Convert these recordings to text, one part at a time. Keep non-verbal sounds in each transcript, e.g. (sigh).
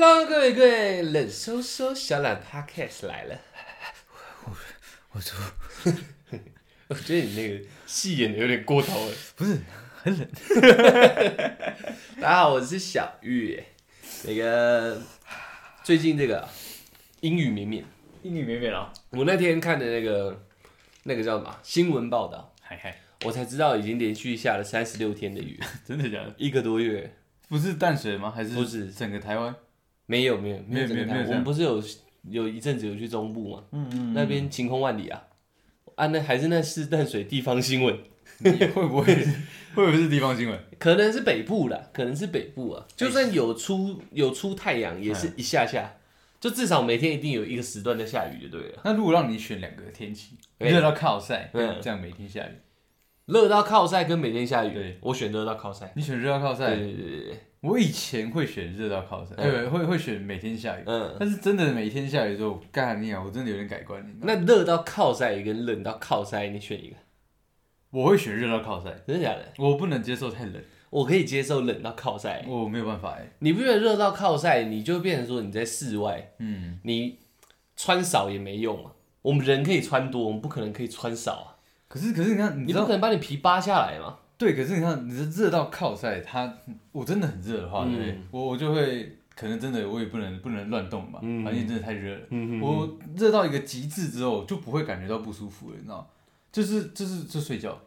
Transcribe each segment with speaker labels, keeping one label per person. Speaker 1: 对对，冷飕飕小懒 Podcast 来了。
Speaker 2: 我说
Speaker 1: (laughs) 我觉得你那个戏演的有点过头了。
Speaker 2: 不是很冷，
Speaker 1: (laughs) 大家好，我是小玉。那个最近这个阴雨绵绵，
Speaker 2: 阴雨绵绵啊，
Speaker 1: 我那天看的那个那个叫什么新闻报道，
Speaker 2: 嗨嗨， (laughs)
Speaker 1: 我才知道已经连续下了三十六天的雨，
Speaker 2: 真的假的？
Speaker 1: 一个多月。
Speaker 2: 不是淡水吗？还是
Speaker 1: 不是
Speaker 2: 整个台湾？
Speaker 1: 没有没有没有
Speaker 2: 没有
Speaker 1: 整个
Speaker 2: 没有
Speaker 1: 台湾
Speaker 2: 这样
Speaker 1: 我们不是有有一阵子有去中部吗？
Speaker 2: 嗯嗯，
Speaker 1: 那边晴空万里啊。啊，那还是那是淡水地方新闻，
Speaker 2: 你 (laughs) 会不会 (laughs) 会不会是地方新闻？
Speaker 1: 可能是北部啦，可能是北部
Speaker 2: 哎
Speaker 1: 啊。就算有出有出太阳，也是一下下，就至少每天一定有一个时段在下雨，就对了。
Speaker 2: 那如果让你选两个天气，
Speaker 1: 对
Speaker 2: 热到靠晒，
Speaker 1: 嗯
Speaker 2: 这样每天下雨，
Speaker 1: 热到靠晒跟每天下雨
Speaker 2: 对，
Speaker 1: 我选热到靠晒。
Speaker 2: 你选热到靠
Speaker 1: 对
Speaker 2: 晒？
Speaker 1: 对对对对，
Speaker 2: 我以前会选热到靠晒，
Speaker 1: 嗯
Speaker 2: 呃，会会选每天下雨，
Speaker 1: 嗯。
Speaker 2: 但是真的每天下雨之后，干你啊，我真的有点改观，你知道吗
Speaker 1: 那热到靠晒跟冷到靠晒，你选一个，
Speaker 2: 我会选热到靠晒，
Speaker 1: 真的假的？
Speaker 2: 我不能接受太冷，
Speaker 1: 我可以接受冷到靠晒，
Speaker 2: 我没有办法哎、
Speaker 1: 你不觉得热到靠晒，你就变成说你在室外，
Speaker 2: 嗯，
Speaker 1: 你穿少也没用嘛。我们人可以穿多，我们不可能可以穿少啊。
Speaker 2: 可是可是你看，你
Speaker 1: 你
Speaker 2: 知
Speaker 1: 不
Speaker 2: 道
Speaker 1: 可能把你皮扒下来嘛。
Speaker 2: 对，可是你看，你是热到靠晒，它我真的很热的话，
Speaker 1: 嗯
Speaker 2: 对不对？我我就会可能真的我也不能不能乱动嘛，
Speaker 1: 嗯
Speaker 2: 环境真的太热了。
Speaker 1: 嗯
Speaker 2: 我热到一个极致之后，就不会感觉到不舒服了，你知道吗？就是就是就睡觉，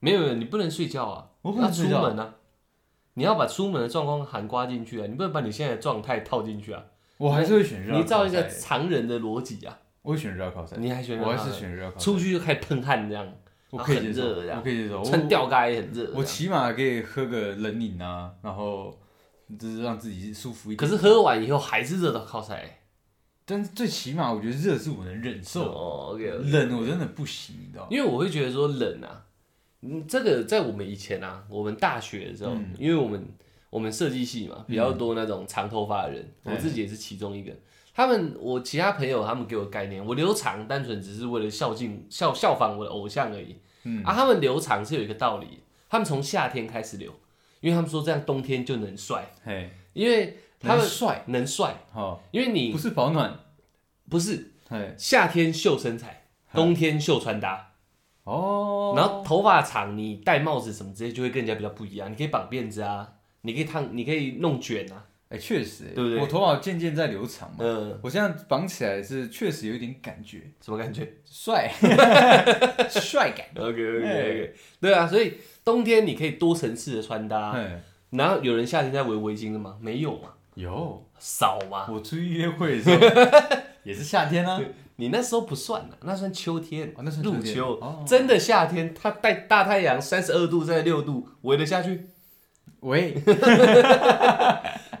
Speaker 1: 没有没有，你不能睡觉啊，
Speaker 2: 我不能
Speaker 1: 要出
Speaker 2: 睡觉
Speaker 1: 门啊。你要把出门的状况含刮进去啊，你不能把你现在的状态套进去啊。
Speaker 2: 我还是会选热到
Speaker 1: 你照
Speaker 2: 靠
Speaker 1: 一
Speaker 2: 晒
Speaker 1: 个。常人的逻辑啊，
Speaker 2: 我会选热到靠晒，
Speaker 1: 你还选热
Speaker 2: 我还
Speaker 1: 到
Speaker 2: 是
Speaker 1: 靠晒
Speaker 2: 选热到靠晒，
Speaker 1: 出去就开始喷汗这样，
Speaker 2: 我可以
Speaker 1: 然后
Speaker 2: 接
Speaker 1: 很
Speaker 2: 受，
Speaker 1: 热这样
Speaker 2: 我可以接受，我
Speaker 1: 穿吊嘎也很热这
Speaker 2: 我
Speaker 1: 样。
Speaker 2: 起码可以喝个冷饮啊，然后就是让自己舒服一点。
Speaker 1: 可是喝完以后还是热到靠晒。
Speaker 2: 但是最起码我觉得热是我能忍受，
Speaker 1: 哦，OK，
Speaker 2: 冷我真的不行，你知道吗？
Speaker 1: 因为我会觉得说冷啊，嗯，这个在我们以前啊，我们大学的时候，
Speaker 2: 嗯
Speaker 1: 因为我们我们设计系嘛比较多那种长头发的人，
Speaker 2: 嗯
Speaker 1: 我自己也是其中一个。他们我其他朋友他们给我概念，我留长单纯只是为了孝敬效效仿我的偶像而已。
Speaker 2: 嗯
Speaker 1: 啊，他们留长是有一个道理，他们从夏天开始留，因为他们说这样冬天就能帅，
Speaker 2: 嘿，
Speaker 1: 因为他们
Speaker 2: 能帅
Speaker 1: 能帅，
Speaker 2: 好，
Speaker 1: 因为你
Speaker 2: 不是保暖，哎
Speaker 1: 不是
Speaker 2: 嘿，
Speaker 1: 夏天秀身材，冬天秀穿搭。
Speaker 2: 哦，
Speaker 1: 然后头发长，你戴帽子什么之类，就会跟人家比较不一样。你可以绑辫子啊，你可以烫，你可以弄卷啊，
Speaker 2: 哎，确实，
Speaker 1: 对不对
Speaker 2: 我头发渐渐在留长嘛，
Speaker 1: 嗯、
Speaker 2: 我现在绑起来是确实有一点感觉，
Speaker 1: 什么感觉 (laughs)
Speaker 2: 帅，帅感，
Speaker 1: ？OK
Speaker 2: (laughs)
Speaker 1: OK OK，对啊，所以冬天你可以多层次的穿搭。
Speaker 2: 嗯，
Speaker 1: 然后有人夏天在围围巾的吗？没有嘛，
Speaker 2: 有，
Speaker 1: 少嘛。
Speaker 2: 我出去约会的时候
Speaker 1: (laughs)
Speaker 2: 也是夏天啊，
Speaker 1: 你那时候不算啊，那算秋天，
Speaker 2: 哦那算秋
Speaker 1: 入
Speaker 2: 天
Speaker 1: 秋。
Speaker 2: 哦
Speaker 1: 真的夏天，它带大太阳，三十二度，三十六度，围得下去？
Speaker 2: 喂，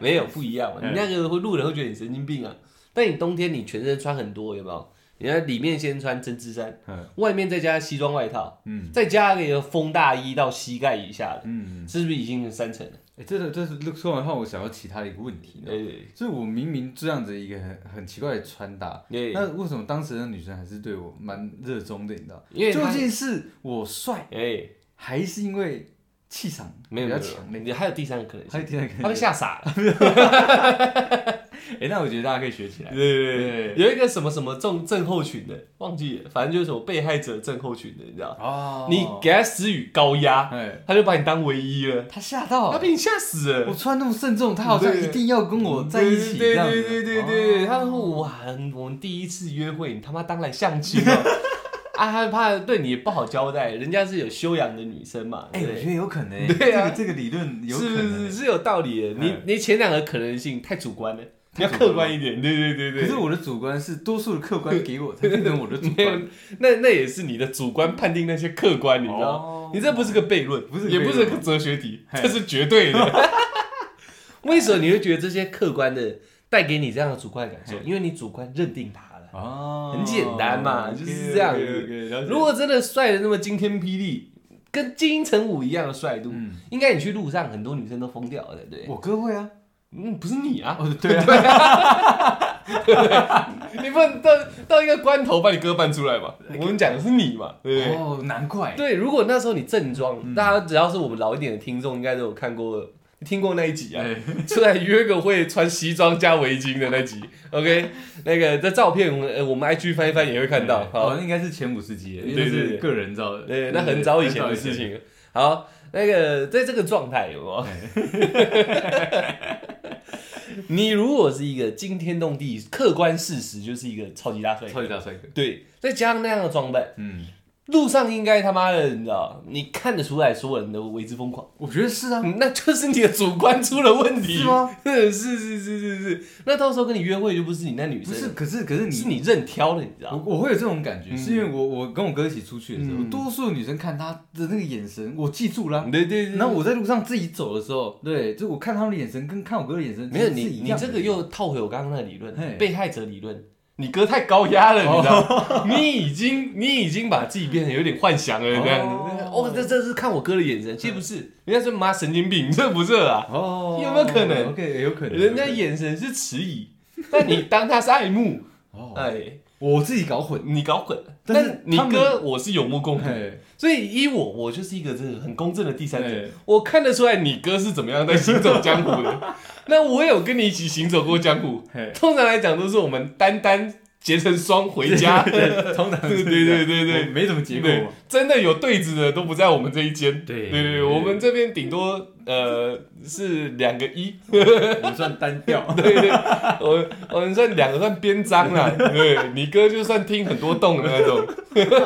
Speaker 1: 没有不一样嘛，
Speaker 2: 嗯
Speaker 1: 你那个会路人会觉得你神经病啊。但你冬天你全身穿很多，有没有？你看里面先穿针织衫，
Speaker 2: 嗯
Speaker 1: 外面再加西装外套，
Speaker 2: 嗯
Speaker 1: 再加一个风大衣到膝盖以下的，
Speaker 2: 嗯，
Speaker 1: 是不是已经三层了？
Speaker 2: 哎，这个这是说完后，我想到其他的一个问题呢，
Speaker 1: 对
Speaker 2: 就是我明明这样子一个很很奇怪的穿搭，
Speaker 1: 对对，
Speaker 2: 那为什么当时的女生还是对我蛮热衷的？你知道，
Speaker 1: 因为
Speaker 2: 究
Speaker 1: 她
Speaker 2: 竟是我帅，
Speaker 1: 哎，
Speaker 2: 还是因为气场
Speaker 1: 没有
Speaker 2: 比
Speaker 1: 没
Speaker 2: 较
Speaker 1: 有
Speaker 2: 强
Speaker 1: 没
Speaker 2: 烈？
Speaker 1: 有，你还有第三个可能
Speaker 2: 还 (laughs)
Speaker 1: 性，
Speaker 2: 有第二个
Speaker 1: 他被吓傻了。
Speaker 2: 哎、那我觉得大家可以学起来。
Speaker 1: 对
Speaker 2: (laughs) 对
Speaker 1: 有一个什么什么症症候群的，忘记了，反正就是什么被害者症候群的，你知道？
Speaker 2: 哦
Speaker 1: 你给他施予高压，
Speaker 2: 哎，
Speaker 1: 他就把你当唯一了，
Speaker 2: 他吓
Speaker 1: 他
Speaker 2: 到，
Speaker 1: 被你吓死了
Speaker 2: 我。穿那么慎重，他好像
Speaker 1: 对
Speaker 2: 一定要跟我在一起
Speaker 1: 对
Speaker 2: 这样
Speaker 1: 对
Speaker 2: 子。
Speaker 1: 对对对对，
Speaker 2: 哦
Speaker 1: 他说哇，我们第一次约会，你他妈当来相亲
Speaker 2: (laughs)
Speaker 1: 了。啊，他怕对你不好交代，人家是有修养的女生嘛，
Speaker 2: 哎、
Speaker 1: 对不
Speaker 2: 我
Speaker 1: 对
Speaker 2: 觉得有可能、
Speaker 1: 对啊
Speaker 2: 这个这个理论有可
Speaker 1: 是不
Speaker 2: 能、
Speaker 1: 是是有道理的？你
Speaker 2: 嗯
Speaker 1: 你前两个可能性太主观了，你
Speaker 2: 太
Speaker 1: 要
Speaker 2: 主观了
Speaker 1: 客观一点。对对对对。
Speaker 2: 欸可是我的主观是多数的客观给我，才变成我的主 (laughs)
Speaker 1: 没
Speaker 2: 观
Speaker 1: 有。，那那也是你的主观判定那些客观，你知道？
Speaker 2: 哦
Speaker 1: 你这不是个悖论，
Speaker 2: 不是
Speaker 1: 也
Speaker 2: 悖
Speaker 1: 不
Speaker 2: 论哎
Speaker 1: 是个哲学题，
Speaker 2: 嘿
Speaker 1: 这是绝对
Speaker 2: (laughs)
Speaker 1: 的。为什么你会觉得这些客观的带给你这样的主观的
Speaker 2: 哎
Speaker 1: 感受？因为你主观认定它了。
Speaker 2: 哦，
Speaker 1: 很简单嘛就是这样子
Speaker 2: OK，OK，OK，了解
Speaker 1: 如果真的帅的那么惊天霹雳，跟金城武一样的帅度，
Speaker 2: 嗯
Speaker 1: 应该你去路上很多女生都疯掉了，对不对？
Speaker 2: 我哥会啊，
Speaker 1: 嗯，不是你啊， (laughs)
Speaker 2: 哦对啊，
Speaker 1: 你不能到到一个关头把你哥搬出来嘛？我们讲的是你嘛，对不对？
Speaker 2: 哦难怪，
Speaker 1: 嗯对，如果那时候你正装，大家只要是我们老一点的听众，应该都有看过听过那一集啊，
Speaker 2: 哎，
Speaker 1: 出来约个会穿西装加围巾的那集。OK，那个这照片，呃，我们 IG 翻一翻也会看到。好，
Speaker 2: 哦，应该是前五世纪，因为
Speaker 1: 对对
Speaker 2: 那是
Speaker 1: 对
Speaker 2: 个人照的，
Speaker 1: 对，那很早以前的
Speaker 2: 很
Speaker 1: 事。情。好，那个在这个状态有没
Speaker 2: (laughs)
Speaker 1: 有？你如果是一个惊天动地，客观事实就是一个超级大帅
Speaker 2: 超
Speaker 1: 哥，
Speaker 2: 级大帅哥，
Speaker 1: 对，再加上那样的装扮，
Speaker 2: 嗯，
Speaker 1: 路上应该他妈的，你知道，你看得出来所有人都为之疯狂，
Speaker 2: 我觉得是啊，
Speaker 1: 嗯那就是你的主观出了问题，
Speaker 2: 是吗？
Speaker 1: 是是是是是是，那到时候跟你约会就不是你那女
Speaker 2: 不
Speaker 1: 生了，
Speaker 2: 是，可是可是
Speaker 1: 是
Speaker 2: 你，
Speaker 1: 你任挑的，你知道
Speaker 2: 我
Speaker 1: 吗？
Speaker 2: 我会有这种感觉，
Speaker 1: 嗯
Speaker 2: 是因为我我跟我哥一起出去的时候，
Speaker 1: 嗯
Speaker 2: 多数女生看他的那个眼神，我记住了。
Speaker 1: 对对对，
Speaker 2: 然后我在路上自己走的时候，对，就我看他们的眼神跟看我哥的眼神
Speaker 1: 没有
Speaker 2: 其实
Speaker 1: 你
Speaker 2: 是一
Speaker 1: 你
Speaker 2: 样的
Speaker 1: 这个又套回我刚刚那个理论
Speaker 2: 嘿，哦
Speaker 1: 被害者理论。你哥太高压了，你知道吗？ (laughs) 你已经你已经把自己变得有点幻想了，这样子。
Speaker 2: 哦嗯
Speaker 1: 哦，这这是看我哥的眼神，其实不是，人家说妈神经病， (laughs) 热不热啊？
Speaker 2: 哦，
Speaker 1: 有没有可能
Speaker 2: ？OK，有可能。
Speaker 1: 人家
Speaker 2: 有可能
Speaker 1: 眼神是迟疑，但你当他是爱慕，
Speaker 2: 哦，
Speaker 1: 哎，
Speaker 2: 我自己搞混。
Speaker 1: 你搞混了。
Speaker 2: 但
Speaker 1: 但
Speaker 2: 是
Speaker 1: 你
Speaker 2: 他们
Speaker 1: 哥我是有目共睹，
Speaker 2: 嘿
Speaker 1: 所以依我，我就是一个嗯这个很公正的第三者
Speaker 2: 对，
Speaker 1: 我看得出来你哥是怎么样在行走江湖
Speaker 2: (laughs)
Speaker 1: 的。那我有跟你一起行走过江湖，
Speaker 2: 嘿，
Speaker 1: (laughs) 通常来讲都是我们单单结成双回家。
Speaker 2: (laughs) 对，通常是
Speaker 1: 对对
Speaker 2: 这样
Speaker 1: 对对
Speaker 2: 我没什么结果
Speaker 1: (laughs) 对
Speaker 2: 嘛。，
Speaker 1: 真的有对子的都不在我们这一间。
Speaker 2: 对
Speaker 1: 对对对，我们这边顶多呃是两个一，
Speaker 2: 我算单调。
Speaker 1: (laughs) 对对，我我们算两个算边章
Speaker 2: (laughs)
Speaker 1: 啦，对，你哥就算听很多洞的那种， (laughs)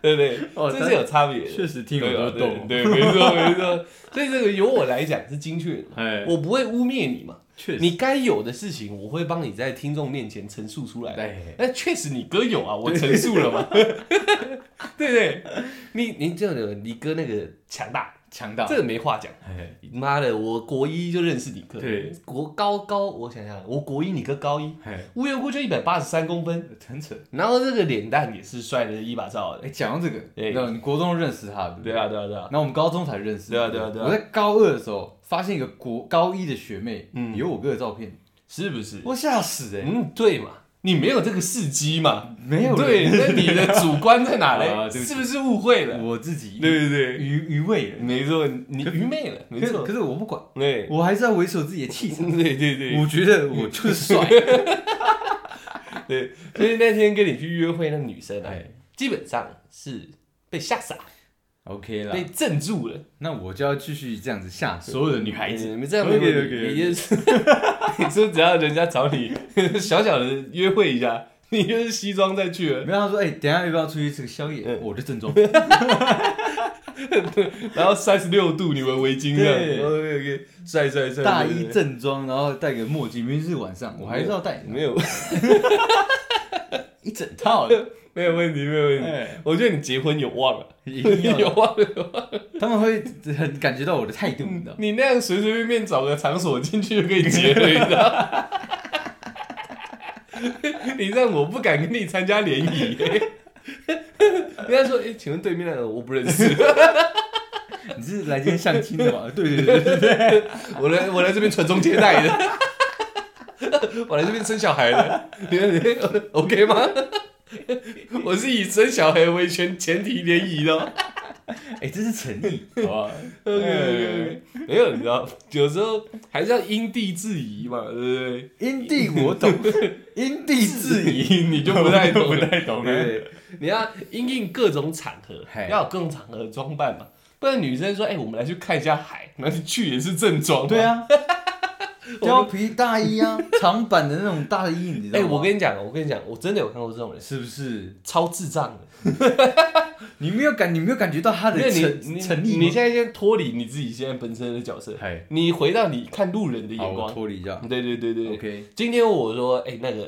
Speaker 1: 对不对？
Speaker 2: 哦
Speaker 1: 这是有差别的，
Speaker 2: 确实听
Speaker 1: 对
Speaker 2: 我
Speaker 1: 啊
Speaker 2: 都懂。
Speaker 1: 对，对没错没错。所以这个由我来讲是精确的，
Speaker 2: 哎，
Speaker 1: 我不会污蔑你嘛，
Speaker 2: 确实，
Speaker 1: 你该有的事情我会帮你在听众面前陈述出来。
Speaker 2: 哎，
Speaker 1: 那确实你哥有啊，我陈述了 (laughs) 嘛，对不对？你你这个你哥那个强大，
Speaker 2: 强大。
Speaker 1: 这个没话讲。
Speaker 2: 哎，
Speaker 1: 妈的，我国一就认识你哥，
Speaker 2: 对，
Speaker 1: 国高高，我想想，我国一你哥高一，
Speaker 2: 哎，
Speaker 1: 无缘无故就一百八十三公分，
Speaker 2: 很扯。
Speaker 1: 然后这个脸蛋也是帅的一把照的，
Speaker 2: 哎，讲到这个，
Speaker 1: 哎
Speaker 2: 那你国中认识他，对不
Speaker 1: 对啊对啊对啊，
Speaker 2: 然后我们高中才认识。
Speaker 1: 对啊对啊对啊
Speaker 2: 我在高二的时候发现一个国高一的学妹
Speaker 1: 嗯
Speaker 2: 有我哥的照片，
Speaker 1: 是不是？
Speaker 2: 我吓死哎，
Speaker 1: 嗯，对嘛，你没有这个事机嘛，
Speaker 2: 没有
Speaker 1: 对，
Speaker 2: 人，
Speaker 1: 那你的主观在 (laughs) 哪
Speaker 2: 啊
Speaker 1: 嘞？
Speaker 2: 对不起
Speaker 1: 是不是误会了？
Speaker 2: 我自己
Speaker 1: 对对
Speaker 2: 愚愚
Speaker 1: 对，
Speaker 2: 昧了。
Speaker 1: 没错，你愚昧了，没
Speaker 2: 可是
Speaker 1: 错
Speaker 2: 可，是我不管，
Speaker 1: 对，
Speaker 2: 我还是要维持我自己的气场。
Speaker 1: (laughs) 对对对
Speaker 2: 我觉得我就是帅，
Speaker 1: 对，所以那天跟你去约会那女生啊
Speaker 2: 哎，
Speaker 1: 基本上是被吓傻，
Speaker 2: ，OK 啦
Speaker 1: 被，镇住了。
Speaker 2: 那我就要继续这样子吓所有的女孩
Speaker 1: 嗯
Speaker 2: 子。
Speaker 1: 你们这样没问题
Speaker 2: OK，OK，OK
Speaker 1: 你就是 (laughs) 你说只要人家找你 (laughs) 小小的约会一下， (laughs) 你就是西装再去了，
Speaker 2: 没有，他说，哎，等一下要不要出去吃个宵夜？我就正装，
Speaker 1: 然后三十六度你围围巾这
Speaker 2: 对
Speaker 1: 样，OK OK，帅帅帅，
Speaker 2: 大
Speaker 1: 对
Speaker 2: 衣
Speaker 1: 对
Speaker 2: 正装，然后戴个墨镜，明明是晚上，我还是要戴
Speaker 1: 没有 (laughs)
Speaker 2: 一整套的。
Speaker 1: 没有问题没有问题，
Speaker 2: 哎，
Speaker 1: 我觉得你结婚有望了，
Speaker 2: 一定要
Speaker 1: (laughs) 有
Speaker 2: 的，
Speaker 1: 望了，
Speaker 2: (laughs) 他们会很感觉到我的态度，你知道吗？
Speaker 1: 你那样随随便便找个场所进去就可以结了，你知道吗？ (laughs) 你让我不敢跟你参加联谊。人家说：“哎、请问对面那个我不认识。” (laughs)
Speaker 2: 你是来今天相亲的吗？对对对对对，
Speaker 1: 我来我来这边传宗接代的，我来这边生小孩的，你们你们 OK 吗？我是以生小孩为前前提联谊的哦。
Speaker 2: 哎，这是诚意，
Speaker 1: 啊
Speaker 2: 好吧？
Speaker 1: OK OK OK，没有，你知道，有时候还是要因地制宜嘛，对不对？
Speaker 2: 因地
Speaker 1: (laughs)
Speaker 2: 我懂，因地制宜，
Speaker 1: 宜你就不太懂，
Speaker 2: (laughs) 我就不太懂了
Speaker 1: 对对，对你要因应各种场合
Speaker 2: 嘿，
Speaker 1: 要有各种场合的装扮嘛。不然女生说：“哎、我们来去看一下海。” (laughs) 那你去也是正装嘛。
Speaker 2: 对啊，
Speaker 1: 我
Speaker 2: (laughs) 貂皮大衣啊，长版的那种大衣，你知道
Speaker 1: 哎、
Speaker 2: 吗？
Speaker 1: 我跟你讲，我跟你讲，我真的有看过这种人，
Speaker 2: 是不是？
Speaker 1: 超智障的。
Speaker 2: 你没有感，你没有感觉到他的
Speaker 1: 因为你
Speaker 2: 诚
Speaker 1: 你
Speaker 2: 诚意吗？
Speaker 1: 你现在先脱离你自己现在本身的角色，
Speaker 2: 嗨，
Speaker 1: 你回到你看路人的
Speaker 2: 好，
Speaker 1: 眼
Speaker 2: 哦我
Speaker 1: 光。
Speaker 2: 脱离一下。
Speaker 1: 对对对对。
Speaker 2: OK，
Speaker 1: 今天我说，哎、那个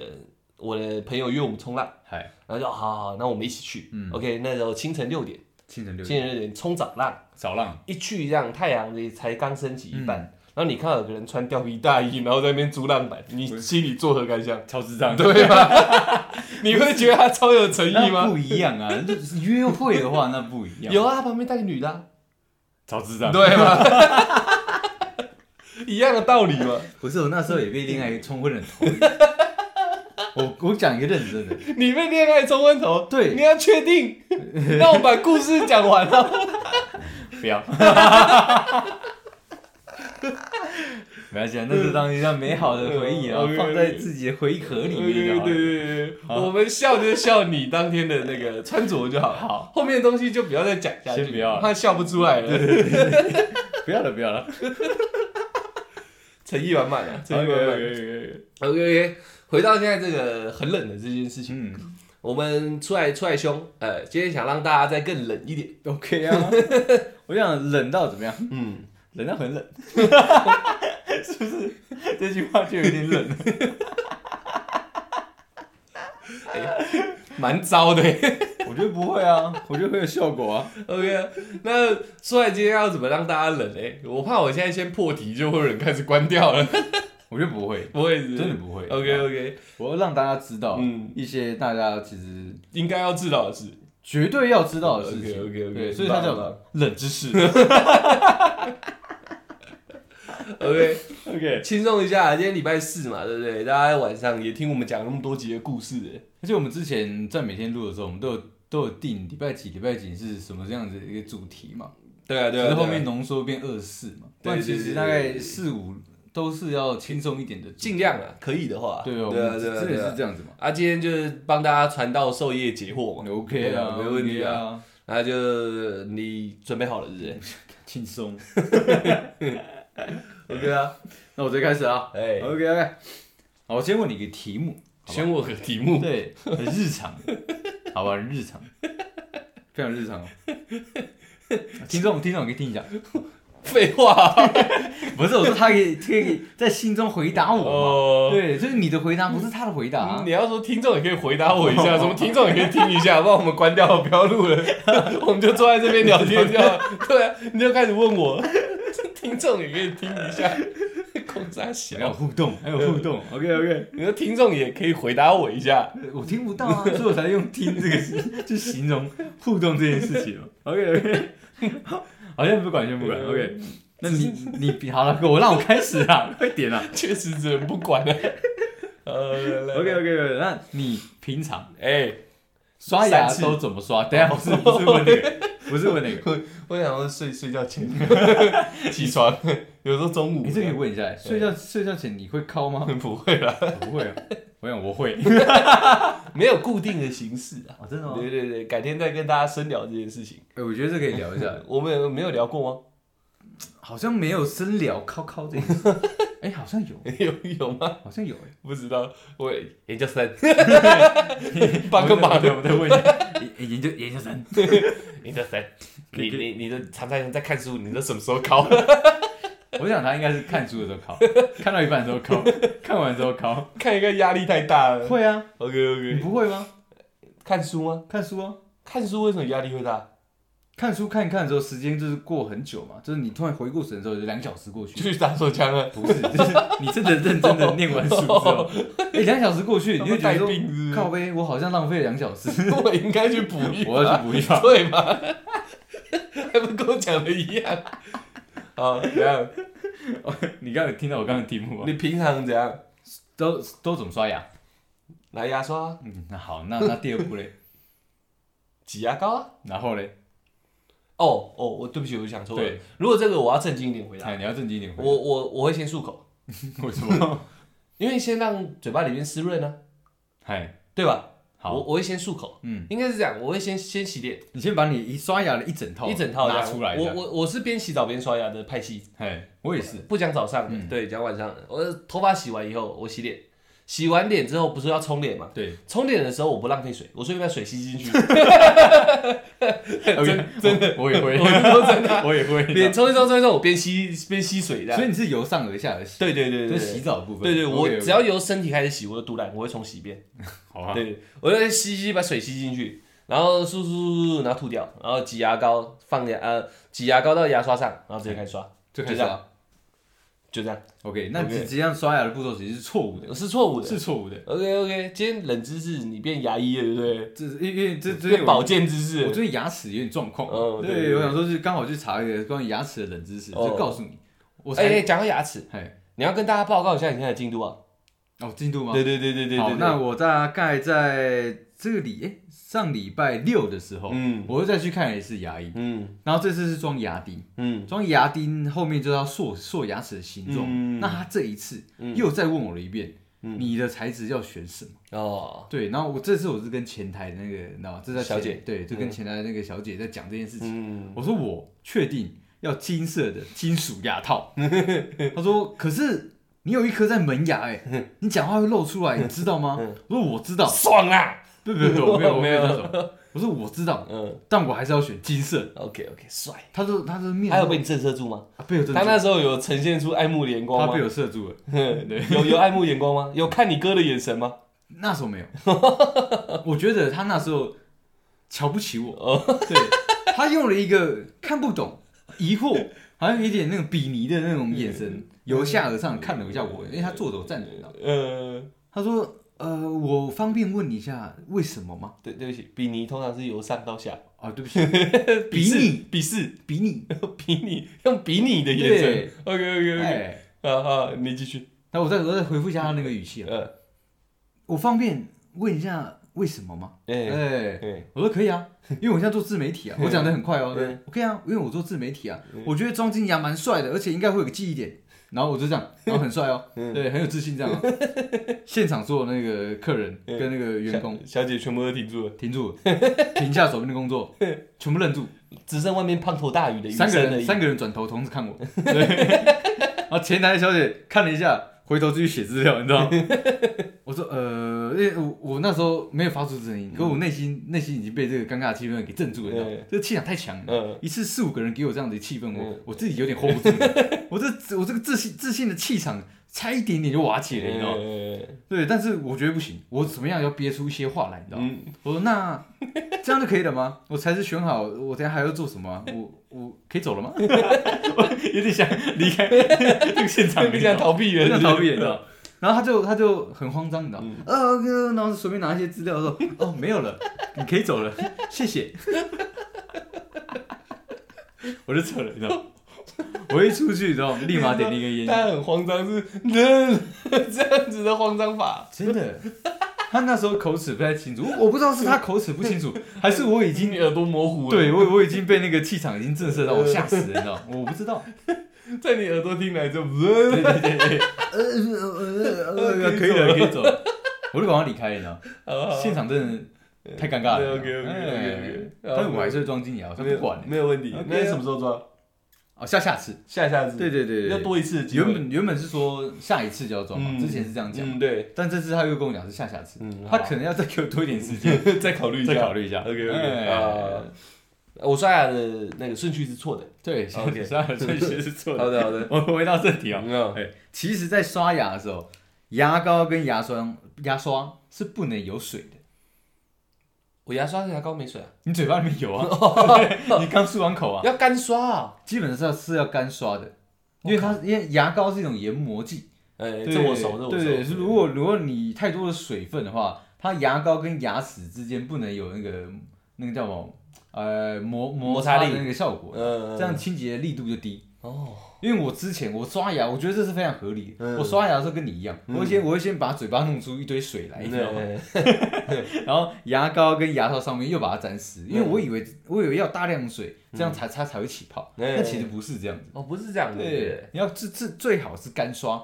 Speaker 1: 我的朋友约我们冲浪，
Speaker 2: 嗨，
Speaker 1: 然后就好好好，那我们一起去。
Speaker 2: 嗯
Speaker 1: OK，那时候清晨六点，
Speaker 2: 清晨六
Speaker 1: 清晨六点冲早浪，
Speaker 2: 早浪，
Speaker 1: 一去这样太阳也才刚升起一半，
Speaker 2: 嗯
Speaker 1: 然后你看到有个人穿貂皮大衣，然后在那边租浪板，你心里作何感想？ (laughs)
Speaker 2: 超智障，
Speaker 1: 对吧？
Speaker 2: (laughs)
Speaker 1: 你会觉得他超有诚意
Speaker 2: 那
Speaker 1: 吗？
Speaker 2: 不一样啊。就是约会的话，那不一样。
Speaker 1: 有啊，旁边带个女的啊、
Speaker 2: 超智障，
Speaker 1: 对吧？ (laughs) 一样的道理嘛。
Speaker 2: 不是我那时候也被恋爱冲昏了 (laughs) 头。我我讲一个认真的，
Speaker 1: 你被恋爱冲昏头，
Speaker 2: 对
Speaker 1: 你要确
Speaker 2: (laughs)
Speaker 1: 定。那我把故事讲完了。
Speaker 2: 不要， (laughs) 没关系啊，那是当一段美好的回 (laughs) 忆啊
Speaker 1: 嗯，
Speaker 2: 放在自己的回忆壳 (laughs) 里面就
Speaker 1: 对
Speaker 2: 好了。
Speaker 1: 对对对，我们笑就笑你当天的那个穿着就好，
Speaker 2: 好，
Speaker 1: 后面的东西就不要再讲下去，
Speaker 2: 先不要了
Speaker 1: 怕笑不出来了，
Speaker 2: 不要了，不要了。
Speaker 1: 诚意满满啊，诚意满满。
Speaker 2: OK，
Speaker 1: OK OK，回到现在这个很冷的这件事情，
Speaker 2: 嗯
Speaker 1: 我们出来出来凶，呃，今天想让大家再更冷一点，
Speaker 2: ，OK 啊。 (laughs) 我想冷到怎么样？
Speaker 1: 嗯，
Speaker 2: 冷到很冷， (laughs) 是不是？这句话就有点冷。
Speaker 1: 蛮糟的。
Speaker 2: (laughs) 我觉得不会啊，我觉得会有效果啊。
Speaker 1: (laughs) OK，啊那出来今天要怎么让大家冷嘞？我怕我现在先破题，就会有人开始关掉了， (laughs)
Speaker 2: 我觉得不会，
Speaker 1: 不会是不是
Speaker 2: 真的不会。
Speaker 1: OK OK，
Speaker 2: 我要让大家知道
Speaker 1: 嗯
Speaker 2: 一些大家其实
Speaker 1: 应该要知道的是，
Speaker 2: 绝对要知道的事情。
Speaker 1: OK，OK，OK，
Speaker 2: 对，所以它
Speaker 1: 明白
Speaker 2: 叫
Speaker 1: 了
Speaker 2: 冷知识。
Speaker 1: (laughs)
Speaker 2: (laughs)
Speaker 1: OK，
Speaker 2: OK，
Speaker 1: 轻松一下，今天礼拜四嘛，对不对？大家晚上也听我们讲那么多集的故事了，
Speaker 2: 而且我们之前在每天录的时候，我们都有都有定礼拜几礼拜几是什么这样子的一个主题嘛，
Speaker 1: 对啊
Speaker 2: 只
Speaker 1: 对
Speaker 2: 是
Speaker 1: 啊，
Speaker 2: 后面浓缩变二四嘛，
Speaker 1: 对
Speaker 2: 但
Speaker 1: 对对
Speaker 2: 其实
Speaker 1: 对
Speaker 2: 大
Speaker 1: 对
Speaker 2: 概
Speaker 1: 对
Speaker 2: 四五都是要轻松一点的主题。
Speaker 1: 尽量啊，可以的话，
Speaker 2: 对哦，
Speaker 1: 啊
Speaker 2: 我
Speaker 1: 对啊
Speaker 2: 们
Speaker 1: 对啊
Speaker 2: 真
Speaker 1: 对
Speaker 2: 的是
Speaker 1: 啊。
Speaker 2: 这样子嘛
Speaker 1: 啊，今天就是帮大家传道授业解惑嘛，
Speaker 2: ？OK
Speaker 1: 对
Speaker 2: 啊
Speaker 1: 啊，没问题
Speaker 2: OK
Speaker 1: 啊
Speaker 2: 啊，
Speaker 1: 那就你准备好了，是不是
Speaker 2: 轻松。
Speaker 1: ？OK 啊，
Speaker 2: (laughs) 那我直接开始啊。
Speaker 1: (laughs) 哎，
Speaker 2: OK OK，好，我先问你一个题目，好吧
Speaker 1: 选我个题目，
Speaker 2: 对，很日常，好吧，很日常，非常日常哦。听众，听众，我可以听一下。
Speaker 1: 废话
Speaker 2: 不是，我说他可以，可以在心中回答我嘛。
Speaker 1: 哦。嗯
Speaker 2: 对，就是你的回答不是他的回答啊
Speaker 1: 你。要说听众也可以回答我一 (laughs) 下，什么听众也可以听一下，不然我们关掉了，不要录 (laughs) 了，我们就坐在这边聊天就好。 (laughs) 对啊，你就开始问我， (laughs) 听众也可以听一下，空傻
Speaker 2: 还有
Speaker 1: 小，
Speaker 2: 互动，还有互动。OK OK，
Speaker 1: 你说听众也可以回答我一下，
Speaker 2: 我听不到啊，所以我才用“听”这个字去形容互动这件事情哦。OK OK，好，先不管，先不管。OK，那你你比好了，我让我开始啊，快点 (laughs) 啊。
Speaker 1: 确实只能不管 (laughs) 了。呃
Speaker 2: OK OK，那你平常
Speaker 1: 哎，
Speaker 2: 刷
Speaker 1: 三
Speaker 2: 牙
Speaker 1: 次
Speaker 2: 都怎么刷？等一下不是不是问那 (laughs) 个，不是问那个。
Speaker 1: 我想说睡睡觉 (laughs) 前起床，有时候中午
Speaker 2: 你这可以问一下，睡觉睡觉前你会敲吗？
Speaker 1: 不会啦，
Speaker 2: (laughs) 不会啊，我想我会。
Speaker 1: 没有固定的形式啊。
Speaker 2: (laughs) 哦，真
Speaker 1: 对对对，改天再跟大家深聊这件事情。
Speaker 2: 哎，我觉得这可以聊一下，
Speaker 1: 我们有没有聊过吗？
Speaker 2: (laughs)
Speaker 1: (laughs)
Speaker 2: 好像没有深聊敲敲这件事。 (laughs) 哎，好像有，
Speaker 1: 有有吗？
Speaker 2: 好像有
Speaker 1: 不知道，我研究生，
Speaker 2: 哎。
Speaker 1: (laughs) 帮个忙
Speaker 2: 对，我再问一下。 (laughs) 研研究研究生，
Speaker 1: 研究生，你你你的常常在看书，你都什么时候考？
Speaker 2: 我想他应该是看书的时候 (laughs) 敲，看到一半的时候敲，看完之后敲。
Speaker 1: (laughs) 看一个压力太大了。
Speaker 2: 会啊，
Speaker 1: OK
Speaker 2: 你
Speaker 1: OK，
Speaker 2: 不会吗？
Speaker 1: 看书吗？
Speaker 2: 看书啊，
Speaker 1: 看书为什么压力会大？
Speaker 2: 看书看一看的时候，时间就是过很久嘛，就是你突然回过神的时候，就两小时过去
Speaker 1: 就。去打手枪啊？ (laughs)
Speaker 2: 不是，就是你真的认真的念完书之后， (laughs) 哎、两小时过去，你就觉得
Speaker 1: 他们带病是不
Speaker 2: 说，
Speaker 1: 是
Speaker 2: 靠呗，我好像浪费了两小时， (laughs)
Speaker 1: 我应该去补一把。
Speaker 2: 我要去 (laughs) 补一
Speaker 1: (laughs)
Speaker 2: 把。
Speaker 1: 对吗？还不跟我讲的一样。 (laughs) 啊，怎样？
Speaker 2: 你刚有听到我刚刚的题目吗？啊
Speaker 1: 你平常怎样？
Speaker 2: 都都怎么刷牙？
Speaker 1: 拿牙刷啊、
Speaker 2: 嗯，那好，那那第二步嘞，
Speaker 1: 挤牙膏啊。
Speaker 2: 然后嘞，
Speaker 1: 哦哦，我对不起，我想错了
Speaker 2: 对。
Speaker 1: 如果这个我要正经一点回答，
Speaker 2: 哎，你要正经一点回答。
Speaker 1: 我我我会先漱口，
Speaker 2: 为什么？ (laughs)
Speaker 1: 因为先让嘴巴里面湿润啊，
Speaker 2: 嗨，
Speaker 1: 对吧？我
Speaker 2: 好，
Speaker 1: 我会先漱口，
Speaker 2: 嗯，
Speaker 1: 应该是这样，我会先先洗脸
Speaker 2: 你先把你一刷牙的一整套
Speaker 1: 一整套这
Speaker 2: 拿
Speaker 1: 样
Speaker 2: 出来一
Speaker 1: 我
Speaker 2: 下。
Speaker 1: 我我是边洗澡边刷牙的派系，
Speaker 2: 嗨，我也是，
Speaker 1: 不讲早上的，
Speaker 2: 嗯
Speaker 1: 对，讲晚上的。我头发洗完以后，我洗脸，洗完脸之后不是要冲脸吗？
Speaker 2: 对
Speaker 1: 冲脸的时候我不浪费水，我顺便把水吸 (laughs) 进去。
Speaker 2: ，OK，真的， (laughs) 我也会，
Speaker 1: 我说真的啊，
Speaker 2: 我也会。
Speaker 1: 脸冲一冲冲一冲，我边吸边吸水的
Speaker 2: 所。以你是由上而下的洗，
Speaker 1: 对对对
Speaker 2: 就
Speaker 1: 对
Speaker 2: 是洗
Speaker 1: 对。
Speaker 2: 澡的部分。
Speaker 1: 对对，我
Speaker 2: OK，OK
Speaker 1: 只要由身体开始洗，我就独揽，我会重洗一遍。
Speaker 2: 好啊，
Speaker 1: 对，我就吸吸把水吸进去，然后漱漱漱漱，然后吐掉，然后挤牙膏放牙呃挤牙膏到牙刷上，然后直接开始刷，
Speaker 2: 就开
Speaker 1: 就
Speaker 2: 始
Speaker 1: 这样
Speaker 2: 啊。
Speaker 1: 就这样，
Speaker 2: OK，那
Speaker 1: OK
Speaker 2: 直接这样刷牙的步骤其实是错误的，
Speaker 1: 是错误的
Speaker 2: 是。错误的。
Speaker 1: OK OK，今天冷知识你变牙医了，对不对？
Speaker 2: 这是因为这这
Speaker 1: 变保
Speaker 2: 我
Speaker 1: 健知识
Speaker 2: 我
Speaker 1: 了。
Speaker 2: 最近牙齿有点状况，
Speaker 1: 哦对对
Speaker 2: 对，
Speaker 1: 对
Speaker 2: 我想说是刚好去查一个关于牙齿的冷知识，
Speaker 1: 哦
Speaker 2: 就告诉你，我
Speaker 1: 哎，哎
Speaker 2: 才
Speaker 1: 讲到牙齿，
Speaker 2: 哎
Speaker 1: 你要跟大家报告一下你现在的进度啊。
Speaker 2: 哦进度吗？
Speaker 1: 对对对对对
Speaker 2: 好
Speaker 1: 对，，
Speaker 2: 那我大概在这个礼、诶上礼拜六的时候，
Speaker 1: 嗯
Speaker 2: 我又再去看了一次牙医，
Speaker 1: 嗯
Speaker 2: 然后这次是装牙钉，
Speaker 1: 嗯
Speaker 2: 装牙钉后面就要塑塑牙齿的形状。
Speaker 1: 嗯
Speaker 2: 那他这一次
Speaker 1: 嗯
Speaker 2: 又再问我了一遍，
Speaker 1: 嗯
Speaker 2: 你的材质要选什么？
Speaker 1: 哦，
Speaker 2: 对，然后我这次我是跟前台那个，你知道吗？这在前
Speaker 1: 小姐
Speaker 2: 对，就跟前台那个小姐在讲这件事情。
Speaker 1: 嗯
Speaker 2: 我说我确定要金色的金属
Speaker 1: (laughs)
Speaker 2: 牙套。他说可是你有一颗在门牙哎、
Speaker 1: 嗯
Speaker 2: 你讲话会露出来，你知道吗？我说我知道，
Speaker 1: 爽啊！(laughs)
Speaker 2: 不不不，我没有我没有
Speaker 1: 嗯没有
Speaker 2: 那种。我说我知道，
Speaker 1: 嗯
Speaker 2: 但我还是要选金色。
Speaker 1: ，OK OK，帅。
Speaker 2: 他说他说面
Speaker 1: 他有被你震慑住吗？
Speaker 2: 啊被我震
Speaker 1: 他
Speaker 2: 住，
Speaker 1: 那时候有呈现出爱慕的眼光
Speaker 2: 他
Speaker 1: 吗
Speaker 2: 被？我射住了。
Speaker 1: (laughs) 有有爱慕眼光吗？有看你哥的眼神吗？
Speaker 2: 那时候 (laughs) 没有，我觉得他那时候瞧不起我，对他用了一个看不懂、疑惑，好像有一点那种鄙夷的那种眼神，由下而上看了一下我，因哎为他坐着我站着，你知道吗
Speaker 1: 呃，
Speaker 2: 嗯他说：“呃，我方便问一下为什么吗
Speaker 1: 对对不起，比你通常是由上到下，？”
Speaker 2: 啊，对不起，比
Speaker 1: 视
Speaker 2: 你
Speaker 1: 鄙视，
Speaker 2: 比你，
Speaker 1: (laughs) 比你用比你的眼神
Speaker 2: (laughs) 对。
Speaker 1: OK OK OK，
Speaker 2: 哎，
Speaker 1: 啊啊，你继续。
Speaker 2: 那我再我再回复一下他那个语气啊了，
Speaker 1: 呃，
Speaker 2: 我方便问一下为什么吗？
Speaker 1: 哎
Speaker 2: 哎，
Speaker 1: 哎，
Speaker 2: 我说可以啊，因为我现在做自媒体啊，我讲的很快
Speaker 1: (laughs)
Speaker 2: 哦
Speaker 1: 对，
Speaker 2: 我可以啊，因为我做自媒体啊
Speaker 1: 嗯，
Speaker 2: 我觉得装金牙蛮帅的，而且应该会有个记忆点。然后我就这样，然后很帅哦，
Speaker 1: 嗯
Speaker 2: (laughs) 对，很有自信这样、哦。现场所有那个客人
Speaker 1: 嗯
Speaker 2: 跟那个员
Speaker 1: (laughs)
Speaker 2: 工
Speaker 1: 小小姐全部都停住了，
Speaker 2: 停住了，停下手边的
Speaker 1: (laughs)
Speaker 2: 工作，全部愣住，
Speaker 1: 只剩外面滂沱大雨的雨
Speaker 2: 三个
Speaker 1: 声而
Speaker 2: 人
Speaker 1: 已。
Speaker 2: 三个人转头同时看我，对。
Speaker 1: (laughs)
Speaker 2: 然后前台的小姐看了一下，回头继续写资料，你知道吗？我说呃，因为我我那时候没有发出声音，可我内心内心已经被这个尴尬的气氛给镇住了，你知道吗
Speaker 1: 嗯？
Speaker 2: 这个气场太强了。
Speaker 1: 嗯
Speaker 2: 一次四五个人给我这样的气氛，我
Speaker 1: 嗯
Speaker 2: 我自己有点 hold 不住了，我这我这个自信自信的气场差一点点就瓦解了，你知道吗？
Speaker 1: 嗯
Speaker 2: 对，但是我觉得不行，我怎么样要憋出一些话来，你知道吗？
Speaker 1: 嗯，
Speaker 2: 我说那这样就可以了吗？我才是选好，我等一下还要做什么啊、我我可以走了吗？我有点想
Speaker 1: (laughs)
Speaker 2: 离开这个现场，
Speaker 1: 你想逃避
Speaker 2: 有
Speaker 1: 了，
Speaker 2: 点逃避，你
Speaker 1: 是
Speaker 2: 知
Speaker 1: 不是
Speaker 2: 道。 (laughs) 然后他就他就很慌张，你知道，呃、呃然后随便拿一些资料说， (laughs) 哦，没有了，你可以走了， (laughs) 谢谢。我就走了，你知道。 (laughs) 我一出去，你知道，立马点了一根 (laughs) 烟，
Speaker 1: 他很慌张，是嗯这样子的慌张法。
Speaker 2: 真的。他那时候口齿不太清楚，我不知道是他口齿不清 (laughs) 楚，还是我已经
Speaker 1: 你耳朵模糊了，
Speaker 2: 对我我已经被那个气场已经震慑到，我吓死了，你 (laughs) 知道吗？我不知道，
Speaker 1: 在你耳朵听来就，嗯 (laughs)
Speaker 2: 对对对对，呃呃呃可以了可以走了， (laughs) 我就赶快离开，你知道吗，现场真的太尴尬了。 (laughs)
Speaker 1: OK，OK，OK，OK，
Speaker 2: 哎
Speaker 1: OK，
Speaker 2: 但是我还是会装金牙，我才
Speaker 1: 没
Speaker 2: 不
Speaker 1: 有
Speaker 2: 管呢。
Speaker 1: 没有问题
Speaker 2: OK。啊
Speaker 1: 那你什么时候抓？
Speaker 2: 哦，下下次，
Speaker 1: 下下次，
Speaker 2: 对对对
Speaker 1: 要
Speaker 2: 对对，
Speaker 1: 多一次的机会
Speaker 2: 原本原本是说下一次就要装嘛，
Speaker 1: 嗯
Speaker 2: 之前是这样讲，
Speaker 1: 嗯对，
Speaker 2: 但这次他又跟我讲是下下次，
Speaker 1: 嗯
Speaker 2: 他可能要再给我多一点时 (laughs) 间
Speaker 1: 再考虑一
Speaker 2: 再考
Speaker 1: 下。
Speaker 2: 虑一下。
Speaker 1: OK，OK，
Speaker 2: 哎
Speaker 1: 啊我刷牙的那个顺序是
Speaker 2: (laughs)
Speaker 1: 错的。
Speaker 2: 对，下
Speaker 1: OK
Speaker 2: 下顺序是错的。
Speaker 1: 好的好
Speaker 2: (laughs)
Speaker 1: 的，
Speaker 2: 我们回到正题啊，
Speaker 1: 嗯
Speaker 2: 哎，其实，在刷牙的时候，牙膏跟牙刷、牙刷是不能有水的。
Speaker 1: 我牙刷跟牙膏没水啊，
Speaker 2: 你嘴巴里面
Speaker 1: (laughs)
Speaker 2: 有啊，对你刚漱完口啊，
Speaker 1: 要干刷啊。
Speaker 2: 基本上是要干刷的，因为它
Speaker 1: 哦
Speaker 2: 因为牙膏是一种研磨剂，
Speaker 1: 哎，
Speaker 2: 对
Speaker 1: 这我熟，这我熟。
Speaker 2: 对对，是如果如果你太多的水分的话，它牙膏跟牙齿之间不能有那个那个叫什么呃摩
Speaker 1: 摩擦
Speaker 2: 擦的
Speaker 1: 力
Speaker 2: 那个效果，
Speaker 1: 嗯，
Speaker 2: 这样清洁的力度就低。
Speaker 1: 哦，
Speaker 2: 因为我之前我刷牙，我觉得这是非常合理的。
Speaker 1: 嗯
Speaker 2: 我刷牙的时候跟你一样，
Speaker 1: 嗯
Speaker 2: 我会先我会先把嘴巴弄出一堆水来，你知道吗？
Speaker 1: 哦对
Speaker 2: 然后牙膏跟牙套上面又把它沾湿，因为
Speaker 1: 嗯
Speaker 2: 我以为我以为要大量水，这样才它才会起泡，
Speaker 1: 嗯
Speaker 2: 但其实不是这样子。
Speaker 1: 哦，不是这样的。
Speaker 2: 对，你要这这最好是干刷，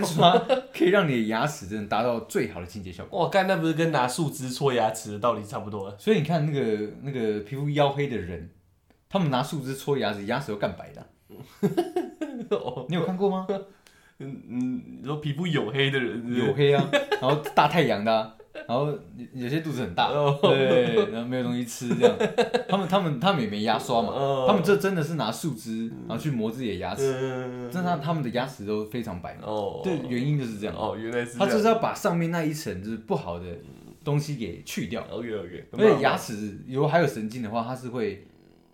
Speaker 1: (laughs)
Speaker 2: 刷可以让你的牙齿真的达到最好的清洁效果。
Speaker 1: 哇，干那不是跟拿树枝搓牙齿的道理差不多了？
Speaker 2: 所以你看那个那个皮肤黝黑的人，他们拿树枝搓牙齿，牙齿都干白
Speaker 1: (laughs)
Speaker 2: 的啊。
Speaker 1: 哦，
Speaker 2: 你有看过吗？
Speaker 1: 嗯嗯，你说皮肤黝黑的人是不是
Speaker 2: 黝黑啊，然后大太阳的、啊，然后有有些肚子很大，
Speaker 1: 哦
Speaker 2: 对，然后没有东西吃这样。他们他们他们也没牙刷嘛，
Speaker 1: 哦
Speaker 2: 他们这真的是拿树枝然后去磨自己的牙齿，
Speaker 1: 嗯，
Speaker 2: 真的他们的牙齿都非常白嘛。
Speaker 1: 哦，
Speaker 2: 对，原因就是这样，
Speaker 1: 哦，原来是
Speaker 2: 他就是是要把上面那一层就是不好的东西给去掉。
Speaker 1: OK OK，
Speaker 2: 而且牙齿有还有神经的话，它是会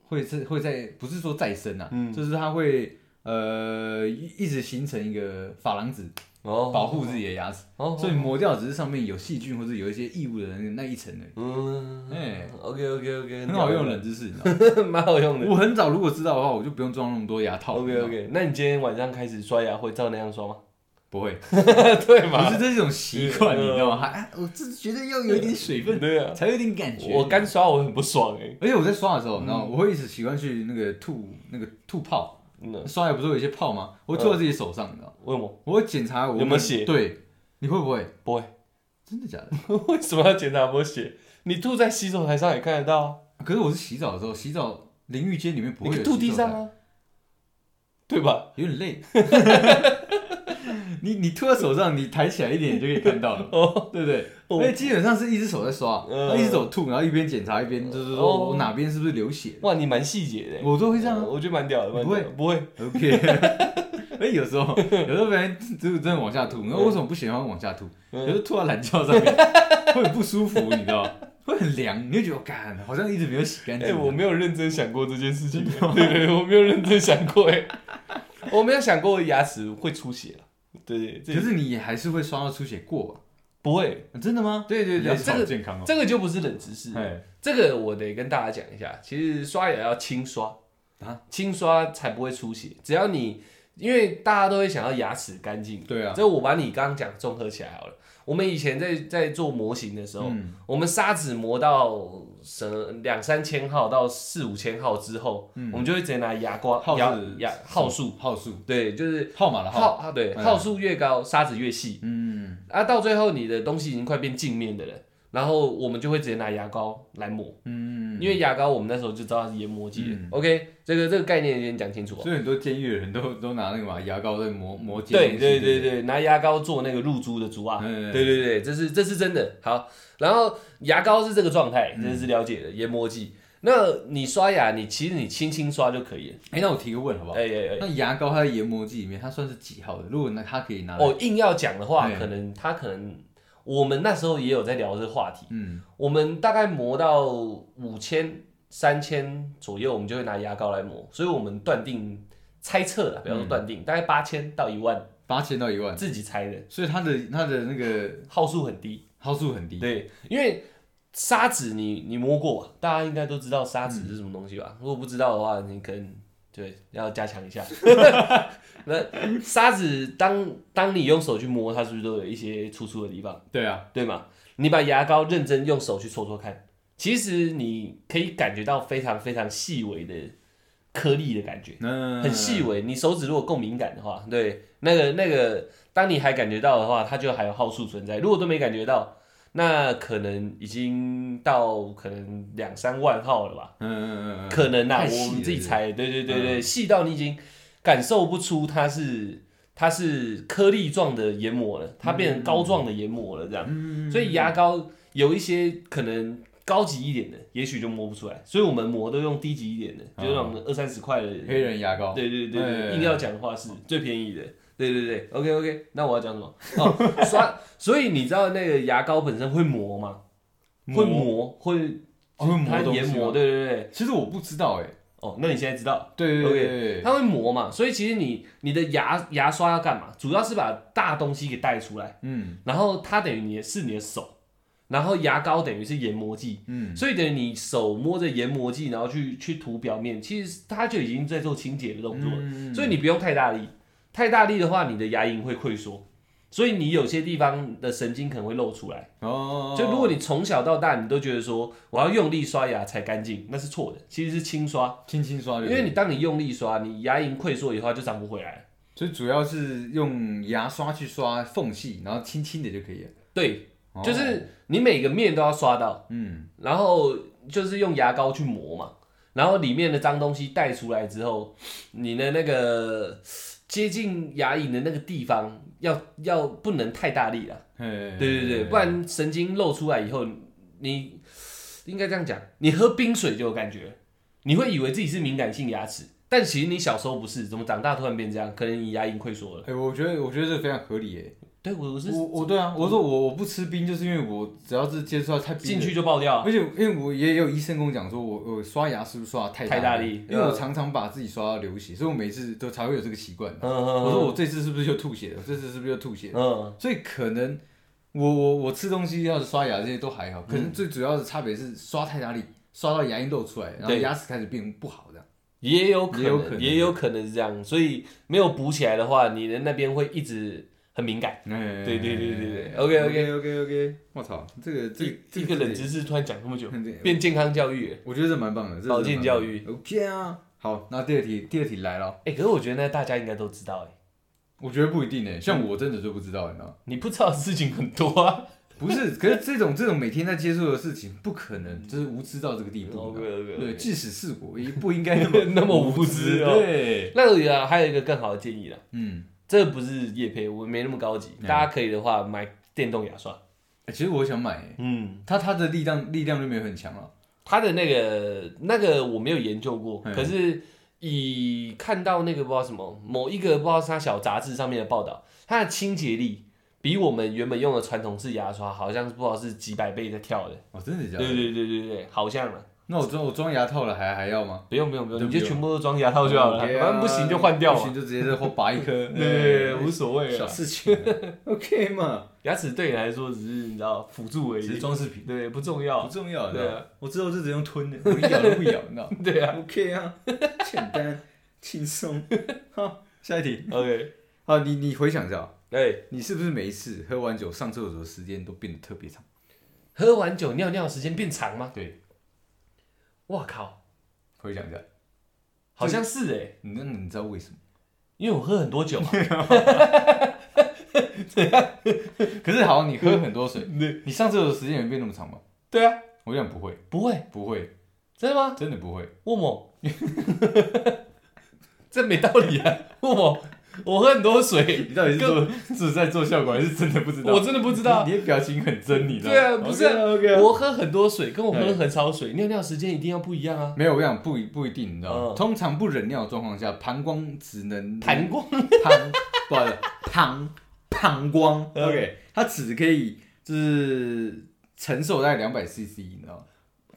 Speaker 2: 会是会在不是说再生啊，
Speaker 1: 嗯
Speaker 2: 就是它会呃一一直形成一个珐琅质，
Speaker 1: 哦
Speaker 2: 保护自己的牙齿。
Speaker 1: 哦，
Speaker 2: 所以磨掉只是上面有细菌或者有一些异物的那一层而
Speaker 1: 嗯，
Speaker 2: 哎
Speaker 1: ，OK OK OK，
Speaker 2: 已，很好用
Speaker 1: 的，
Speaker 2: 冷知识，你
Speaker 1: (laughs)
Speaker 2: 知道吗？
Speaker 1: 蛮好用的。
Speaker 2: 我很早如果知道的话，我就不用装那么多牙套。你
Speaker 1: OK
Speaker 2: 知道吗
Speaker 1: OK，那你今天晚上开始刷牙会照那样刷吗？
Speaker 2: 不不会，
Speaker 1: (laughs) 对
Speaker 2: 不是
Speaker 1: 嘛？
Speaker 2: 这是一种习惯，
Speaker 1: 嗯
Speaker 2: 你知道吗？还啊我这觉得要有一点水分，
Speaker 1: 对啊，
Speaker 2: 才有一点感觉。
Speaker 1: 我干刷我很不爽哎、
Speaker 2: 而且我在刷的时候，然后我会一直习惯去那个吐那个吐泡，
Speaker 1: 嗯，
Speaker 2: 刷牙不是会有一些泡吗？我会吐到自己手上，你知道吗，
Speaker 1: 为什么？
Speaker 2: 我会检查我
Speaker 1: 有没有血
Speaker 2: 对，你会不会？
Speaker 1: 不会，
Speaker 2: 真的假的？
Speaker 1: (laughs) 为什么要检查我血？你吐在洗手台上也看得到啊，
Speaker 2: 可是我是洗澡的时候，洗澡淋浴间里面不
Speaker 1: 你
Speaker 2: 会有
Speaker 1: 吐地
Speaker 2: 洗手
Speaker 1: 上
Speaker 2: 台，
Speaker 1: 啊，对吧？
Speaker 2: 有点累。 (laughs) 你你吐到手上，你抬起来一点你就可以看到了，
Speaker 1: (laughs) 哦，
Speaker 2: 对不对？
Speaker 1: 哦
Speaker 2: 而且基本上是一只手在刷，
Speaker 1: 嗯
Speaker 2: 然后一只手吐，然后一边检查一边就是
Speaker 1: 哦
Speaker 2: 说我哪边是不是流血，
Speaker 1: 哇，你蛮细节的欸、
Speaker 2: 我都会这样啊。
Speaker 1: 我觉得蛮屌的，蛮
Speaker 2: 不会
Speaker 1: 屌的不会，
Speaker 2: OK，哎，有时候有时候别人就是真的往下吐，那为什么不喜欢往下吐？有时
Speaker 1: 嗯
Speaker 2: 候吐到懒觉上面 (laughs) 会很不舒服，你知道吗？会很凉，你就觉得，干，好像一直没有洗干
Speaker 1: 哎、
Speaker 2: 净。
Speaker 1: 我没有认真想过这件事情欸，对 (laughs) 对，对我没有认真想过、欸， (laughs) 我没有想过牙齿会出血啊，对对，这
Speaker 2: 可是你还是会刷到出血过吧？
Speaker 1: 不会，
Speaker 2: 啊真的吗？
Speaker 1: 对对
Speaker 2: 你牙
Speaker 1: 对，
Speaker 2: 齿
Speaker 1: 这
Speaker 2: 好
Speaker 1: 个
Speaker 2: 健康哦。
Speaker 1: 这个就不是冷知识，
Speaker 2: 哎，
Speaker 1: 这个我得跟大家讲一下，其实刷牙要轻刷
Speaker 2: 啊，
Speaker 1: 轻刷才不会出血。只要你，因为大家都会想要牙齿干净，
Speaker 2: 对啊，
Speaker 1: 这我把你刚刚讲综合起来好了。我们以前在在做模型的时候，
Speaker 2: 嗯
Speaker 1: 我们砂纸磨到什两三千号到四五千号之后，我们就会直接拿牙刮
Speaker 2: 号
Speaker 1: 牙
Speaker 2: 是
Speaker 1: 牙嗯号数，
Speaker 2: 号数
Speaker 1: 对，就是
Speaker 2: 号码的号，
Speaker 1: 号啊，对，
Speaker 2: 嗯
Speaker 1: 号数越高，砂纸越细。
Speaker 2: 嗯，
Speaker 1: 啊，到最后你的东西已经快变镜面的了，然后我们就会直接拿牙膏来抹，嗯，因为牙膏我们那时候就知道它是研磨剂了、OK，这个这个概念先讲清楚哦。
Speaker 2: 所以很多监狱的人都都拿那个嘛牙膏在磨磨尖
Speaker 1: 对
Speaker 2: 东西。
Speaker 1: 对对
Speaker 2: 不，
Speaker 1: 对，拿牙膏做那个露珠的珠啊，
Speaker 2: 嗯
Speaker 1: 对对对，这是这是真的。好，然后牙膏是这个状
Speaker 2: 嗯
Speaker 1: 态，这是了解的、研磨剂。那你刷牙，你其实你轻轻刷就可以了。
Speaker 2: 哎，那我提个问好不好？
Speaker 1: 哎哎哎，
Speaker 2: 那牙膏它在研磨剂里面，它算是几号的？如果那它可以拿来，
Speaker 1: 哦，硬要讲的话，
Speaker 2: 哎
Speaker 1: 可能他可能我们那时候也有在聊这个话题，
Speaker 2: 嗯，
Speaker 1: 我们大概磨到五千、三千左右，我们就会拿牙膏来磨，所以我们断定猜测了，不
Speaker 2: 嗯
Speaker 1: 要说断定，大概八千到一万，
Speaker 2: 八千到一万，
Speaker 1: 自己猜的，
Speaker 2: 所以它的它的那个
Speaker 1: 号数很低。
Speaker 2: 号数很低。
Speaker 1: 对，因为砂纸你你摸过吧，大家应该都知道砂纸是什么东西吧？如果不知道的话，你可能对要加强一下。那砂纸当当你用手去摸，它是不是都有一些粗粗的地方？
Speaker 2: 对啊，
Speaker 1: 对吗？你把牙膏认真用手去搓搓看，其实你可以感觉到非常非常细微的颗粒的感觉，
Speaker 2: 嗯，
Speaker 1: 很细微。你手指如果够敏感的话，对那个那个，当你还感觉到的话，它就还有号数存在。如果都没感觉到，那可能已经到可能两三万号了吧，
Speaker 2: 嗯，嗯嗯嗯嗯，
Speaker 1: 可能啊，
Speaker 2: 太细了嗯
Speaker 1: 我们自己
Speaker 2: 是不是
Speaker 1: 猜。对对对对，细到你已经感受不出它是。它是颗粒状的研磨了，它变成膏状的研磨了，这样。
Speaker 2: 嗯，
Speaker 1: 所以牙膏有一些可能高级一点的，也许就摸不出来，所以我们磨都用低级一点的，
Speaker 2: 哦
Speaker 1: 就是那种二三十块的。
Speaker 2: 嗯黑人牙膏，
Speaker 1: 对对对对，
Speaker 2: 哎
Speaker 1: 硬要讲的话是最便宜的。对对对，OK OK，那我要讲什么？哦，刷， (laughs) 所以你知道那个牙膏本身会磨吗？会磨，会
Speaker 2: 哦会磨
Speaker 1: 它
Speaker 2: 东西
Speaker 1: 研磨，
Speaker 2: 吗
Speaker 1: 对对对。
Speaker 2: 其实我不知道哎，
Speaker 1: 哦，那你现在知道，
Speaker 2: 对对对对对，
Speaker 1: 它会磨嘛？所以其实你你的牙牙刷要干嘛？主要是把大东西给带出来，
Speaker 2: 嗯
Speaker 1: 然后它等于你的是你的手，然后牙膏等于是研磨剂，
Speaker 2: 嗯，
Speaker 1: 所以等于你手摸着研磨剂，然后去去涂表面，其实它就已经在做清洁的动作了。
Speaker 2: 嗯
Speaker 1: 所以你不用太大力，太大力的话，你的牙龈会溃缩，所以你有些地方的神经可能会露出来。
Speaker 2: 哦，
Speaker 1: 就如果你从小到大，你都觉得说我要用力刷牙才干净，那是错的，其实是轻刷，
Speaker 2: 轻轻刷就
Speaker 1: 因
Speaker 2: 可以，
Speaker 1: 为你当你用力刷，你牙龈溃缩以后它就长不回来了。
Speaker 2: 所以主要是用牙刷去刷缝隙，然后轻轻的就可以了，
Speaker 1: 对，
Speaker 2: 哦
Speaker 1: 就是你每个面都要刷到，
Speaker 2: 嗯
Speaker 1: 然后就是用牙膏去磨嘛，然后里面的脏东西带出来之后，你的那个接近牙龈的那个地方要要不能太大力了，
Speaker 2: 嘿，
Speaker 1: 对对
Speaker 2: 嗯
Speaker 1: 对，不然神经露出来以后，你应该这样讲，你喝冰水就有感觉，你会以为自己是敏感性牙齿，但其实你小时候不是，怎么长大突然变这样？可能你牙龈溃缩了。
Speaker 2: 哎，我觉得我觉得这非常合理哎，
Speaker 1: 对，我我是
Speaker 2: 我我对啊，我说我我不吃冰，就是因为我只要是接触到太冰
Speaker 1: 进
Speaker 2: 的
Speaker 1: 去就爆掉啊，
Speaker 2: 而且因为我也有医生跟我讲说，我我刷牙是不是刷得太
Speaker 1: 太大力
Speaker 2: 力？因为我常常把自己刷到流血，所以我每次都才会有这个习惯。
Speaker 1: 嗯
Speaker 2: 我说
Speaker 1: 嗯
Speaker 2: 我这次是不是又吐血了？我这次是不是又吐血
Speaker 1: 嗯
Speaker 2: 了？
Speaker 1: 嗯，
Speaker 2: 所以可能我我我吃东西要是刷牙这些都还
Speaker 1: 嗯
Speaker 2: 好，可能最主要的差别是刷太大力，刷到牙龈露出来，然后
Speaker 1: 对
Speaker 2: 牙齿开始变不好这样。
Speaker 1: 也有可
Speaker 2: 也有可
Speaker 1: 能，
Speaker 2: 能
Speaker 1: 也有可能是这样，所以没有补起来的话，你的那边会一直很敏感。
Speaker 2: 对
Speaker 1: 对对对对
Speaker 2: 哎
Speaker 1: 对，OK OK，
Speaker 2: OK OK，我操，这个这个嗯
Speaker 1: 一个冷知识突然讲这么久，
Speaker 2: 很对
Speaker 1: 变健康教育了。
Speaker 2: 我觉得这蛮棒的，这
Speaker 1: 保健教育
Speaker 2: 真的蛮棒的 OK 啊。好，那第二题，第二题来了，
Speaker 1: 哎、可是我觉得那大家应该都知道哎、
Speaker 2: 我觉得不一
Speaker 1: 嗯
Speaker 2: 定诶，像我真的就不知道，你知道吗？
Speaker 1: 你不知道的事情很多啊。
Speaker 2: 不是， (laughs) 可是这种这种每天在接触的事情，不可
Speaker 1: 嗯
Speaker 2: 能就是无知到这个地步。
Speaker 1: OK OK，
Speaker 2: 对，即使是我，也不应该那么
Speaker 1: (laughs) 那么无知哦
Speaker 2: 对，
Speaker 1: 那我觉得还有一个更好的建议啦，
Speaker 2: 嗯，
Speaker 1: 这不是叶配，我没那么高级，
Speaker 2: 嗯
Speaker 1: 大家可以的话买电动牙刷。
Speaker 2: 欸其实我想买欸，
Speaker 1: 嗯，
Speaker 2: 它它的力量力量就没有很强了。
Speaker 1: 它的那个那个我没有研究过，
Speaker 2: 嗯
Speaker 1: 可是以看到那个不知道什么某一个不知道啥小杂志上面的报道，它的清洁力。比我们原本用的传统式牙刷，好像是不知道是几百倍在跳的。
Speaker 2: 哦，真的假
Speaker 1: 对
Speaker 2: 的？
Speaker 1: 对对对对，好像啊，
Speaker 2: 那我装我装牙套了，还还要吗？
Speaker 1: 不用不用不
Speaker 2: 都
Speaker 1: 用，你
Speaker 2: 不
Speaker 1: 就
Speaker 2: 用
Speaker 1: 全部都装牙套就好了，
Speaker 2: OK 啊
Speaker 1: 反正不行就换掉
Speaker 2: 不
Speaker 1: 嘛。。
Speaker 2: 行就直接再后拔一颗
Speaker 1: (laughs) 对，无所
Speaker 2: 哎
Speaker 1: 谓
Speaker 2: 小
Speaker 1: 啊。
Speaker 2: 事情，OK 嘛，
Speaker 1: 牙齿对你来说只是你知道辅助而
Speaker 2: 只是
Speaker 1: 已，
Speaker 2: 装饰品，
Speaker 1: 对，不重
Speaker 2: 不
Speaker 1: 要。 (laughs)
Speaker 2: 重要。
Speaker 1: 对啊
Speaker 2: 你知道吗我之后就只用吞的，我一咬都不咬，你知道吗
Speaker 1: 对啊
Speaker 2: ？OK (laughs) 啊，简单轻 (laughs) 松。好，下一题。
Speaker 1: ，OK，
Speaker 2: 好，你你回想一下，
Speaker 1: 哎，
Speaker 2: 你是不是每一次喝完酒上厕所的时间都变得特别长？
Speaker 1: 喝完酒尿尿的时间变长吗？
Speaker 2: 对，
Speaker 1: 哇靠，
Speaker 2: 回想一下，
Speaker 1: 好像是哎、
Speaker 2: 你那你知道为什么？
Speaker 1: 因为我喝很多酒嘛。
Speaker 2: 可是好，你喝很多水，
Speaker 1: (laughs) 对
Speaker 2: 你上厕所的时间也变那么长吗？
Speaker 1: 对啊，
Speaker 2: 我想不会，
Speaker 1: 不会，
Speaker 2: 不会，
Speaker 1: 真的吗？
Speaker 2: 真的不会。
Speaker 1: 沃某， (laughs) 这没道理啊，沃某，我喝很多水，
Speaker 2: 你到底是做 (laughs) 是在做效果，还是真的不知道？
Speaker 1: 我真的不知道
Speaker 2: 你。你的表情很狰狞，
Speaker 1: 对啊，不是啊
Speaker 2: OK
Speaker 1: 我喝很多水，跟我喝
Speaker 2: 对
Speaker 1: 很少水，尿尿时间一定要不一样啊。
Speaker 2: 没有，我想不一不一定，你知道吗？
Speaker 1: 嗯
Speaker 2: 通常不忍尿的状况下，膀胱只能
Speaker 1: 膀胱 (laughs)
Speaker 2: 膀，不好意思，膀膀胱
Speaker 1: 嗯
Speaker 2: ，OK，它只可以就是承受大概两百 CC，你知道吗？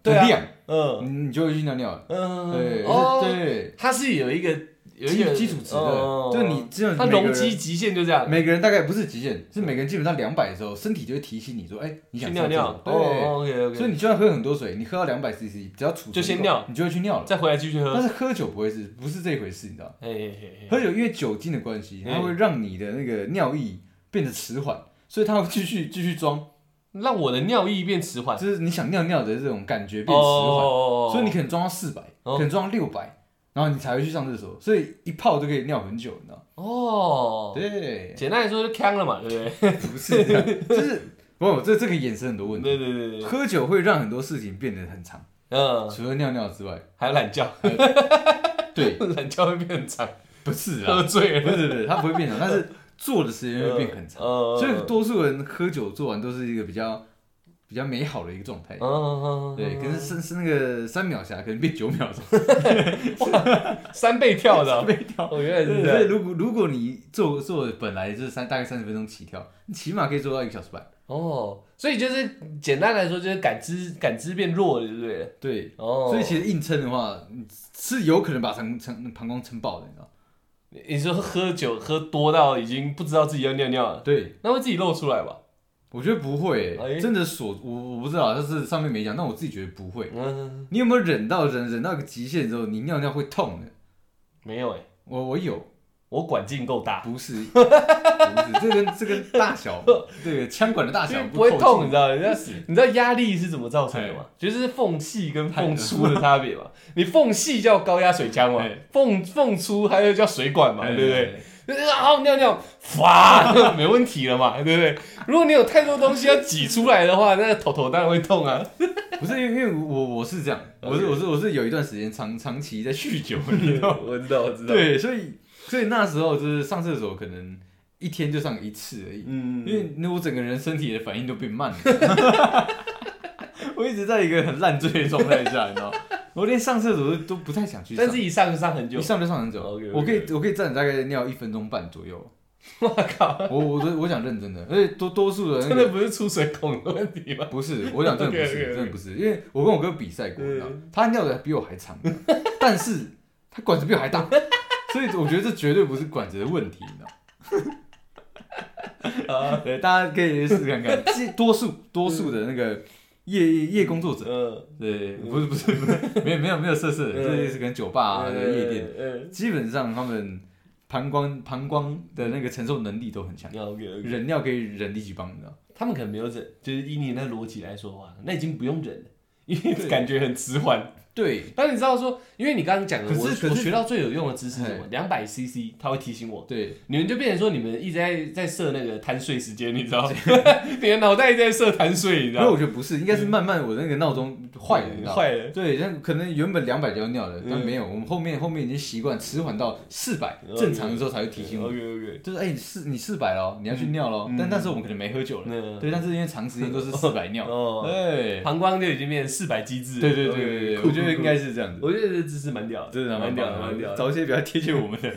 Speaker 1: 对啊
Speaker 2: 的量，
Speaker 1: 嗯
Speaker 2: 你你就会去尿尿了。
Speaker 1: 嗯，
Speaker 2: 对，
Speaker 1: 哦，
Speaker 2: 对，
Speaker 1: 它是有一个有一个
Speaker 2: 基基础值
Speaker 1: 哦
Speaker 2: 的，就是你只有
Speaker 1: 它
Speaker 2: 每个
Speaker 1: 容积
Speaker 2: 人
Speaker 1: 极限就这样。
Speaker 2: 每个人大概不是极限，是每个人基本上两百的时候，身体就会提醒你说，哎，你
Speaker 1: 去
Speaker 2: 想
Speaker 1: 尿尿
Speaker 2: 上，厕所对。
Speaker 1: 哦，OK
Speaker 2: 所以
Speaker 1: OK，
Speaker 2: 你就算喝很多水，你喝到两百 CC，只要储存
Speaker 1: 就先
Speaker 2: 够
Speaker 1: 尿
Speaker 2: 你就会去尿了。
Speaker 1: 再回来继续喝
Speaker 2: 但。是喝酒不会是，不是这一回事，你知道吗？
Speaker 1: 哎哎哎，
Speaker 2: 喝酒因为酒精的关系，
Speaker 1: 嗯
Speaker 2: 它会让你的那个尿液变得迟缓，所以它会继
Speaker 1: (laughs)
Speaker 2: 续继续装，
Speaker 1: 让我的尿意变迟缓，
Speaker 2: 就是你想尿尿的这种感觉变迟缓，
Speaker 1: 哦，
Speaker 2: 所以你可能装到四百，
Speaker 1: 哦
Speaker 2: 可能装到六百，然后你才会去上厕所，所以一泡就可以尿很久，你知道吗？
Speaker 1: 哦，
Speaker 2: 对，
Speaker 1: 简单来说就呛了嘛，对不对？
Speaker 2: 不是这样， (laughs) 就是不，这这个衍生很多问题。
Speaker 1: 对对对对，
Speaker 2: 喝酒会让很多事情变得很长，
Speaker 1: 嗯，
Speaker 2: 除了尿尿之外，
Speaker 1: 还有懒
Speaker 2: (laughs)
Speaker 1: 觉， (laughs)
Speaker 2: 对，
Speaker 1: 懒觉会变长，
Speaker 2: 不是
Speaker 1: 喝
Speaker 2: 啊，
Speaker 1: 醉
Speaker 2: 不
Speaker 1: 了，
Speaker 2: 是不是，它不会变长，但是做的时间会变很长。
Speaker 1: 嗯，
Speaker 2: 所以
Speaker 1: 嗯
Speaker 2: 多数人喝酒做完都是一个比较比较美好的一个状态。
Speaker 1: 嗯，嗯
Speaker 2: 对，可是是是那个三秒侠，可能变九秒钟，
Speaker 1: 三倍跳的，
Speaker 2: 被跳。
Speaker 1: 哦，原来
Speaker 2: 对，
Speaker 1: 是
Speaker 2: 所
Speaker 1: 这
Speaker 2: 以
Speaker 1: 样，
Speaker 2: 如果如果你做做本来就是三大概三十分钟起跳，你起码可以做到一个小时半。
Speaker 1: 哦，所以就是简单来说就是感知感知变弱了，对不对？
Speaker 2: 对，
Speaker 1: 哦，
Speaker 2: 所以其实硬撑的话，你是有可能把膀撑膀胱撑爆的，你知道吗？
Speaker 1: 你说喝酒喝多到已经不知道自己要尿尿了，
Speaker 2: 对，
Speaker 1: 那会自己露出来吧？
Speaker 2: 我觉得不会、欸
Speaker 1: 哎
Speaker 2: 真的锁我我不知道，就是上面没讲，但我自己觉得不会。
Speaker 1: 嗯，
Speaker 2: 你有没有忍到忍忍到一个极限之后，你尿尿会痛的？
Speaker 1: 没有哎、
Speaker 2: 我我有，
Speaker 1: 我管径够大，
Speaker 2: 不是， (laughs) 不是，这跟这跟大
Speaker 1: (laughs)
Speaker 2: 小，这个枪管的大
Speaker 1: 因
Speaker 2: 小
Speaker 1: 为不会痛，你
Speaker 2: 你
Speaker 1: 知道吗？人家
Speaker 2: 死。
Speaker 1: 你知道压力是怎么造成的吗？就是缝隙跟缝出的差别 (laughs) 嘛。你缝隙叫高压水枪嘛
Speaker 2: 哎，
Speaker 1: 缝缝出还有叫水管嘛，
Speaker 2: 哎
Speaker 1: 对不对？？就是啊，尿尿，哇， (laughs) 没问题了嘛，对不对？如果你有太多东西要挤出来的话，那个头头当然会痛啊。
Speaker 2: 不是因为因为我我是这样，我是
Speaker 1: OK
Speaker 2: 我是我是有一段时间长长期在
Speaker 1: (laughs)
Speaker 2: 酗酒，你知道吗？
Speaker 1: 我知道，我知对，
Speaker 2: 对，所以所以那时候就是上厕所可能一天就上一次而已，
Speaker 1: 嗯，
Speaker 2: 因为那我整个人身体的反应都变慢了，
Speaker 1: (laughs)
Speaker 2: 我一直在一个很烂醉的状态下，你知道吗，我连上厕所都都不太想去上，
Speaker 1: 但是一上就上很久
Speaker 2: 一，上就上很久，
Speaker 1: OK，OK，OK
Speaker 2: 我可以我可以站着大概尿一分钟半左右。
Speaker 1: 我靠，
Speaker 2: 我我我想认真的，而且多多数人
Speaker 1: 真的不是出水孔的问题吗？
Speaker 2: 不是，我讲真的不
Speaker 1: OK，OK，OK
Speaker 2: 是，真的不是，因为我跟我哥比赛过，你知道
Speaker 1: 嗯
Speaker 2: 他尿的比我还长， (laughs) 但是他管子比我还大，所以我觉得这绝对不是管子的问题，你知道。
Speaker 1: 啊，
Speaker 2: 对，大家可以试看看，其实多数多数的那个夜夜夜工作者，
Speaker 1: 嗯，
Speaker 2: 对，不是不是不是，没有没有没有色色的，
Speaker 1: 嗯
Speaker 2: 这些是跟酒吧啊、
Speaker 1: 嗯
Speaker 2: 夜店，，
Speaker 1: 嗯
Speaker 2: 基本上他们膀胱膀胱的那个承受能力都很强，
Speaker 1: OK OK，
Speaker 2: 忍尿可以忍力气棒，你知道吗？
Speaker 1: 嗯他们可能没有忍，就是以你那逻辑来说话，那已经不用忍
Speaker 2: (laughs)
Speaker 1: 了，因为感觉很迟缓。
Speaker 2: 对，
Speaker 1: 但你知道说，因为你刚刚讲的，
Speaker 2: 可是
Speaker 1: 我
Speaker 2: 可是
Speaker 1: 我学到最有用的知识是什么？两百 CC，他会提醒我。
Speaker 2: 对，
Speaker 1: 你们就变成说，你们一直在在设那个贪睡时间，你知
Speaker 2: (laughs)
Speaker 1: 道吗？你的脑袋一直在设贪睡，你知
Speaker 2: 因为
Speaker 1: 道吗？
Speaker 2: 我觉得不是，应该是慢慢我那个闹钟啊坏了，你知道吗？
Speaker 1: 坏了，
Speaker 2: 对，那可能原本两百就要尿了，但
Speaker 1: 嗯
Speaker 2: 没有，我们后面后面已经习惯迟缓到四百，
Speaker 1: 嗯
Speaker 2: 正常的时候才会提醒我，
Speaker 1: OK OK，
Speaker 2: 就是哎、你四你四百了，你要去尿了，
Speaker 1: 嗯
Speaker 2: 但那时候我们可能没喝酒了，
Speaker 1: 那
Speaker 2: 对，但是因为长时间都是四百尿，
Speaker 1: 哦，
Speaker 2: 对，
Speaker 1: 膀胱就已经变四百机制了。
Speaker 2: 对对对对对，
Speaker 1: OK，
Speaker 2: 我觉
Speaker 1: 酷
Speaker 2: 得应该，是这样
Speaker 1: 酷酷，
Speaker 2: 子
Speaker 1: 我觉得这知识蛮屌的，
Speaker 2: 真的
Speaker 1: 蛮
Speaker 2: 蛮
Speaker 1: 屌
Speaker 2: 屌
Speaker 1: 的，
Speaker 2: 的，
Speaker 1: 蛮屌的，
Speaker 2: 嗯找一些比较贴近我们的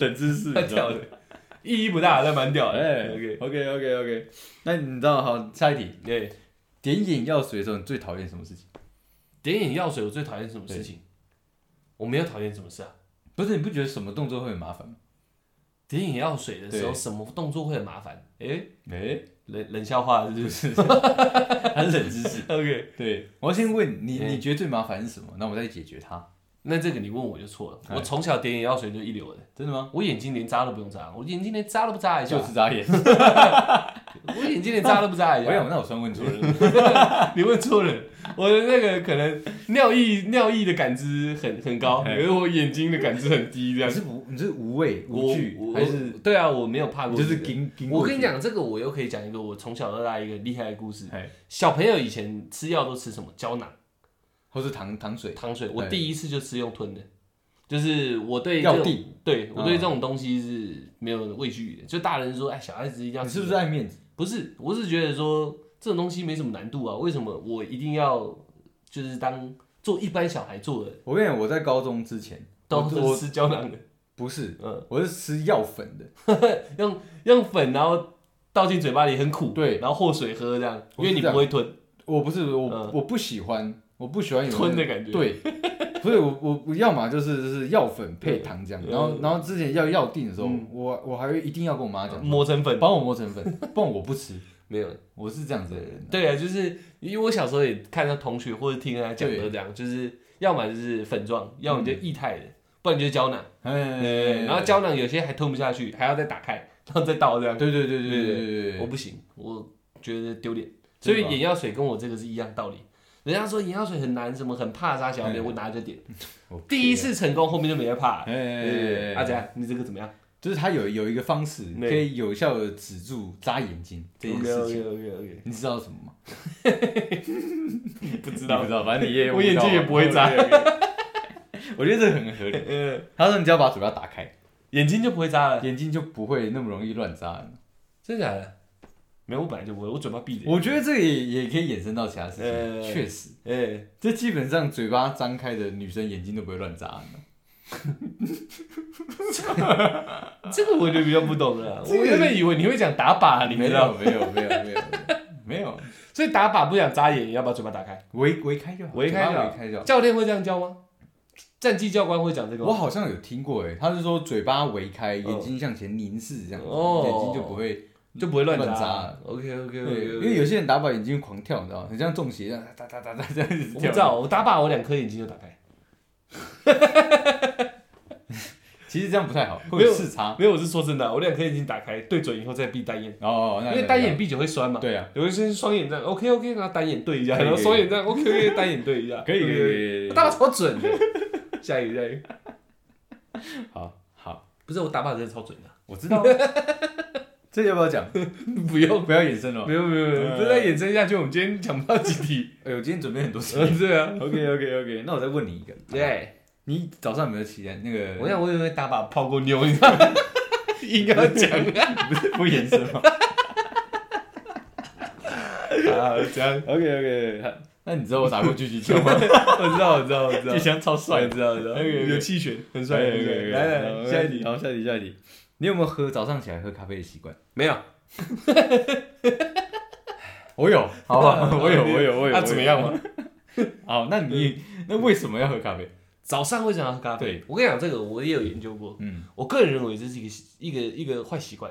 Speaker 2: 冷知 (laughs) 识，
Speaker 1: 蛮
Speaker 2: 你知道
Speaker 1: 屌
Speaker 2: 吗
Speaker 1: 的，意义不大，但蛮屌的。
Speaker 2: 哎
Speaker 1: OK，
Speaker 2: ，OK OK OK，那你知道好，下一题，
Speaker 1: 对。
Speaker 2: 点眼药水的时候你最讨厌什么事情？
Speaker 1: 点眼药水，我最讨厌什么事情？我没有讨厌什么事啊。
Speaker 2: 不是你不觉得什么动作会很麻烦吗？
Speaker 1: 点眼药水的时候，
Speaker 2: 对
Speaker 1: 什么动作会很麻烦？诶、
Speaker 2: 哎、
Speaker 1: 冷冷笑话是不是
Speaker 2: 还是冷知 (laughs) 识。
Speaker 1: (laughs) ？OK，
Speaker 2: 对，我要先问你，
Speaker 1: 哎
Speaker 2: 你觉得最麻烦是什么？那我再解决它。
Speaker 1: 那这个你问我就错了。
Speaker 2: 哎
Speaker 1: 我从小点眼药水就一流的，
Speaker 2: 真的吗？哎
Speaker 1: 我眼睛连眨都不用眨，我眼睛连眨都不眨一下，
Speaker 2: 就是眨眼。
Speaker 1: 我眼睛连眨都不眨一
Speaker 2: 我
Speaker 1: 下。
Speaker 2: 想，那我算问错人。
Speaker 1: 你问错人，我的那个可能尿意尿意的感知很很高，可
Speaker 2: 哎
Speaker 1: 是我眼睛的感知很低，这样
Speaker 2: (laughs) 你。是无，你是无畏无
Speaker 1: 我
Speaker 2: 惧，
Speaker 1: 我
Speaker 2: 还是
Speaker 1: 对啊，我没有怕过
Speaker 2: 你
Speaker 1: 这
Speaker 2: 就
Speaker 1: 个。
Speaker 2: 是盯盯？
Speaker 1: 我跟你，讲，这个我又可以讲一个我从小到大一个厉害的故事。
Speaker 2: 哎，
Speaker 1: 小朋友以前吃药都吃什么胶囊、
Speaker 2: 或是糖糖水
Speaker 1: 糖水，我
Speaker 2: 对
Speaker 1: 第一次就吃用吞的，就是我对这
Speaker 2: 药
Speaker 1: 种，
Speaker 2: 地，
Speaker 1: 对我对
Speaker 2: 嗯
Speaker 1: 这种东西是没有畏惧的。就大人说，哎，小孩子一定要
Speaker 2: 你
Speaker 1: 吃，
Speaker 2: 是不是爱面子？
Speaker 1: 不是，我是觉得说这种东西没什么难度啊，为什么我一定要就是当做一般小孩做的，
Speaker 2: 我跟你讲，我在高中之前
Speaker 1: 都
Speaker 2: 我
Speaker 1: 是
Speaker 2: 我
Speaker 1: 吃胶囊的，
Speaker 2: 不是，
Speaker 1: 嗯，
Speaker 2: 我是吃药粉的。
Speaker 1: 用用粉然后倒进嘴巴里很苦，
Speaker 2: 对
Speaker 1: 然后和水喝这样，因
Speaker 2: 我是
Speaker 1: 为你
Speaker 2: 这样
Speaker 1: 不会吞
Speaker 2: 我不是，我
Speaker 1: 嗯
Speaker 2: 我不喜欢，我不喜欢有那
Speaker 1: 吞的感觉，，
Speaker 2: 对，所以我我我要么就是就是药粉配
Speaker 1: 对
Speaker 2: 糖这样，
Speaker 1: 嗯
Speaker 2: 然后然后之前要药定的时候
Speaker 1: 嗯，
Speaker 2: 我我还会一定要跟我妈讲，
Speaker 1: 磨成粉
Speaker 2: 帮我磨成粉，不然我不吃。
Speaker 1: 没有。
Speaker 2: 我是这样子的人。
Speaker 1: 对啊，就是因为我小时候也看到同学或者听他讲
Speaker 2: 对嗯
Speaker 1: 都这样，就是要么就是粉状，要么就液态的，不然就是胶囊。
Speaker 2: 哎，
Speaker 1: 然后胶囊有些还吞不下去，还要再打开，然后再倒这样。
Speaker 2: 对对对对对对
Speaker 1: 我
Speaker 2: 对，
Speaker 1: 不行，我觉得丢脸。所
Speaker 2: 对吧
Speaker 1: 以眼药水跟我这个是一样道理。人家说眼药水很难，什么很怕啥小的，
Speaker 2: 嗯
Speaker 1: 我拿着点，
Speaker 2: (laughs) 我啊
Speaker 1: 第一，次成功，后面就没得怕。
Speaker 2: 哎，
Speaker 1: 对阿佳，你这个怎么样？
Speaker 2: 就是它有有一个方式
Speaker 1: 对
Speaker 2: 可以有效的止住扎眼睛这件事情，
Speaker 1: OK OK，
Speaker 2: 你知道什么吗？
Speaker 1: 不知
Speaker 2: 你
Speaker 1: 道
Speaker 2: 不。知道，反正你也
Speaker 1: 我眼睛也不会眨。
Speaker 2: 我觉得这个很合理。
Speaker 1: 呃，
Speaker 2: 他说你只要把嘴巴打开，
Speaker 1: (laughs) 眼睛就不会眨了，
Speaker 2: 眼睛就不会那么容易乱眨。
Speaker 1: 真的假的？没有，我本来就不会，我嘴巴闭着。
Speaker 2: 我觉得这个也也可以衍生到其他事
Speaker 1: 呃
Speaker 2: 情，确实，
Speaker 1: 哎，
Speaker 2: 这基本上嘴巴张开的女生眼睛都不会乱眨的。
Speaker 1: 这个我就比较不懂 (laughs) 了。我
Speaker 2: 这个
Speaker 1: 原本以为你会讲打靶，你
Speaker 2: 没
Speaker 1: 知道，
Speaker 2: 有没有没有没有没有，
Speaker 1: 所以打靶不想眨眼，也要把嘴巴打开。
Speaker 2: 围围开就好，
Speaker 1: 围开就好
Speaker 2: 嘴巴围开就好。
Speaker 1: 教练会这样教吗？战绩教官会讲这个
Speaker 2: 我
Speaker 1: 吗？
Speaker 2: 好像有听过诶，他是说嘴巴围开，
Speaker 1: 嗯
Speaker 2: 眼睛向前凝视这样子，
Speaker 1: 哦
Speaker 2: 眼睛就不会。
Speaker 1: 就不会乱嗯
Speaker 2: 乱
Speaker 1: 眨
Speaker 2: 眨。
Speaker 1: OK OK
Speaker 2: 对，
Speaker 1: OK，
Speaker 2: 因为有些人打靶眼睛狂跳，你知道吗？很像中邪一样，哒哒哒哒这样子
Speaker 1: 我不
Speaker 2: 跳。
Speaker 1: 知道，我打靶我两颗眼睛就打开，
Speaker 2: 其实这样不太好，
Speaker 1: 没
Speaker 2: 会
Speaker 1: 有
Speaker 2: 有视差。
Speaker 1: 没有，我是说真的，我两颗眼睛打开，对准以后再闭单眼，
Speaker 2: 哦，那
Speaker 1: 因为单眼闭久会酸嘛。
Speaker 2: 对啊，
Speaker 1: 哎有一些是双眼这样 OK OK，然后单眼对一下，
Speaker 2: 可以
Speaker 1: 然后
Speaker 2: 可以
Speaker 1: 双眼这样 OK OK，单眼对一下，OK，
Speaker 2: 以
Speaker 1: 打靶超准的。 (laughs) 下一个下一个，
Speaker 2: 好好，
Speaker 1: 不是我打靶真的超准的，
Speaker 2: 我知道。这要不要讲？
Speaker 1: (laughs) 不用。
Speaker 2: 不要衍生了。
Speaker 1: 没有没有没有，
Speaker 2: 呃
Speaker 1: 这再衍生下去，我们今天讲不到集体。
Speaker 2: 哎、我今天准备很多事。
Speaker 1: 嗯，对啊，
Speaker 2: OK OK OK，那我再问你一个，
Speaker 1: 对，
Speaker 2: 你早上有没有起来？那个 (laughs)
Speaker 1: 我想我以为打把泡过妞，你知道吗？硬要讲
Speaker 2: 不是不延伸吗 (laughs)
Speaker 1: 啊，这样，
Speaker 2: ？OK OK，那你知道 (laughs) 我打过狙击枪吗？
Speaker 1: 我知道，我知道，我知道，
Speaker 2: 枪超帅
Speaker 1: 我知道，我知道，
Speaker 2: OK，OK
Speaker 1: 有气旋，很帅，
Speaker 2: 对
Speaker 1: 很帅
Speaker 2: 对。
Speaker 1: 来来，来下一题，
Speaker 2: 好，下一题，下一题。你有没有喝早上起来喝咖啡的习惯？
Speaker 1: 没有，
Speaker 2: 我有，好不 (laughs) 好？我有，我有，我有。
Speaker 1: 那怎么？样嘛？
Speaker 2: (laughs) 好，那你那为什么要喝咖啡？
Speaker 1: 早上为什么要喝咖啡
Speaker 2: 对？
Speaker 1: 我跟你讲，这个我也有研究过，
Speaker 2: 嗯，
Speaker 1: 我个人认为这是一个一个一个坏习惯，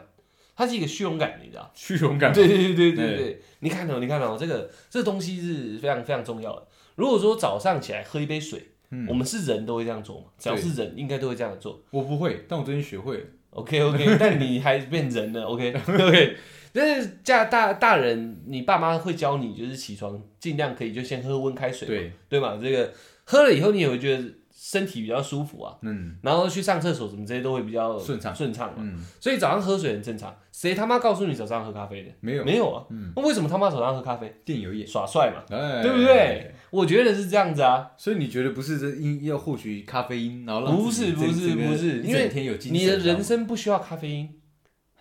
Speaker 1: 它是一个虚荣感，你知道吗。
Speaker 2: 虚荣感。
Speaker 1: 对对对对
Speaker 2: 对
Speaker 1: 对，你看哦，你看哦，这个这东西是非常非常重要的。如果说早上起来喝一杯水，
Speaker 2: 嗯
Speaker 1: 我们是人都会这样做嘛，只要是人应该都会这样做。
Speaker 2: 我不会，但我最近学会了。
Speaker 1: OK OK，但 (laughs) 你还变人了
Speaker 2: (laughs)
Speaker 1: OK OK，但是家大大人，你爸妈会教你，就是起床尽量可以就先喝温开水，
Speaker 2: 对，
Speaker 1: 对嘛？这个喝了以后你也会觉得身体比较舒服啊，
Speaker 2: 嗯
Speaker 1: 然后去上厕所什么这些都会比较
Speaker 2: 顺畅
Speaker 1: 顺畅嘛。
Speaker 2: 嗯，
Speaker 1: 所以早上喝水很正常，谁他妈告诉你早上喝咖啡的？
Speaker 2: 没有
Speaker 1: 没有啊，
Speaker 2: 嗯
Speaker 1: 那为什么他妈早上喝咖啡？
Speaker 2: 电游业，
Speaker 1: 耍帅嘛，
Speaker 2: 哎，
Speaker 1: 对不对？？我觉得是这样子啊，
Speaker 2: 所以你觉得不是这因要获取咖啡因，然后让
Speaker 1: 不
Speaker 2: 自
Speaker 1: 是
Speaker 2: 己
Speaker 1: 不
Speaker 2: 这
Speaker 1: 是
Speaker 2: 这个
Speaker 1: 不是，
Speaker 2: 一
Speaker 1: 因为
Speaker 2: 整天有精神，
Speaker 1: 你的
Speaker 2: 这样
Speaker 1: 人，生不需要咖啡因，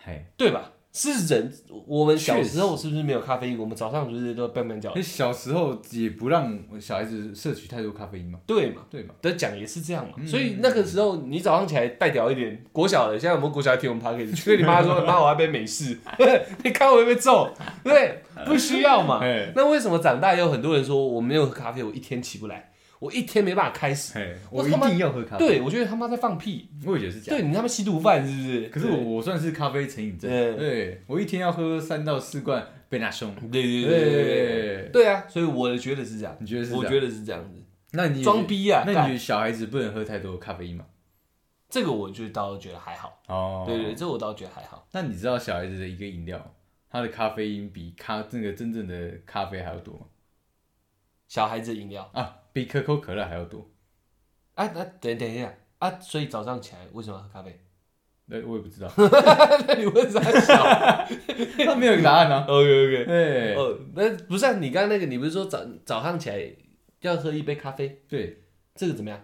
Speaker 2: 嘿，
Speaker 1: 对吧？是人，我们小
Speaker 2: 确
Speaker 1: 时候是不是没有咖啡因？我们早上不是都要拌拌脚
Speaker 2: 因，为小时候也不让小孩子摄取太多咖啡因嘛，
Speaker 1: 对嘛？
Speaker 2: 对嘛？
Speaker 1: 得奖也是这样嘛，
Speaker 2: 嗯
Speaker 1: 所以那个时候你早上起来带屌一点，国小的，现在有没有国小听我们 p o d c 去跟你妈 (laughs) 说，妈我要杯美式，你看我会被揍，对，不需要 (laughs) 嘛。
Speaker 2: 嘿，
Speaker 1: 那为什么长大以后很多人说我没有喝咖啡，我一天起不来，我一天没办法开始？
Speaker 2: 嘿，
Speaker 1: 我
Speaker 2: 我
Speaker 1: 他
Speaker 2: 一
Speaker 1: 妈
Speaker 2: 定要喝咖啡，，
Speaker 1: 对，我觉得他妈在放屁，
Speaker 2: 我也觉得是这样。
Speaker 1: 对你他妈吸毒犯是不是？
Speaker 2: 可是我我算是咖啡成瘾症，
Speaker 1: 对
Speaker 2: 对我一天要喝三到四罐贝纳松，
Speaker 1: 对对对对对对。
Speaker 2: 对，
Speaker 1: 对啊，所以我觉得是这样，
Speaker 2: 你觉得是这样
Speaker 1: 我觉得是这样子，
Speaker 2: 那你
Speaker 1: 装逼啊！
Speaker 2: 那你觉
Speaker 1: 干
Speaker 2: 得小孩子不能喝太多咖啡因吗？
Speaker 1: 这个我就倒觉得还好，
Speaker 2: 哦
Speaker 1: 对对对，这我倒觉得还好。
Speaker 2: 那你知道小孩子的一个饮料，它的咖啡因比咖那个真正的咖啡还要多吗？
Speaker 1: 小孩子的饮料
Speaker 2: 啊，比可口可乐还要多？
Speaker 1: 啊，那、等等一下啊，所以早上起来为什么要喝咖啡？ (laughs)
Speaker 2: 那哎我也不知道， (laughs)
Speaker 1: 那你问啥小
Speaker 2: 他没有一个答案啊。
Speaker 1: ？OK
Speaker 2: 对
Speaker 1: 哦，那不是啊，你刚刚那个，你不是说早早上起来要喝一杯咖啡，
Speaker 2: 对，
Speaker 1: 这个怎么样？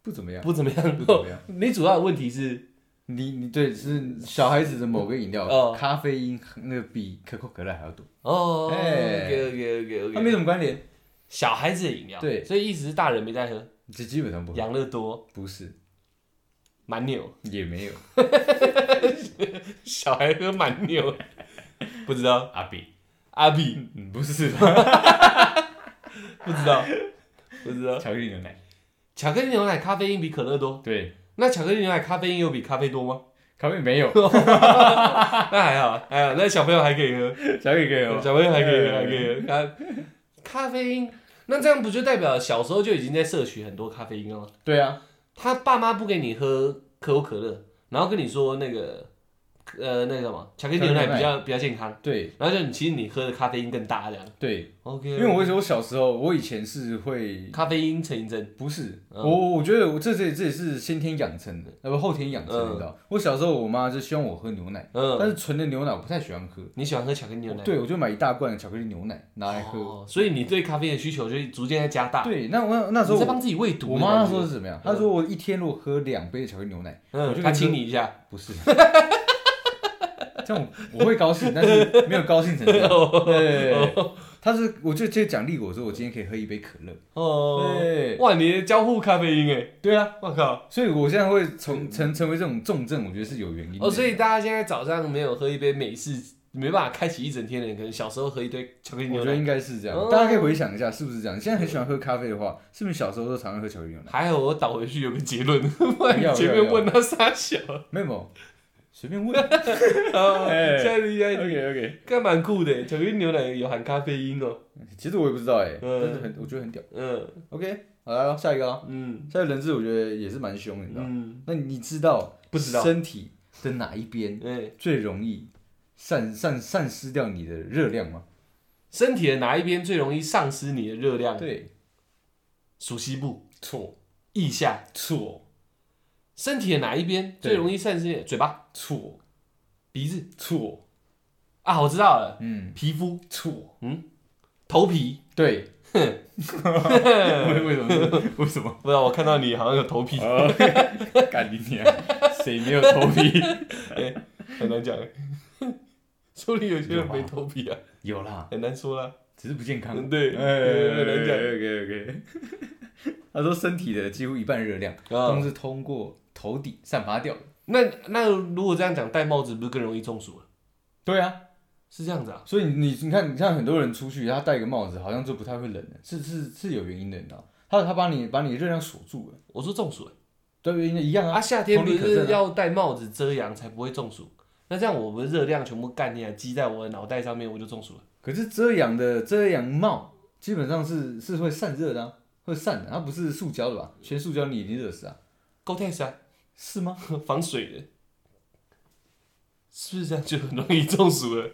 Speaker 2: 不怎么样。
Speaker 1: 不怎么样。
Speaker 2: 不怎么样
Speaker 1: (laughs) 你主要的问题是
Speaker 2: 你你对是小孩子的某个饮料，
Speaker 1: 哦
Speaker 2: 咖啡因那个比可口可乐还要多，
Speaker 1: 哦
Speaker 2: 哎
Speaker 1: ，OK OK OK
Speaker 2: 它
Speaker 1: OK，
Speaker 2: 没什么关联。
Speaker 1: 小孩子的饮料，
Speaker 2: 对
Speaker 1: 所以意思是大人没在喝，
Speaker 2: 这基本上不会
Speaker 1: 养乐多、
Speaker 2: 不是，
Speaker 1: 蛮牛。
Speaker 2: 也没有。
Speaker 1: 小孩喝蛮牛， (laughs) 不知道
Speaker 2: 阿比，
Speaker 1: 阿比
Speaker 2: 嗯，不是 (laughs)
Speaker 1: 不知道不知道。
Speaker 2: 巧克力牛奶。
Speaker 1: 巧克力牛奶咖啡因比可乐多，
Speaker 2: 对，
Speaker 1: 那巧克力牛奶咖啡因有比咖啡多吗？
Speaker 2: 咖
Speaker 1: (laughs)
Speaker 2: 啡没有，
Speaker 1: 那还好，还好，那小朋友还可以喝，
Speaker 2: 巧克力可以哦。
Speaker 1: 小朋友还可以喝，
Speaker 2: 哎
Speaker 1: 还可以喝。 (laughs) 咖咖啡因，那这样不就代表小时候就已经在摄取很多咖啡因了吗？
Speaker 2: 对啊，
Speaker 1: 他爸妈不给你喝可口可乐，然后跟你说那个呃那个什么巧克力牛奶比较比较健康，
Speaker 2: 对
Speaker 1: 然后就你其实你喝的咖啡因更大这样。
Speaker 2: 对，
Speaker 1: OK，
Speaker 2: 因为我我小时候，我以前是会，
Speaker 1: 咖啡因成瘾症，
Speaker 2: 不是
Speaker 1: 嗯
Speaker 2: 我我觉得我这这这也是先天养成的，呃不后天养成的
Speaker 1: 嗯
Speaker 2: 你知道。我小时候我妈就希望我喝牛奶，
Speaker 1: 嗯，
Speaker 2: 但是纯的牛奶我不太喜欢喝，
Speaker 1: 你喜欢喝巧克力牛奶？
Speaker 2: 对我就买一大罐的巧克力牛奶拿来哎喝。
Speaker 1: 哦，所以你对咖啡因的需求就逐渐在加大。
Speaker 2: 对，那我那时
Speaker 1: 你
Speaker 2: 候
Speaker 1: 在帮自己喂毒。
Speaker 2: 我妈那时候是，怎么样
Speaker 1: 嗯？
Speaker 2: 她说我一天如果喝两杯巧克力牛奶，我
Speaker 1: 嗯，
Speaker 2: 就
Speaker 1: 她
Speaker 2: 跟你说
Speaker 1: 亲你一下，
Speaker 2: 不
Speaker 1: (laughs)
Speaker 2: 是，这样我我会高兴，但是没有高兴成这样。
Speaker 1: 哦
Speaker 2: 对，他是我就直接奖励我说我今天可以喝一杯可乐。
Speaker 1: 哦，
Speaker 2: 对，
Speaker 1: 哇，你的交互咖啡因哎，
Speaker 2: 对啊，
Speaker 1: 我靠，
Speaker 2: 所以我现在会从成成为这种重症，我觉得是有原因
Speaker 1: 嗯
Speaker 2: 的。
Speaker 1: 哦，所以大家现在早上没有喝一杯美式，没办法开启一整天的人，可能小时候喝一堆巧克力
Speaker 2: 我
Speaker 1: 牛
Speaker 2: 觉得
Speaker 1: 奶，
Speaker 2: 应该是这
Speaker 1: 哦
Speaker 2: 样，大家可以回想一下是不是这样。你现在很喜欢喝咖啡的话，是不是小时候都常常喝巧克力牛奶？
Speaker 1: 还好我倒回去有个结
Speaker 2: (laughs)
Speaker 1: 论，不然
Speaker 2: 要
Speaker 1: 前
Speaker 2: 要
Speaker 1: 面
Speaker 2: 要
Speaker 1: 问他傻小，
Speaker 2: 没有没有，
Speaker 1: (laughs)
Speaker 2: 随便问。
Speaker 1: 哦
Speaker 2: (laughs) 哎
Speaker 1: 现在应该
Speaker 2: OK，
Speaker 1: 干蛮酷的，巧克力牛奶有含咖啡因哦，
Speaker 2: 其实我也不知道哎，
Speaker 1: 嗯
Speaker 2: 但是很我觉得很屌。
Speaker 1: 嗯
Speaker 2: OK，好来咯下一个咯，
Speaker 1: 嗯
Speaker 2: 下一个人质我觉得也是蛮凶的，你知道吗。
Speaker 1: 嗯，
Speaker 2: 那你知道
Speaker 1: 不知道
Speaker 2: 身体的哪一边
Speaker 1: 哎，
Speaker 2: 最容易散散散失掉你的热量吗？
Speaker 1: 身体的哪一边最容易丧失你的热量？
Speaker 2: 对，
Speaker 1: 属膝部、
Speaker 2: 错
Speaker 1: 腋下，
Speaker 2: 错
Speaker 1: 身体的哪一边
Speaker 2: 对
Speaker 1: 最容易散失？嘴巴、
Speaker 2: 错
Speaker 1: 鼻子
Speaker 2: 错，
Speaker 1: 啊，我知道了，
Speaker 2: 嗯，
Speaker 1: 皮肤、嗯
Speaker 2: 错，
Speaker 1: 头皮，
Speaker 2: (laughs) 对，为为什么？为什么？
Speaker 1: 不知道我看到你好像有头皮，
Speaker 2: (laughs) 干你娘！谁没有头皮？
Speaker 1: 很难 (laughs) 讲，说不定有些人
Speaker 2: 有吧
Speaker 1: 没头皮啊，
Speaker 2: (laughs) 有啦，
Speaker 1: 很难说啦。
Speaker 2: 只是不健康。
Speaker 1: 嗯对
Speaker 2: 哎
Speaker 1: 对很难讲
Speaker 2: OK OK。他哎 (laughs) 说身体的几乎一半热量都
Speaker 1: 啊
Speaker 2: 是通过头顶散发掉的。
Speaker 1: 那那如果这样讲，戴帽子不是更容易中暑了？
Speaker 2: 对啊，
Speaker 1: 是这样子啊？
Speaker 2: 所以你你看你看很多人出去，他戴个帽子好像就不太会冷了，是是是有原因的，你知道吗？他他把你把你热量锁住了，
Speaker 1: 我说中暑欸
Speaker 2: 对，一样
Speaker 1: 啊，
Speaker 2: 啊。
Speaker 1: 夏天不
Speaker 2: 同理可证
Speaker 1: 是
Speaker 2: 啊
Speaker 1: 要戴帽子遮阳才不会中暑？那这样我们热量全部干进来，积在我的脑袋上面，我就中暑了。
Speaker 2: 可是遮阳的遮阳帽基本上是是会散热的、啊，会散的，它不是塑胶的吧？全塑胶你一定热死啊，
Speaker 1: (laughs) Gore-Tex 啊，
Speaker 2: 是吗？
Speaker 1: 防水的，是不是这样就很容易中暑了？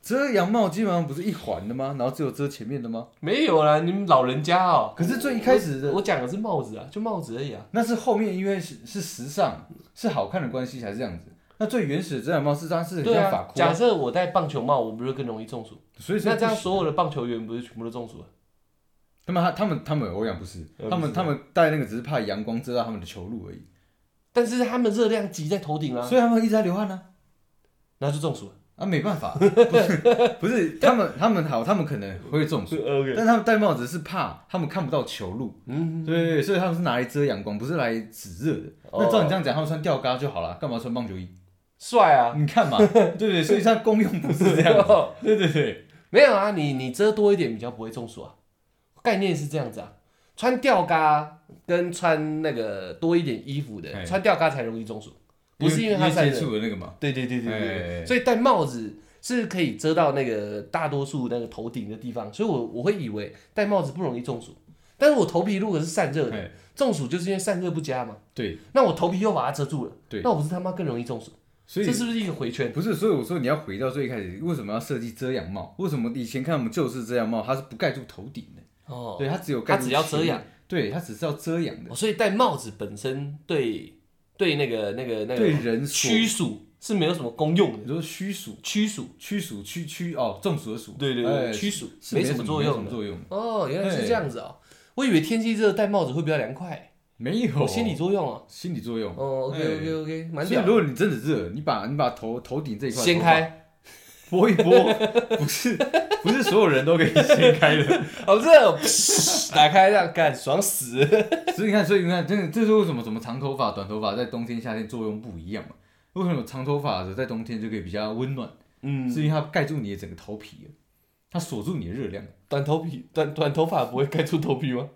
Speaker 2: 遮阳帽基本上不是一环的吗？然后只有遮前面的吗？
Speaker 1: 没有啦，你们老人家哦、
Speaker 2: 可是最一开始的，
Speaker 1: 我讲的是帽子啊，就帽子而已啊。
Speaker 2: 那是后面因为是是时尚是好看的关系才是这样子。那最原始的遮阳帽是当时很
Speaker 1: 对
Speaker 2: 像法
Speaker 1: 啊，
Speaker 2: 裤、
Speaker 1: 假设我戴棒球帽，我不是更容易中暑？
Speaker 2: 所以说
Speaker 1: 那这样所有的棒球员不是全部都中暑啊了？
Speaker 2: 他们他他们他们我想不是，
Speaker 1: 呃
Speaker 2: 他
Speaker 1: 不
Speaker 2: 们
Speaker 1: 是
Speaker 2: 他们戴那个只是怕阳光遮到他们的球路而已，
Speaker 1: 但是他们热量积在头顶啊，
Speaker 2: 所以他们一直在流汗呢、啊。啊
Speaker 1: 然后就中暑啊了。
Speaker 2: 没
Speaker 1: (laughs)
Speaker 2: 办法，不是不是，他们他们好，他们可能会中暑，
Speaker 1: OK，
Speaker 2: 但他们戴帽子是怕他们看不到球路，
Speaker 1: 嗯，
Speaker 2: 对对，对所以他们是拿来遮阳光，不是来止热的。
Speaker 1: 哦
Speaker 2: 那照你这样讲，他们穿吊嘎就好了，干嘛穿棒球衣？
Speaker 1: 帅 (laughs) 啊。
Speaker 2: 你看嘛，对对，所以它功用不是这
Speaker 1: (laughs)
Speaker 2: 样子。对对对，
Speaker 1: 没有啊，你你遮多一点比较不会中暑啊。概念是这样子啊，穿吊嘎跟穿那个多一点衣服的，
Speaker 2: 哎
Speaker 1: 穿吊嘎才容易中暑，不是因为它晒
Speaker 2: 接
Speaker 1: 热。
Speaker 2: 触的那个嘛。
Speaker 1: 对对对对
Speaker 2: 哎哎
Speaker 1: 对，
Speaker 2: 哎
Speaker 1: 所以戴帽子是可以遮到那个大多数那个头顶的地方，所以我我会以为戴帽子不容易中暑，但是我头皮如果是散热的，
Speaker 2: 哎，
Speaker 1: 中暑就是因为散热不佳嘛。
Speaker 2: 对，
Speaker 1: 那我头皮又把它遮住了，
Speaker 2: 对
Speaker 1: 那我不是他妈更容易中暑？
Speaker 2: 所以
Speaker 1: 这是不是一个回圈？
Speaker 2: 不是，所以我说你要回到最一开始，为什么要设计遮阳帽？为什么以前看我们就是遮阳帽，它是不盖住头顶的，
Speaker 1: 哦，
Speaker 2: 对，它只有盖
Speaker 1: 它
Speaker 2: 住
Speaker 1: 只要
Speaker 2: 前
Speaker 1: 遮
Speaker 2: 面
Speaker 1: 阳。，
Speaker 2: 对，它只是要遮阳的
Speaker 1: 哦，所以戴帽子本身对对那个那个那
Speaker 2: 对
Speaker 1: 个
Speaker 2: 人所
Speaker 1: 驱暑是没有什么功用的，
Speaker 2: 你说虚暑、
Speaker 1: 驱暑，
Speaker 2: 驱暑、驱驱哦，中暑的暑，
Speaker 1: 对对
Speaker 2: 哎
Speaker 1: 对，驱暑
Speaker 2: 是
Speaker 1: 没
Speaker 2: 什
Speaker 1: 什么作
Speaker 2: 没什
Speaker 1: 用
Speaker 2: 么
Speaker 1: 的。
Speaker 2: 作用的，
Speaker 1: 哦，原来是这样子哦，我以为天气热戴帽子会比较凉快，
Speaker 2: 没有
Speaker 1: 有心理作用啊。
Speaker 2: 心理作用。
Speaker 1: 哦，OK
Speaker 2: 哎
Speaker 1: OK OK，蛮
Speaker 2: 所
Speaker 1: 屌
Speaker 2: 以如。果你真的热，你把你把头头顶这一块
Speaker 1: 掀
Speaker 2: 头发
Speaker 1: 开，
Speaker 2: 拨 (laughs) 一拨，不是不是所有人都可以掀开的。
Speaker 1: 好热，打开这样干，爽死！
Speaker 2: (laughs) 所以你看，所以你看，真的，这是为什么什么长头发、短头发在冬天、夏天作用不一样嘛？为什么长头发的在冬天就可以比较温暖？
Speaker 1: 嗯，
Speaker 2: 是因为它盖住你的整个头皮了，它锁住你的热量，
Speaker 1: 短头皮短短头发不会盖住头皮吗？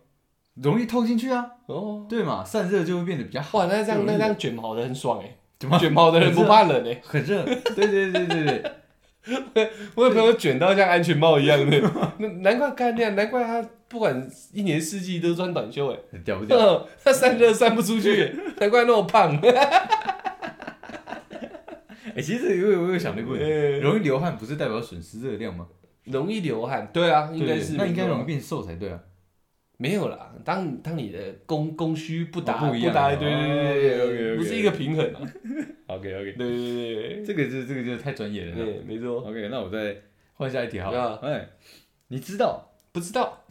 Speaker 2: 容易透进去啊，
Speaker 1: 哦，
Speaker 2: 对嘛？散热就会变得比较好。
Speaker 1: 哇，那这样
Speaker 2: 容易
Speaker 1: 那这样卷毛的很爽
Speaker 2: 怎
Speaker 1: 哎，
Speaker 2: 么
Speaker 1: 卷毛的人不怕 (laughs) 冷哎。
Speaker 2: (laughs) 很热，对对对对对。
Speaker 1: 我有朋友卷到像安全帽一样的， (laughs) 那难怪干那样，难怪他不管一年四季都穿短袖哎、
Speaker 2: 很屌
Speaker 1: (laughs)
Speaker 2: 不
Speaker 1: 欸，
Speaker 2: 屌？
Speaker 1: 嗯，他散热散不出去、欸，难怪那么胖。 (laughs)
Speaker 2: 哎、其实我有我有想到过，
Speaker 1: 欸
Speaker 2: 容易流汗不是代表损失热量吗？
Speaker 1: 容易流汗，对啊，应该
Speaker 2: 对
Speaker 1: 是
Speaker 2: 那应该
Speaker 1: 没错
Speaker 2: 容易变瘦才对啊。
Speaker 1: 没有啦。当当你的供供需不达、
Speaker 2: 哦不一样
Speaker 1: 达，
Speaker 2: 哦
Speaker 1: 对对对对对
Speaker 2: OK，OK，OK
Speaker 1: 不是一个平衡啊。
Speaker 2: OK OK，
Speaker 1: 对对对
Speaker 2: 这个就这个就太专业
Speaker 1: 对，
Speaker 2: 了。
Speaker 1: 对没错，
Speaker 2: OK，那我再换下一题好了
Speaker 1: 啊。
Speaker 2: 哎、你知道，
Speaker 1: 不知道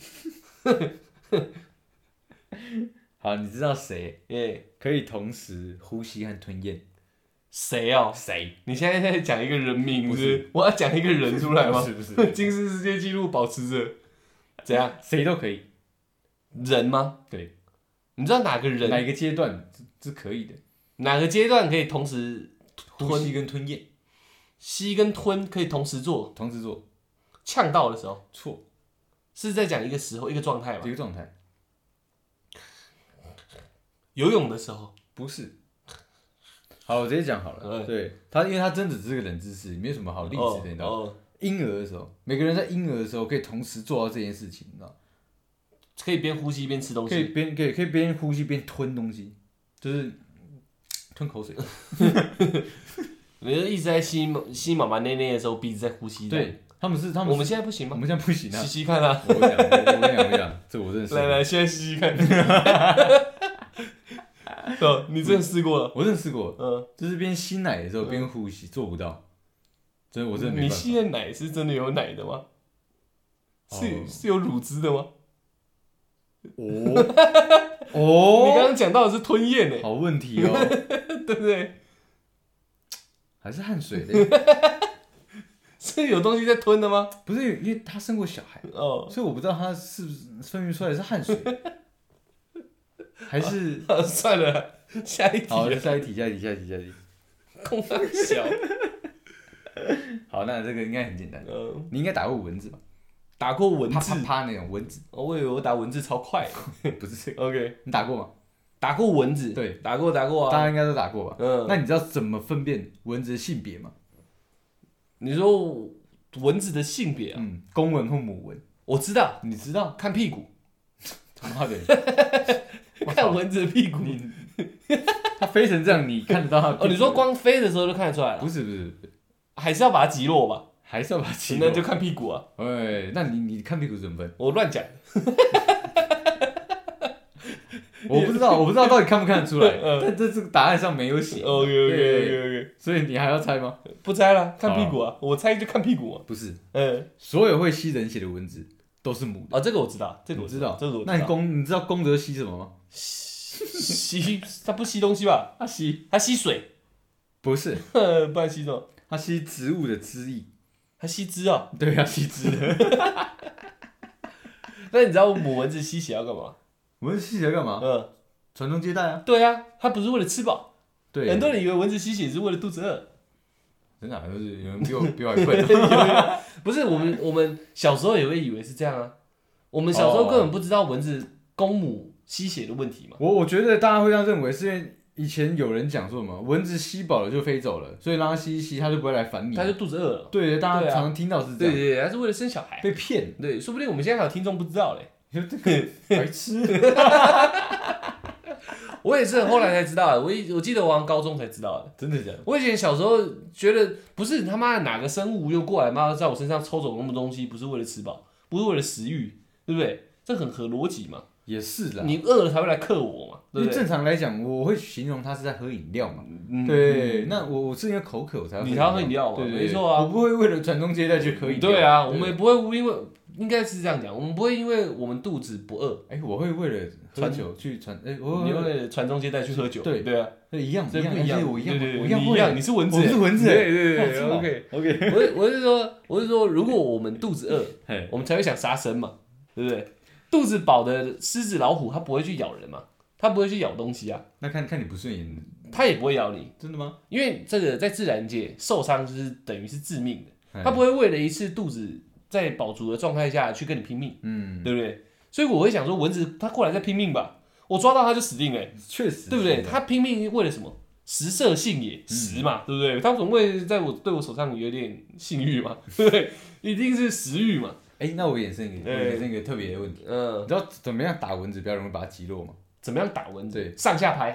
Speaker 2: 好，你知道谁
Speaker 1: 哎、
Speaker 2: 可以同时呼吸和吞咽？
Speaker 1: 谁哦？
Speaker 2: 谁？
Speaker 1: 你现在在讲一个人名
Speaker 2: 不
Speaker 1: 不
Speaker 2: 是
Speaker 1: 是？我要讲一个人出来吗？
Speaker 2: 不是不是
Speaker 1: (laughs) 金氏世界纪录保持者，怎样？
Speaker 2: 谁都可以，
Speaker 1: 人吗？
Speaker 2: 对，
Speaker 1: 你知道哪个人
Speaker 2: 哪一个阶段是是可以的？
Speaker 1: 哪个阶段可以同时
Speaker 2: 呼吸跟吞咽
Speaker 1: 吸跟吞可以同时做？
Speaker 2: 同时做，
Speaker 1: 呛到的时候
Speaker 2: 错，
Speaker 1: 是在讲一个时候一个状态
Speaker 2: 这
Speaker 1: 嘛？
Speaker 2: 个状态
Speaker 1: 游泳的时候，
Speaker 2: 不是。好，我直接讲好了。
Speaker 1: 哎
Speaker 2: 对他，因为他真的只是个冷知识，没有什么好例子的，你知道吗？
Speaker 1: 哦，
Speaker 2: 婴儿的时候，每个人在婴儿的时候可以同时做到这件事情，你知道吗？
Speaker 1: 可以边呼吸边吃东
Speaker 2: 可以
Speaker 1: 西，
Speaker 2: 边可以可以边呼吸边吞东西，就是吞口水。
Speaker 1: 你就一直在吸吸妈妈奶奶的时候，鼻子在呼吸。，
Speaker 2: 对，他们是他们是
Speaker 1: 我们现在不行
Speaker 2: 我
Speaker 1: 吗？
Speaker 2: 们现在不行啊
Speaker 1: 吸！吸看啊！
Speaker 2: (laughs) 我跟你讲，我跟你讲，我跟你讲，这我真的
Speaker 1: 来
Speaker 2: 是，
Speaker 1: 来，现在吸吸
Speaker 2: (laughs)
Speaker 1: 看。哦，你真的试过了？
Speaker 2: (laughs) 我认识过，
Speaker 1: 嗯，
Speaker 2: 就是边吸奶的时候边呼吸，做不到，真的我真的没
Speaker 1: 你
Speaker 2: 办法。
Speaker 1: 吸的奶是真的有奶的吗？
Speaker 2: 哦
Speaker 1: 是是有乳汁的吗？
Speaker 2: 哦
Speaker 1: 你刚
Speaker 2: 哦，
Speaker 1: 刚讲到的是吞咽诶，
Speaker 2: 好问题哦，
Speaker 1: 对不对？
Speaker 2: 还是汗水的，
Speaker 1: 是有东西在吞的吗？
Speaker 2: 不是因为他生过小孩，
Speaker 1: 哦， (laughs)
Speaker 2: 所以我不知道他是不是分泌出来是汗水，还
Speaker 1: (laughs)
Speaker 2: 是
Speaker 1: 算了，下一题
Speaker 2: 好，
Speaker 1: 了，
Speaker 2: 下一题，下一题，下一题，下一题。
Speaker 1: 空荡
Speaker 2: (laughs)
Speaker 1: 小。
Speaker 2: 好，那这个应该很简单，
Speaker 1: 嗯，
Speaker 2: 你应该打过蚊子吧？
Speaker 1: 打过文
Speaker 2: 啪
Speaker 1: 字
Speaker 2: 啪，啪那种
Speaker 1: (laughs)
Speaker 2: 蚊子，
Speaker 1: 哦我以为我打文字超快。
Speaker 2: 不是这个，
Speaker 1: OK，
Speaker 2: 你打过吗？
Speaker 1: 打过蚊子，
Speaker 2: 对，
Speaker 1: 打过打过
Speaker 2: 大
Speaker 1: 啊。
Speaker 2: 家应该都打过吧？
Speaker 1: 嗯，
Speaker 2: 那你知道怎么分辨蚊子的性别吗？
Speaker 1: 你说蚊子的性别啊？
Speaker 2: 嗯，公蚊或母蚊，
Speaker 1: 我知道，
Speaker 2: 你知道？ (laughs)
Speaker 1: 看屁股，
Speaker 2: 他妈的，
Speaker 1: 看蚊子的屁股。
Speaker 2: 你它飞成这样，你看得到它的屁股
Speaker 1: 哦，你说光飞的时候就看得出来了
Speaker 2: 不，是不是，不是
Speaker 1: 还是要把它击落吧？
Speaker 2: 还是要把它起落
Speaker 1: 那就看屁股啊，
Speaker 2: 哎，那你你看屁股
Speaker 1: (laughs)
Speaker 2: 怎么分？
Speaker 1: 我乱讲。，
Speaker 2: 我不知道，我不知道到底看不看得出来
Speaker 1: (laughs) 嗯
Speaker 2: 但这这个答案上没有写，
Speaker 1: OK OK OK
Speaker 2: 所以你还要猜吗？
Speaker 1: OK，不猜了，看屁股啊，我猜就看屁股啊。
Speaker 2: 不是，
Speaker 1: 嗯，
Speaker 2: 所有会吸人血的蚊子都是母的，
Speaker 1: 哦，这个我知道，这个
Speaker 2: 你
Speaker 1: 我
Speaker 2: 知道？
Speaker 1: 这个我
Speaker 2: 那
Speaker 1: 知
Speaker 2: 你
Speaker 1: 道。
Speaker 2: 公，你知道公德吸什么吗？
Speaker 1: 吸，它不吸东西吧？
Speaker 2: 它吸
Speaker 1: 它吸水，
Speaker 2: 不是，
Speaker 1: (laughs) 不然吸什么？
Speaker 2: 它吸植物的汁液，
Speaker 1: 它吸汁啊。
Speaker 2: 对，它吸汁的。
Speaker 1: 那你知道母蚊子吸血要干嘛？
Speaker 2: (laughs) 蚊子吸血干嘛？
Speaker 1: 嗯，
Speaker 2: 传宗接代啊，
Speaker 1: 对啊，它不是为了吃饱。
Speaker 2: 对，
Speaker 1: 很多人以为蚊子吸血是为了肚子饿，
Speaker 2: 真的啊都是有人比我比我还笨，
Speaker 1: 不是我们我们小时候也会以为是这样啊。我们小时候
Speaker 2: 哦
Speaker 1: 根本不知道蚊子公母吸血的问题嘛。
Speaker 2: 我我觉得大家会这样认为，是因为以前有人讲说什么蚊子吸饱了就飞走了，所以让它吸一吸，它就不会来烦你啊。
Speaker 1: 它就肚子饿了。
Speaker 2: 对，大家
Speaker 1: 对啊
Speaker 2: 常常听到是
Speaker 1: 哦对
Speaker 2: 这样，
Speaker 1: 对对，它是为了生小孩。
Speaker 2: 被
Speaker 1: (laughs)
Speaker 2: 骗，哎
Speaker 1: 对，说不定我们现在还有听众不知道嘞。
Speaker 2: 白痴。啊
Speaker 1: 我也是后来才知道的，我一我记得我好像高中才知道的。
Speaker 2: 真的假的？
Speaker 1: 我以前小时候觉得，不是他妈的哪个生物又过来妈的在我身上抽走那么东西，不是为了吃饱，不是为了食欲，对不对？这很合逻辑嘛。
Speaker 2: 也是啦，
Speaker 1: (laughs) 你饿了才会来克我嘛，对
Speaker 2: 因为
Speaker 1: 不对？
Speaker 2: 正常来讲，我会形容它是在喝饮料嘛。
Speaker 1: 嗯，
Speaker 2: 对，那我我是因为口渴我才要
Speaker 1: 你才要喝饮料嘛
Speaker 2: 对对
Speaker 1: 没
Speaker 2: 对
Speaker 1: 错啊
Speaker 2: 我不会为了传宗接代去喝饮料。
Speaker 1: 对啊，我们也不会因为应该是这样讲，我们不会因为我们肚子不饿，
Speaker 2: 哎，我会为了喝酒去传，哎，我
Speaker 1: 你
Speaker 2: 会
Speaker 1: 会
Speaker 2: 为了
Speaker 1: 为了传宗接代去喝酒，
Speaker 2: 对
Speaker 1: 对啊，
Speaker 2: 对一样哎
Speaker 1: 这不
Speaker 2: 一
Speaker 1: 一
Speaker 2: 样，
Speaker 1: 样，
Speaker 2: 而且我一样，
Speaker 1: 对对对
Speaker 2: 我
Speaker 1: 你
Speaker 2: 样
Speaker 1: 一
Speaker 2: 会
Speaker 1: 样，你是蚊子，
Speaker 2: 我是蚊子
Speaker 1: 对对
Speaker 2: (laughs) 哇
Speaker 1: 对
Speaker 2: 真的哦
Speaker 1: ，OK。
Speaker 2: OK，
Speaker 1: 我是我是说我是说，如果我们肚子饿，
Speaker 2: 嘿，
Speaker 1: 我们才会想杀生嘛，对不对？肚子饱的狮子、老虎，它不会去咬人嘛，它不会去咬东西啊，
Speaker 2: 那看看你不顺眼，
Speaker 1: 它也不会咬你，
Speaker 2: 真的吗？
Speaker 1: 因为这个在自然界受伤就是等于是致命的，
Speaker 2: 哎
Speaker 1: 它不会为了一次肚子在饱足的状态下去跟你拼命，
Speaker 2: 嗯，
Speaker 1: 对不对？所以我会想说，蚊子它过来再拼命吧，我抓到它就死定了、
Speaker 2: 确实，
Speaker 1: 对不对？？它拼命为了什么？食色性也，
Speaker 2: 嗯
Speaker 1: 食嘛，对不对？它总会在我对我手上有点性欲
Speaker 2: (laughs)
Speaker 1: 嘛，对不对？一定是食欲嘛，
Speaker 2: 哎，那我衍生一个，我
Speaker 1: 哎
Speaker 2: 衍生一个特别的问题，
Speaker 1: 嗯、
Speaker 2: 你知道怎么样打蚊子比较容易把它击落吗？
Speaker 1: 怎么样打蚊子？
Speaker 2: 对
Speaker 1: 上下拍。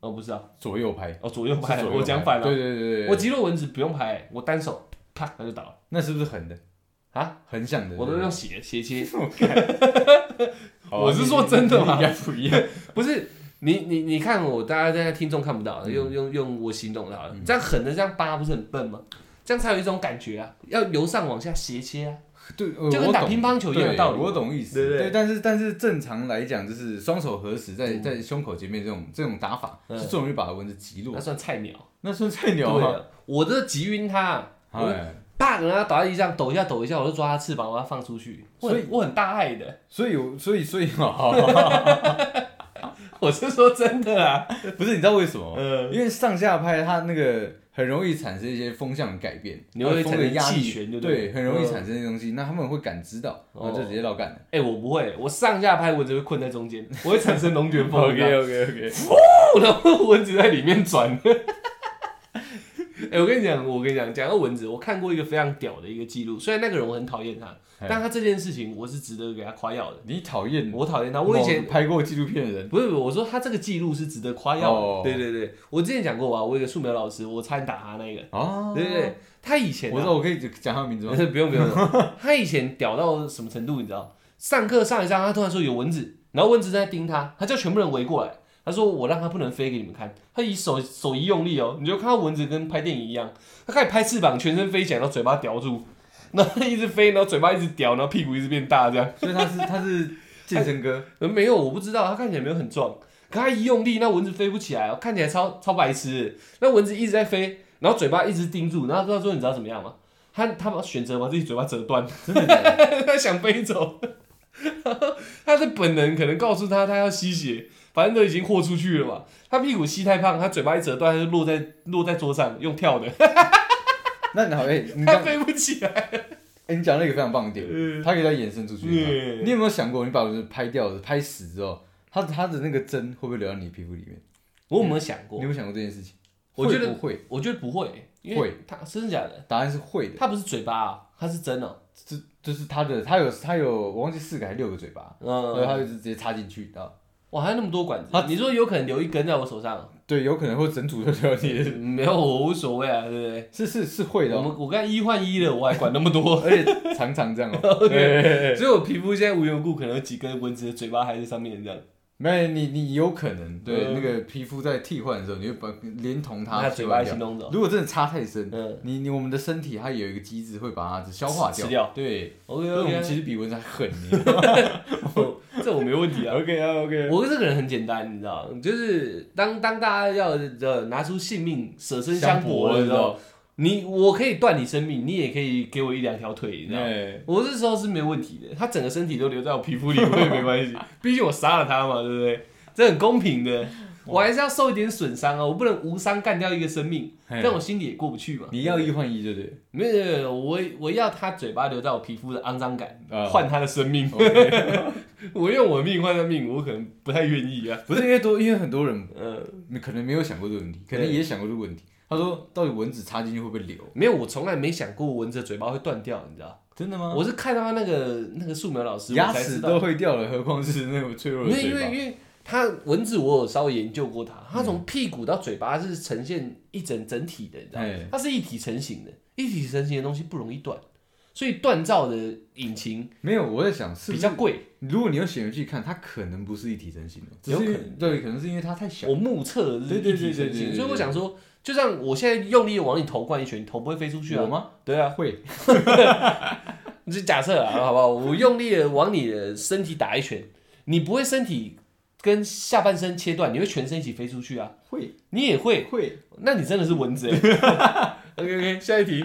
Speaker 1: 哦，不是啊，
Speaker 2: 左右拍，
Speaker 1: 哦，左右拍，
Speaker 2: 是左右
Speaker 1: 我讲反
Speaker 2: 对
Speaker 1: 了。
Speaker 2: 对对对，
Speaker 1: 我击落蚊子不用拍，我单手啪它就倒了
Speaker 2: 那是不是横的？
Speaker 1: 啊！
Speaker 2: 横向的，
Speaker 1: 我都
Speaker 2: 对不对
Speaker 1: 用斜斜切，
Speaker 2: 好啊
Speaker 1: 我是说真的
Speaker 2: 你你
Speaker 1: 吗 (laughs)
Speaker 2: 应该不一样。
Speaker 1: 不是你你你看我，大家现在听众看不
Speaker 2: 嗯
Speaker 1: 到，用用用我形容的好了，这样狠的这样扒不是很笨吗？这样才有一种感觉啊，要由上往下斜切啊，
Speaker 2: 对，呃
Speaker 1: 就跟
Speaker 2: 我
Speaker 1: 打
Speaker 2: 懂
Speaker 1: 乒乓球一样的
Speaker 2: 对
Speaker 1: 道理。
Speaker 2: 我懂意思。
Speaker 1: 对不对
Speaker 2: 但是但是正常来讲，就是双手合十在在胸口前面这种这种打法，
Speaker 1: 嗯
Speaker 2: 是最容易把蚊子击落
Speaker 1: 那。算菜鸟，
Speaker 2: 那算菜
Speaker 1: 对
Speaker 2: 鸟吗？
Speaker 1: 啊，我这击晕它，我
Speaker 2: 哎，
Speaker 1: 啪，然后倒在地上抖一下抖一下，我就抓它翅膀，我把它放出去。我
Speaker 2: 所以
Speaker 1: 很我很大爱的，
Speaker 2: 哎所以我所以所以 (laughs) 好好好
Speaker 1: 我是说真的啊，
Speaker 2: 不是你知道为什么吗？
Speaker 1: 嗯，
Speaker 2: 因为上下拍它那个很容易产生一些风向的改变，
Speaker 1: 你会
Speaker 2: 呃风的
Speaker 1: 产生
Speaker 2: 压力
Speaker 1: 气旋就对
Speaker 2: 对，
Speaker 1: 了
Speaker 2: 很容易
Speaker 1: 嗯
Speaker 2: 产生这些东西，那他们会感知到，然后就直接绕干了。
Speaker 1: 哎、我不会，我上下拍蚊子会困在中间，我会产生龙卷
Speaker 2: (laughs)
Speaker 1: 风，
Speaker 2: OK OK，
Speaker 1: 然后蚊子在里面转。 (laughs) 哎、我跟你讲，我跟你讲，讲到蚊子，我看过一个非常屌的一个记录，虽然那个人我很讨厌他，
Speaker 2: 哎
Speaker 1: 但他这件事情我是值得给他夸耀的。
Speaker 2: 你讨厌
Speaker 1: 我讨厌他，啊我以前
Speaker 2: 某拍过纪录片的人，
Speaker 1: 不是，不是我说他这个记录是值得夸耀的。
Speaker 2: 哦
Speaker 1: 对对对，我之前讲过吧，啊我有一个素描老师，我差点打他那个，
Speaker 2: 哦，
Speaker 1: 对对啊对，他以前、啊、
Speaker 2: 我知道我可以讲他的名
Speaker 1: (laughs)
Speaker 2: 字吗？
Speaker 1: 不用不用，不用他以前屌到什么程度，你知道？上课上一上，他突然说有蚊子，然后蚊子在盯他，他叫全部人围过来。他说我让他不能飞给你们看，他以手手一用力哦，你就看到蚊子跟拍电影一样，他开始拍翅膀，全身飞起来，然后嘴巴叼住，然后一直飞，然后嘴巴一直叼，然后屁股一直变大这样。
Speaker 2: 所以他是他是健身哥，
Speaker 1: 呃没有，我不知道，他看起来没有很壮，可他一用力，那蚊子飞不起来哦，看起来超超白痴的。那蚊子一直在飞，然后嘴巴一直盯住，然后到最后你知道怎么样吗？他他把选择把自己嘴巴折断。
Speaker 2: 真的假的？
Speaker 1: (laughs) 他想飞走，他的本能可能告诉他他要吸血，反正都已经豁出去了嘛。他屁股吸太胖，他嘴巴一折断，他就落在落在桌上，用跳的，
Speaker 2: 那你好，哎、
Speaker 1: (laughs)
Speaker 2: 你
Speaker 1: (laughs) 他
Speaker 2: 讲，哎、
Speaker 1: 飞不起
Speaker 2: (laughs)
Speaker 1: 来。
Speaker 2: 你讲了一个非常棒的点，
Speaker 1: 嗯
Speaker 2: 它可以再延伸出去。
Speaker 1: 嗯
Speaker 2: 你有没有想过，你把蚊子拍掉、拍死之后，它它的那个针会不会流到你皮肤里面？
Speaker 1: 我有没有想
Speaker 2: 你有
Speaker 1: 过
Speaker 2: 没？有想过这件事情？
Speaker 1: 我觉得
Speaker 2: 会不会，
Speaker 1: 我觉得不会，因为
Speaker 2: 会
Speaker 1: 他真的假的？
Speaker 2: 答案是会的。
Speaker 1: 他不是嘴巴、啊，他是真哦、
Speaker 2: 这就是它的，它有它有，我忘记四个还是六个嘴巴，然后它
Speaker 1: 嗯，
Speaker 2: 就直接插进去，你知道吗？
Speaker 1: 哇，还有那么多管子
Speaker 2: 啊，
Speaker 1: 你说有可能留一根在我手上？
Speaker 2: 对，有可能会整组都掉你的，
Speaker 1: (laughs) 没有，我无所谓啊，对不对？
Speaker 2: 是是是会的
Speaker 1: 我
Speaker 2: 哦、
Speaker 1: 们我刚才一换一了，我还管那么多？
Speaker 2: 而且常常这样 (laughs) 哦、对
Speaker 1: OK
Speaker 2: 对对对
Speaker 1: 所以我皮肤现在无缘无故可能有几根蚊子的嘴巴还在上面这样，
Speaker 2: 没有你你有可能对、
Speaker 1: 嗯
Speaker 2: 那个皮肤在替换的时候，你会把连同它
Speaker 1: 它
Speaker 2: 替
Speaker 1: 嘴
Speaker 2: 换
Speaker 1: 巴一
Speaker 2: 掉
Speaker 1: 起弄走。
Speaker 2: 如果真的差太深，
Speaker 1: 嗯
Speaker 2: 你你我们的身体它有一个机制会把它消化
Speaker 1: 吃吃
Speaker 2: 掉，
Speaker 1: 掉
Speaker 2: (laughs) 对，
Speaker 1: OK
Speaker 2: 所以我们其
Speaker 1: OK，
Speaker 2: 实比蚊子还狠，你知道吗
Speaker 1: (laughs) 这我没问题啊。
Speaker 2: (laughs) OK 啊 OK，
Speaker 1: 我这个人很简单，你知道，就是当当大家要呃拿出性命舍身相搏的时候，你我可以断你生命，你也可以给我一两条腿，你知道。吗？
Speaker 2: 对，
Speaker 1: 我这时候是没问题的，他整个身体都留在我皮肤里，我也没关
Speaker 2: (laughs)
Speaker 1: 系，毕竟我杀了他嘛，对不对？这很公平的，我还是要受一点损伤啊，我不能无伤干掉一个生命，
Speaker 2: 嘿
Speaker 1: 但我心里也过不去嘛。
Speaker 2: 哎你要一换一，对不对？
Speaker 1: 没有没有没有，我我要他嘴巴留在我皮肤的肮脏感，
Speaker 2: 啊
Speaker 1: 换他的生命， (laughs) 我用我的命换他命，我可能不太愿意啊。
Speaker 2: 不是因为多，因为很多人
Speaker 1: 嗯、
Speaker 2: 可能没有想过这个问题，可
Speaker 1: 对
Speaker 2: 能也想过这个问题。他说，到底蚊子插进去会不会流？
Speaker 1: 没有，我从来没想过蚊子的嘴巴会断掉，你知道？
Speaker 2: 真的吗？
Speaker 1: 我是看到那个那个素描老师，
Speaker 2: 牙
Speaker 1: 我才知
Speaker 2: 齿
Speaker 1: 道
Speaker 2: 都会掉了，何况是那种脆弱的
Speaker 1: 没有，因
Speaker 2: 嘴
Speaker 1: 为因
Speaker 2: 巴？
Speaker 1: 为它蚊子，我有稍微研究过它，
Speaker 2: 嗯
Speaker 1: 它从屁股到嘴巴是呈现一整整体的，你知道吗
Speaker 2: 哎，
Speaker 1: 它是一体成型的，一体成型的东西不容易断，所以锻造的引擎
Speaker 2: 没有，我在想是
Speaker 1: 比
Speaker 2: 比较，
Speaker 1: 较贵。
Speaker 2: 如果你用显微镜看，它可能不是一体成型的，只
Speaker 1: 有
Speaker 2: 是因
Speaker 1: 可
Speaker 2: 为
Speaker 1: 能
Speaker 2: 对，可能是因为它太小
Speaker 1: 我。目测是
Speaker 2: 对
Speaker 1: 一
Speaker 2: 对对
Speaker 1: 体成
Speaker 2: 对对对
Speaker 1: 型，
Speaker 2: 对
Speaker 1: 所以我想说，就像我现在用力往你头灌一拳，你头不会飞出去
Speaker 2: 我
Speaker 1: 啊？
Speaker 2: 吗？
Speaker 1: 对啊，
Speaker 2: 会，
Speaker 1: 你就假设啊，好不好？我用力的往你的身体打一拳，你不会身体跟下半身切断，你会全身一起飞出去啊，
Speaker 2: 会，
Speaker 1: 你也会。
Speaker 2: 会。
Speaker 1: 那你真的是蚊子 (laughs) 哎。OK OK，下一题。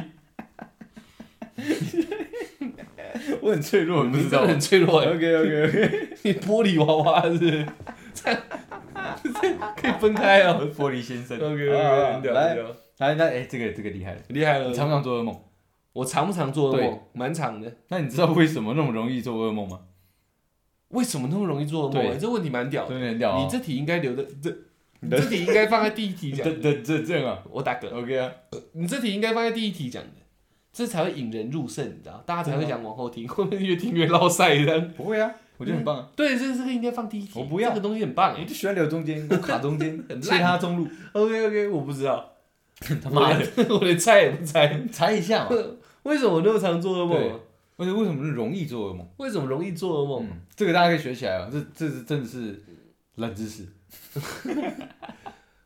Speaker 2: 我很脆弱，你不
Speaker 1: 你
Speaker 2: 知
Speaker 1: 真
Speaker 2: 道
Speaker 1: 的
Speaker 2: 吗
Speaker 1: 很脆弱哎，
Speaker 2: ？OK OK OK，
Speaker 1: 你玻璃娃娃是不是？ (laughs) 这样可以分开哦。
Speaker 2: 玻璃先生啊
Speaker 1: OK
Speaker 2: 好好
Speaker 1: OK，
Speaker 2: 好
Speaker 1: 很屌
Speaker 2: 来
Speaker 1: 很屌
Speaker 2: 来，那哎，这个这个厉害了。
Speaker 1: 厉害了
Speaker 2: 你。常不常做噩梦？
Speaker 1: 我常不常做噩
Speaker 2: 对
Speaker 1: 梦？蛮常的。
Speaker 2: 那你知道为什么那么容易做噩梦吗？
Speaker 1: 为什么那么容易做噩梦啊？
Speaker 2: 对
Speaker 1: 这问题蛮屌的。
Speaker 2: 真的很屌啊！
Speaker 1: 你这题应该留的，这你
Speaker 2: 的
Speaker 1: 这题应该放在第一题讲
Speaker 2: 这
Speaker 1: 的。
Speaker 2: 这这这样啊
Speaker 1: 我打嗝。
Speaker 2: ？OK 啊，
Speaker 1: 你这题应该放在第一题讲的，这才会引人入胜，你知道？大家才会想往后听， (laughs) 后面越听越落塞这样。
Speaker 2: 不会啊，我觉得很棒啊。
Speaker 1: 对，这这个应该放第一题。
Speaker 2: 我不要
Speaker 1: 这个东西很棒哎
Speaker 2: 嗯我。就喜欢留中 (laughs) 间，我卡中间
Speaker 1: 很烂，
Speaker 2: 切他中路，
Speaker 1: OK OK，我不知道，
Speaker 2: (laughs) 他妈的，
Speaker 1: 的，我连 (laughs) 猜也不猜。
Speaker 2: 裁一下嘛。
Speaker 1: 为什么我那么常做噩梦
Speaker 2: 对
Speaker 1: 啊？
Speaker 2: 而且为什么容易做噩梦？
Speaker 1: 为什么容易做噩梦？
Speaker 2: 嗯，这个大家可以学起来啊，这这是真的是冷知识。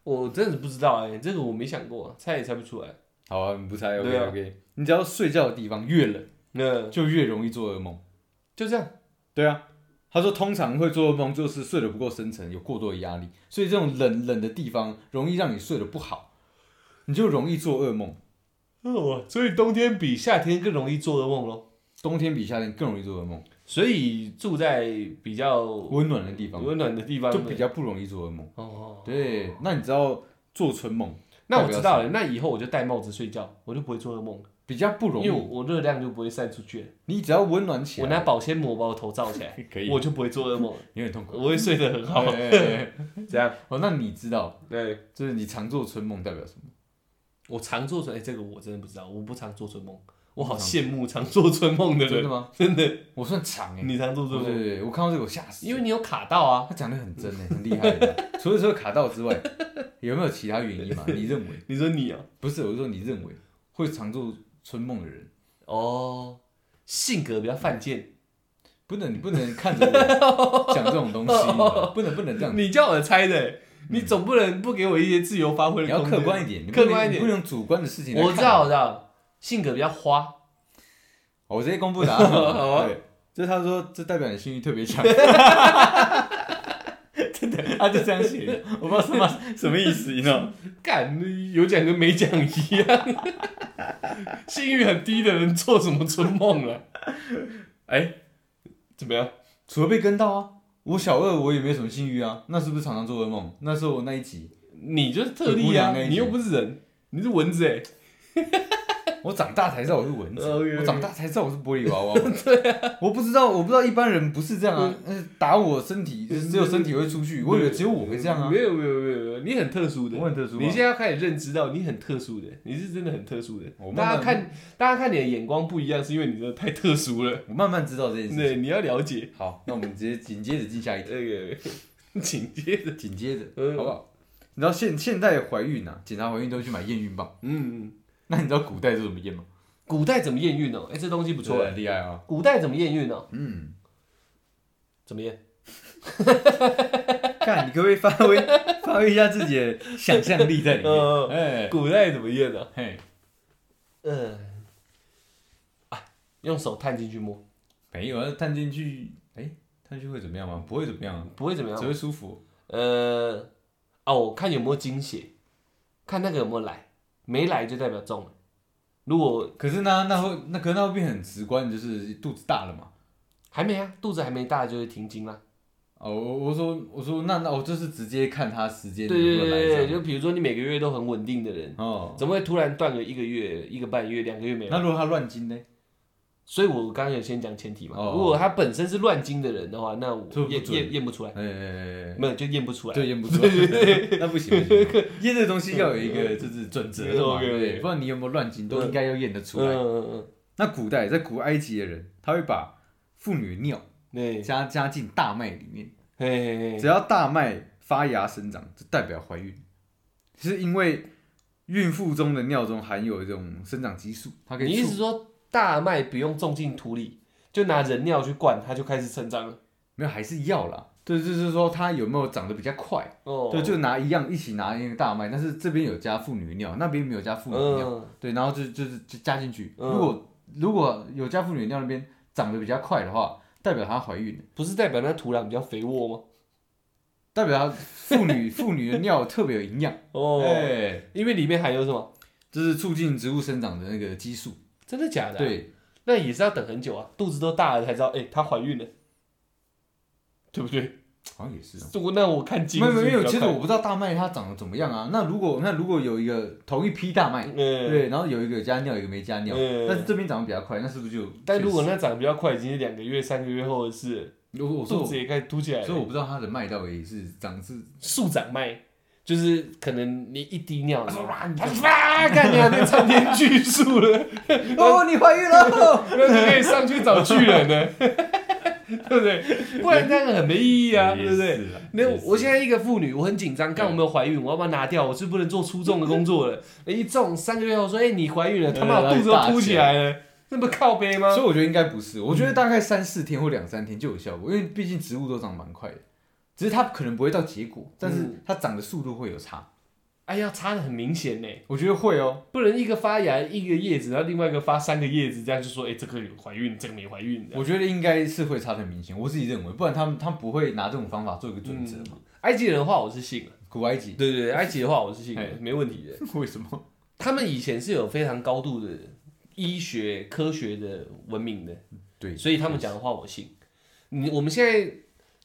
Speaker 1: 我真的不知道哎、这个我没想过，猜也猜不出来。
Speaker 2: 好啊，你不猜
Speaker 1: 对啊
Speaker 2: OK OK，你只要睡觉的地方越冷，
Speaker 1: 那
Speaker 2: 就越容易做噩梦。
Speaker 1: 嗯就这样，
Speaker 2: 对啊，他说通常会做噩梦就是睡得不够深沉，有过多的压力，所以这种冷冷的地方容易让你睡得不好，你就容易做噩梦。
Speaker 1: 哦，所以冬天比夏天更容易做噩梦咯。
Speaker 2: 冬天比夏天更容易做噩梦，
Speaker 1: 所以住在比较
Speaker 2: 温暖的地方
Speaker 1: 温暖的地方
Speaker 2: 就比较不容易做噩梦。
Speaker 1: 哦。哦
Speaker 2: 对，那你知道做春梦
Speaker 1: 那我知道了，那以后我就戴帽子睡觉，我就不会做噩梦了，
Speaker 2: 比较不容
Speaker 1: 因为
Speaker 2: 易，
Speaker 1: 我热量就不会散出去了。
Speaker 2: 你只要温暖起
Speaker 1: 我
Speaker 2: 来，
Speaker 1: 拿保鲜膜把我头罩起 (laughs) 来，
Speaker 2: 可以，
Speaker 1: 我就不会做噩梦了，
Speaker 2: 有点痛苦。
Speaker 1: 我会睡得很好
Speaker 2: (laughs) 好。，
Speaker 1: 这样
Speaker 2: (laughs) 哦，那你知道，
Speaker 1: 对。
Speaker 2: 就是你常做春梦代表什么？
Speaker 1: 我常做春，哎、这个我真的不知道，我不常做春梦，我好羡慕常做春梦的
Speaker 2: 嗯真的
Speaker 1: 人，
Speaker 2: 吗？
Speaker 1: (laughs) 真的，
Speaker 2: 我算长哎，哦
Speaker 1: 你常做
Speaker 2: 对
Speaker 1: 春
Speaker 2: 对
Speaker 1: 梦，
Speaker 2: 对，我看到这个我吓死，
Speaker 1: 因为你有卡到啊，
Speaker 2: 他讲的很真哎，很厉害 (laughs) 的。除了说卡到之外，有没有其他原因嘛？你认为？
Speaker 1: 你说你啊，
Speaker 2: 不是，我是说你认为会常做春梦的人，
Speaker 1: 哦，性格比较犯贱，
Speaker 2: 不能，你不能看着我讲这种东西，你知 (laughs) 道吗不能不能这样，
Speaker 1: (laughs) 你叫我猜的、欸你总不能不给我一些自由发挥
Speaker 2: 嗯你
Speaker 1: 的
Speaker 2: 要
Speaker 1: 空间，
Speaker 2: 客观一点，你不
Speaker 1: 客
Speaker 2: 能
Speaker 1: 观一
Speaker 2: 你
Speaker 1: 点
Speaker 2: 不，能主观的事情来看。
Speaker 1: 我知道，我知道，性格比较花，
Speaker 2: 哦我直接公布答
Speaker 1: (laughs)
Speaker 2: 案
Speaker 1: 好啊
Speaker 2: 嘛。对，就是他说这代表你性欲特
Speaker 1: (laughs)
Speaker 2: 别强。真的，他就这样写，我不知道什么 (laughs) 什么意思，你知道吗？
Speaker 1: (laughs) 干有奖跟没奖一样， (laughs) 性欲很低的人做什么春梦啊？哎、怎么样？
Speaker 2: 除了被跟到啊，我小二我也没什么性欲啊，那是不是常常做噩梦？那时候我那一集，
Speaker 1: 你就是特
Speaker 2: 你姑
Speaker 1: 例啊
Speaker 2: 娘那一，集
Speaker 1: 你又不是人，你是蚊子哎、
Speaker 2: 我长大才知道我是蚊子
Speaker 1: OK，OK
Speaker 2: 我长大才知道我是玻璃娃娃。
Speaker 1: (laughs)
Speaker 2: 对啊，我不知道，我不知道一般人不是这样啊，
Speaker 1: 嗯
Speaker 2: 呃打我身体只有身体会出去，我以为只有我会这样啊
Speaker 1: 没。有没有没有没有，你很特殊的，
Speaker 2: 我很特殊吗
Speaker 1: 嗯
Speaker 2: 啊
Speaker 1: 你现在要开始认知到你很特殊的，你是真的很特殊的
Speaker 2: 我。慢
Speaker 1: 大
Speaker 2: 慢
Speaker 1: 家看，大家看你的眼光不一样，是因为你真的太特殊了。
Speaker 2: 我慢慢知道这件事情。
Speaker 1: 对，你要了解。
Speaker 2: 好，那我们直接紧接着进下一题。
Speaker 1: 那个紧接着，
Speaker 2: 紧接着，
Speaker 1: 嗯
Speaker 2: 好不好？你知道现现在怀孕啊，检查怀孕都去买验孕棒，
Speaker 1: 嗯，
Speaker 2: 那你知道古代是怎么验吗？
Speaker 1: 古代怎么验孕呢、哎、这东西不
Speaker 2: 不
Speaker 1: 错哎、
Speaker 2: 厉害啊！
Speaker 1: 古代怎么验孕呢、
Speaker 2: 嗯，
Speaker 1: 怎么验？
Speaker 2: 看你可不可以发挥 (laughs) 发挥一下自己的想象力在里
Speaker 1: 嗯
Speaker 2: 面？哎
Speaker 1: 古代怎么验呢、
Speaker 2: 嘿，
Speaker 1: 嗯，啊，用手探进去摸，
Speaker 2: 没有啊，探进去，哎，探进去会怎么样吗？不会怎么样啊，
Speaker 1: 不会怎么
Speaker 2: 只
Speaker 1: 样。
Speaker 2: 会舒服。
Speaker 1: 呃，哦，看有没有经血，看那个有没有来，没来就代表中了。如果
Speaker 2: 可是呢，那会那可是那会变很直观，就是肚子大了嘛。
Speaker 1: 还没啊，肚子还没大就会停经啦。
Speaker 2: 哦，我我说我说那那我就是直接看他时间
Speaker 1: 对
Speaker 2: 能
Speaker 1: 对
Speaker 2: 不
Speaker 1: 对
Speaker 2: 能
Speaker 1: 对，
Speaker 2: 来上
Speaker 1: 就比如说你每个月都很稳定的人，
Speaker 2: 哦。
Speaker 1: 怎么会突然断个一个月、一个半月、两个月没有？
Speaker 2: 那如果他乱经呢？
Speaker 1: 所以我刚刚有先讲前提嘛，
Speaker 2: 哦
Speaker 1: 如果他本身是乱经的人的话，那我
Speaker 2: 这不
Speaker 1: 验
Speaker 2: 准
Speaker 1: 验验不出来，
Speaker 2: 哎哎哎，哎
Speaker 1: 没有就验不出来。
Speaker 2: 就验不出来， (laughs) 那不行不行，验这东西要有一个就是准则的嘛，
Speaker 1: OK，OK
Speaker 2: 嗯对不对？不然你有没有乱经都应该要验得出
Speaker 1: 嗯
Speaker 2: 来。
Speaker 1: 嗯嗯，
Speaker 2: 那古代在古埃及的人，他会把妇女尿
Speaker 1: 对，
Speaker 2: 加加进大麦里面，
Speaker 1: 嘿嘿
Speaker 2: 只
Speaker 1: 嘿，
Speaker 2: 要大麦发芽生长，就代表怀孕，是因为孕妇中的尿中含有一种生长激素，它可
Speaker 1: 你
Speaker 2: 以
Speaker 1: 意
Speaker 2: 促
Speaker 1: 思说大麦不用种进土里，就拿人尿去灌，它就开始成长了？
Speaker 2: 没有还是要啦。对，就是说它有没有长得比较快？
Speaker 1: 哦，
Speaker 2: 对，就拿一样一起拿那个大麦，但是这边有加妇女尿，那边没有加妇女尿。
Speaker 1: 嗯，
Speaker 2: 对，然后就就是就加进去。
Speaker 1: 嗯
Speaker 2: 如果如果有加妇女尿那边长得比较快的话，代表她怀孕了，
Speaker 1: 不是代表那土壤比较肥沃吗？
Speaker 2: 代表她妇
Speaker 1: (laughs)
Speaker 2: 女妇女的尿特别有营养，
Speaker 1: 哦，
Speaker 2: 哎，
Speaker 1: 因为里面含有什么？
Speaker 2: 这是促进植物生长的那个激素。
Speaker 1: 真的假的、，啊
Speaker 2: 对，
Speaker 1: 那也是要等很久啊，肚子都大了才知道，哎、她怀孕了，对不对？
Speaker 2: 好像也是哦。
Speaker 1: 我那我看经
Speaker 2: 没有没
Speaker 1: 是
Speaker 2: 有
Speaker 1: 比
Speaker 2: 没
Speaker 1: 较
Speaker 2: 有，其实
Speaker 1: 快
Speaker 2: 我不知道大麦它长得怎么样啊。那如果那如果有一个同一批大麦，
Speaker 1: 嗯，
Speaker 2: 对，然后有一个有加尿，有一个没加尿，
Speaker 1: 嗯
Speaker 2: 但是这边长得比较快，那是不是就？
Speaker 1: 但如果那长得比较快，已经是两个月、三个月后的事，
Speaker 2: 我我说
Speaker 1: 肚
Speaker 2: 我，
Speaker 1: 子也开始凸起来
Speaker 2: 所以我
Speaker 1: 了。
Speaker 2: 不知道它的麦到底是
Speaker 1: (laughs)
Speaker 2: 长是
Speaker 1: 树长脉就是可能你一滴尿，然后哇，它哇，看你那苍天巨树
Speaker 2: (laughs)
Speaker 1: 了，
Speaker 2: 哦，你怀孕了。 (laughs)
Speaker 1: 那就可以上去找巨人了， (laughs) 对不对？不然这样很没意义啊，对不对？？没有，我现在一个妇女，我很紧张，看我没有怀孕，我要把它拿掉，我是不能做粗重的工 (laughs) 作了。一重三个月后说，哎，你怀孕了，他妈我肚子都凸起来了，那不靠背吗
Speaker 2: 所？以我觉得应该不是，我觉得大概三四天或两三天就有效
Speaker 1: 嗯
Speaker 2: 果，因为毕竟植物都长蛮快的，只是它可能不会到结果，但
Speaker 1: 嗯
Speaker 2: 是它长的速度会有差，
Speaker 1: 哎呀，差的很明显呢。
Speaker 2: 我觉得会哦。
Speaker 1: 不能一个发芽一个叶子，然后另外一个发三个叶子，这样就说，哎、这个有怀孕，这个没怀孕的。
Speaker 2: 我觉得应该是会差的明显，我自己认为，不然他们他们不会拿这种方法做一个准则嘛。
Speaker 1: 埃及人的话我是信了，
Speaker 2: 古埃及 (laughs)
Speaker 1: 对对对，埃及的话我是信
Speaker 2: 哎
Speaker 1: 了，没问题的。
Speaker 2: 为什么？
Speaker 1: 他们以前是有非常高度的医学科学的文明的，
Speaker 2: 对，
Speaker 1: 所以他们讲的话我信。你我们现在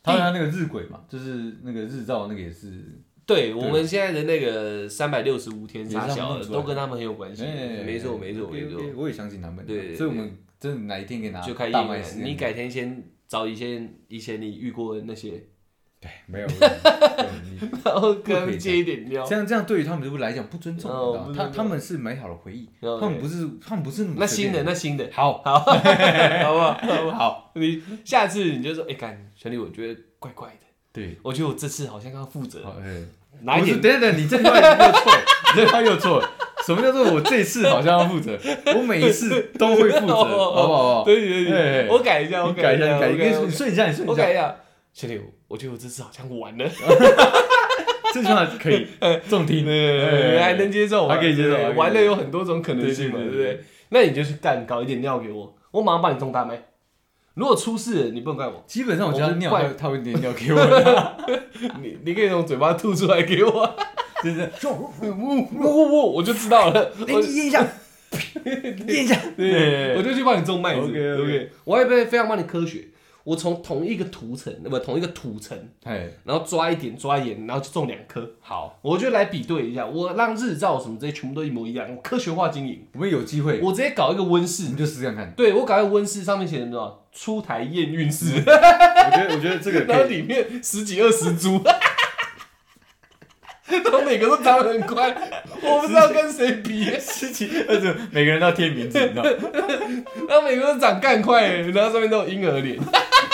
Speaker 2: 他们那个日晷嘛，就是那个日照那个也是，
Speaker 1: 对我们现在的那个三百六十五天傻
Speaker 2: 也是他们
Speaker 1: 小
Speaker 2: 弄
Speaker 1: 的，
Speaker 2: 出来的
Speaker 1: 都跟他们很有关系。
Speaker 2: 哎
Speaker 1: 没错没错没错
Speaker 2: OK，OK，，我也相信他们，
Speaker 1: 对对对
Speaker 2: 所以我们真的哪一天可以拿
Speaker 1: 就开
Speaker 2: 大
Speaker 1: 业
Speaker 2: 麦
Speaker 1: 了
Speaker 2: 实。验
Speaker 1: 你改天先找一些以前你遇过的那
Speaker 2: (laughs)
Speaker 1: 些，
Speaker 2: 对没有，没有你
Speaker 1: 然后
Speaker 2: 不可以
Speaker 1: 跟他们
Speaker 2: 这
Speaker 1: 借一点料。
Speaker 2: 这样这样对于他们来讲不尊重，
Speaker 1: 哦
Speaker 2: 你知
Speaker 1: 不
Speaker 2: 道吗他
Speaker 1: 尊重
Speaker 2: 他们是美好的回忆，
Speaker 1: OK
Speaker 2: 他们不是他们不是么
Speaker 1: 哎那
Speaker 2: 随
Speaker 1: 新
Speaker 2: 便
Speaker 1: 的那新的，
Speaker 2: 好，
Speaker 1: 好， (laughs) 好不好？好不好？
Speaker 2: 好，
Speaker 1: 你下次你就说，哎、干，兄弟，我觉得怪怪的，
Speaker 2: 对，
Speaker 1: 我觉得我这次好像要负责，
Speaker 2: 好，哎，
Speaker 1: 拿一
Speaker 2: 不是
Speaker 1: 点，
Speaker 2: 等等，你这句话又
Speaker 1: (laughs)
Speaker 2: 错，你这句话又错，什么叫做我这次好像要负责？我每一次都会负责，
Speaker 1: (laughs)
Speaker 2: 好
Speaker 1: 哦哦
Speaker 2: 不好？
Speaker 1: 对对对
Speaker 2: 哎
Speaker 1: 对，我改一下，我
Speaker 2: 你改一
Speaker 1: 一
Speaker 2: 下，
Speaker 1: 下，
Speaker 2: 你改，
Speaker 1: 我
Speaker 2: 你
Speaker 1: 改一下，
Speaker 2: 你顺一下，你顺
Speaker 1: 我
Speaker 2: 一下
Speaker 1: 改，一下，兄弟，我我觉得我这次好像完了，
Speaker 2: 这句话可以重听，
Speaker 1: (laughs)
Speaker 2: 哎
Speaker 1: 对，还能接受吧，
Speaker 2: 还可以接受
Speaker 1: 对
Speaker 2: 还可以接受
Speaker 1: 完了有很多种可能性嘛，
Speaker 2: 对
Speaker 1: 对
Speaker 2: 对
Speaker 1: 不
Speaker 2: 对
Speaker 1: 对？那你就去干，搞一点尿给我，我马上帮你种大麦。如果出事了，你不能怪我，
Speaker 2: 基本上我觉得
Speaker 1: 我们
Speaker 2: 尿
Speaker 1: 怪
Speaker 2: 他会黏尿给我，
Speaker 1: (laughs) 你你可以从嘴巴吐出来给我，
Speaker 2: 真的，
Speaker 1: 我我我我就知道了，
Speaker 2: 哎，
Speaker 1: 我
Speaker 2: 你验一下， (laughs) 验一下，
Speaker 1: 对，我
Speaker 2: 我
Speaker 1: 就去帮你种麦子
Speaker 2: OK，OK
Speaker 1: 对不对？我还非非常帮你科学，我从同一个土层，呃不同一个土层，
Speaker 2: 哎，
Speaker 1: 然后抓一点抓一点，然后就种两颗，
Speaker 2: 好，
Speaker 1: 我就来比对一下，我让日照什么这些全部都一模一样，我科学化经营，
Speaker 2: 我们有机会，
Speaker 1: 我直接搞一个温
Speaker 2: 你
Speaker 1: 室，
Speaker 2: 就试看看。
Speaker 1: 对我搞一个温室，上面写什么知道吗？出台验孕 (laughs) 室，
Speaker 2: 我觉得，我觉得这个 (laughs)
Speaker 1: 然后
Speaker 2: 可以，
Speaker 1: 里面十几二十株。然后每个都长得很快，我不知道跟谁比，
Speaker 2: 十几二十，每个人都要贴名字，你知道？
Speaker 1: 然后每个都长干快，然后上面都有婴儿脸，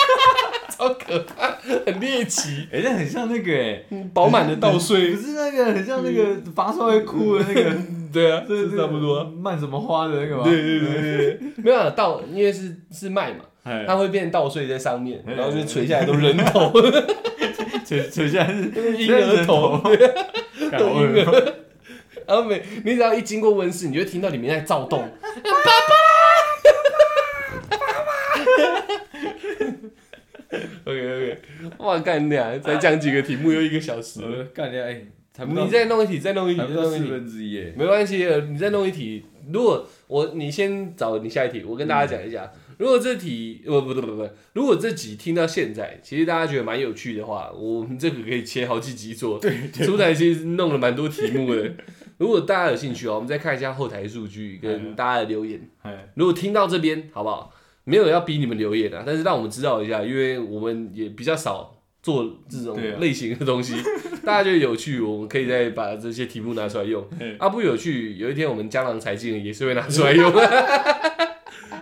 Speaker 1: (laughs) 超可怕，很猎奇，
Speaker 2: 哎、那很像那个哎、
Speaker 1: 饱满的稻穗
Speaker 2: 不，是那个很像那个拔出来会哭的那 (laughs) 个，
Speaker 1: 对啊，
Speaker 2: 这
Speaker 1: 这差不多啊。
Speaker 2: 漫什么花的那个吗？
Speaker 1: 对对对对对，没有啊稻，因为是是麦嘛，
Speaker 2: 哎，
Speaker 1: 它会变稻穗在上面，
Speaker 2: 嗯
Speaker 1: 然后就垂下来都人头，
Speaker 2: 垂垂下来是
Speaker 1: 婴儿头，，
Speaker 2: (laughs) 干
Speaker 1: 都
Speaker 2: 我
Speaker 1: 婴儿。 (laughs) 然后每你只要一经过温室，你就会听到里面在躁动， (laughs) 爸爸，爸爸。OK OK，哇，干你啊！才讲几个题目，又一个小时了。
Speaker 2: 呃干掉哎，才不到
Speaker 1: 你再弄一题，再弄一题，
Speaker 2: 还
Speaker 1: 再
Speaker 2: 不到
Speaker 1: 弄一
Speaker 2: 四
Speaker 1: 题。
Speaker 2: 分之一哎，
Speaker 1: 没关系，呃你再弄一题。如果我你先找你下一题，我跟大家讲一下。如果这题呃不不不不不，如果这集听到现在，其实大家觉得蛮有趣的话，我们这个可以切好几集做。对对，出台其实弄了蛮多题目的。如果大家有兴趣哦，我们再看一下后台数据跟大家的留言。
Speaker 2: 哎，
Speaker 1: 如果听到这边，好不好？没有要逼你们留言啊，但是让我们知道一下，因为我们也比较少做这种
Speaker 2: 对啊
Speaker 1: 类型的东西，大家觉得有趣，我们可以再把这些题目拿出来用
Speaker 2: 嗯。
Speaker 1: 啊，不有趣，有一天我们江郎才尽也是会拿出来用。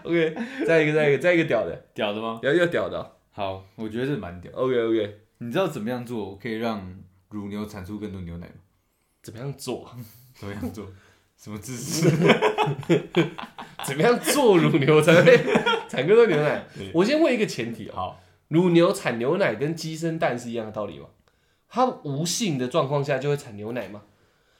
Speaker 1: OK，再一个，再一个，再一个屌的，
Speaker 2: 屌的吗？
Speaker 1: 要要屌的哦。
Speaker 2: 好，我觉得这蛮屌。
Speaker 1: OK OK，
Speaker 2: 你知道怎么样做可以让乳牛产出更多牛奶吗？
Speaker 1: 怎么样做？ (laughs)
Speaker 2: 怎么样做？ (laughs) 什么姿势？
Speaker 1: 怎么样做乳牛才会 (laughs) 产更多牛奶
Speaker 2: 对？
Speaker 1: 我先问一个前提啊、
Speaker 2: (laughs) 好，
Speaker 1: 乳牛产牛奶跟鸡生蛋是一样的道理吗？它无性的状况下就会产牛奶吗？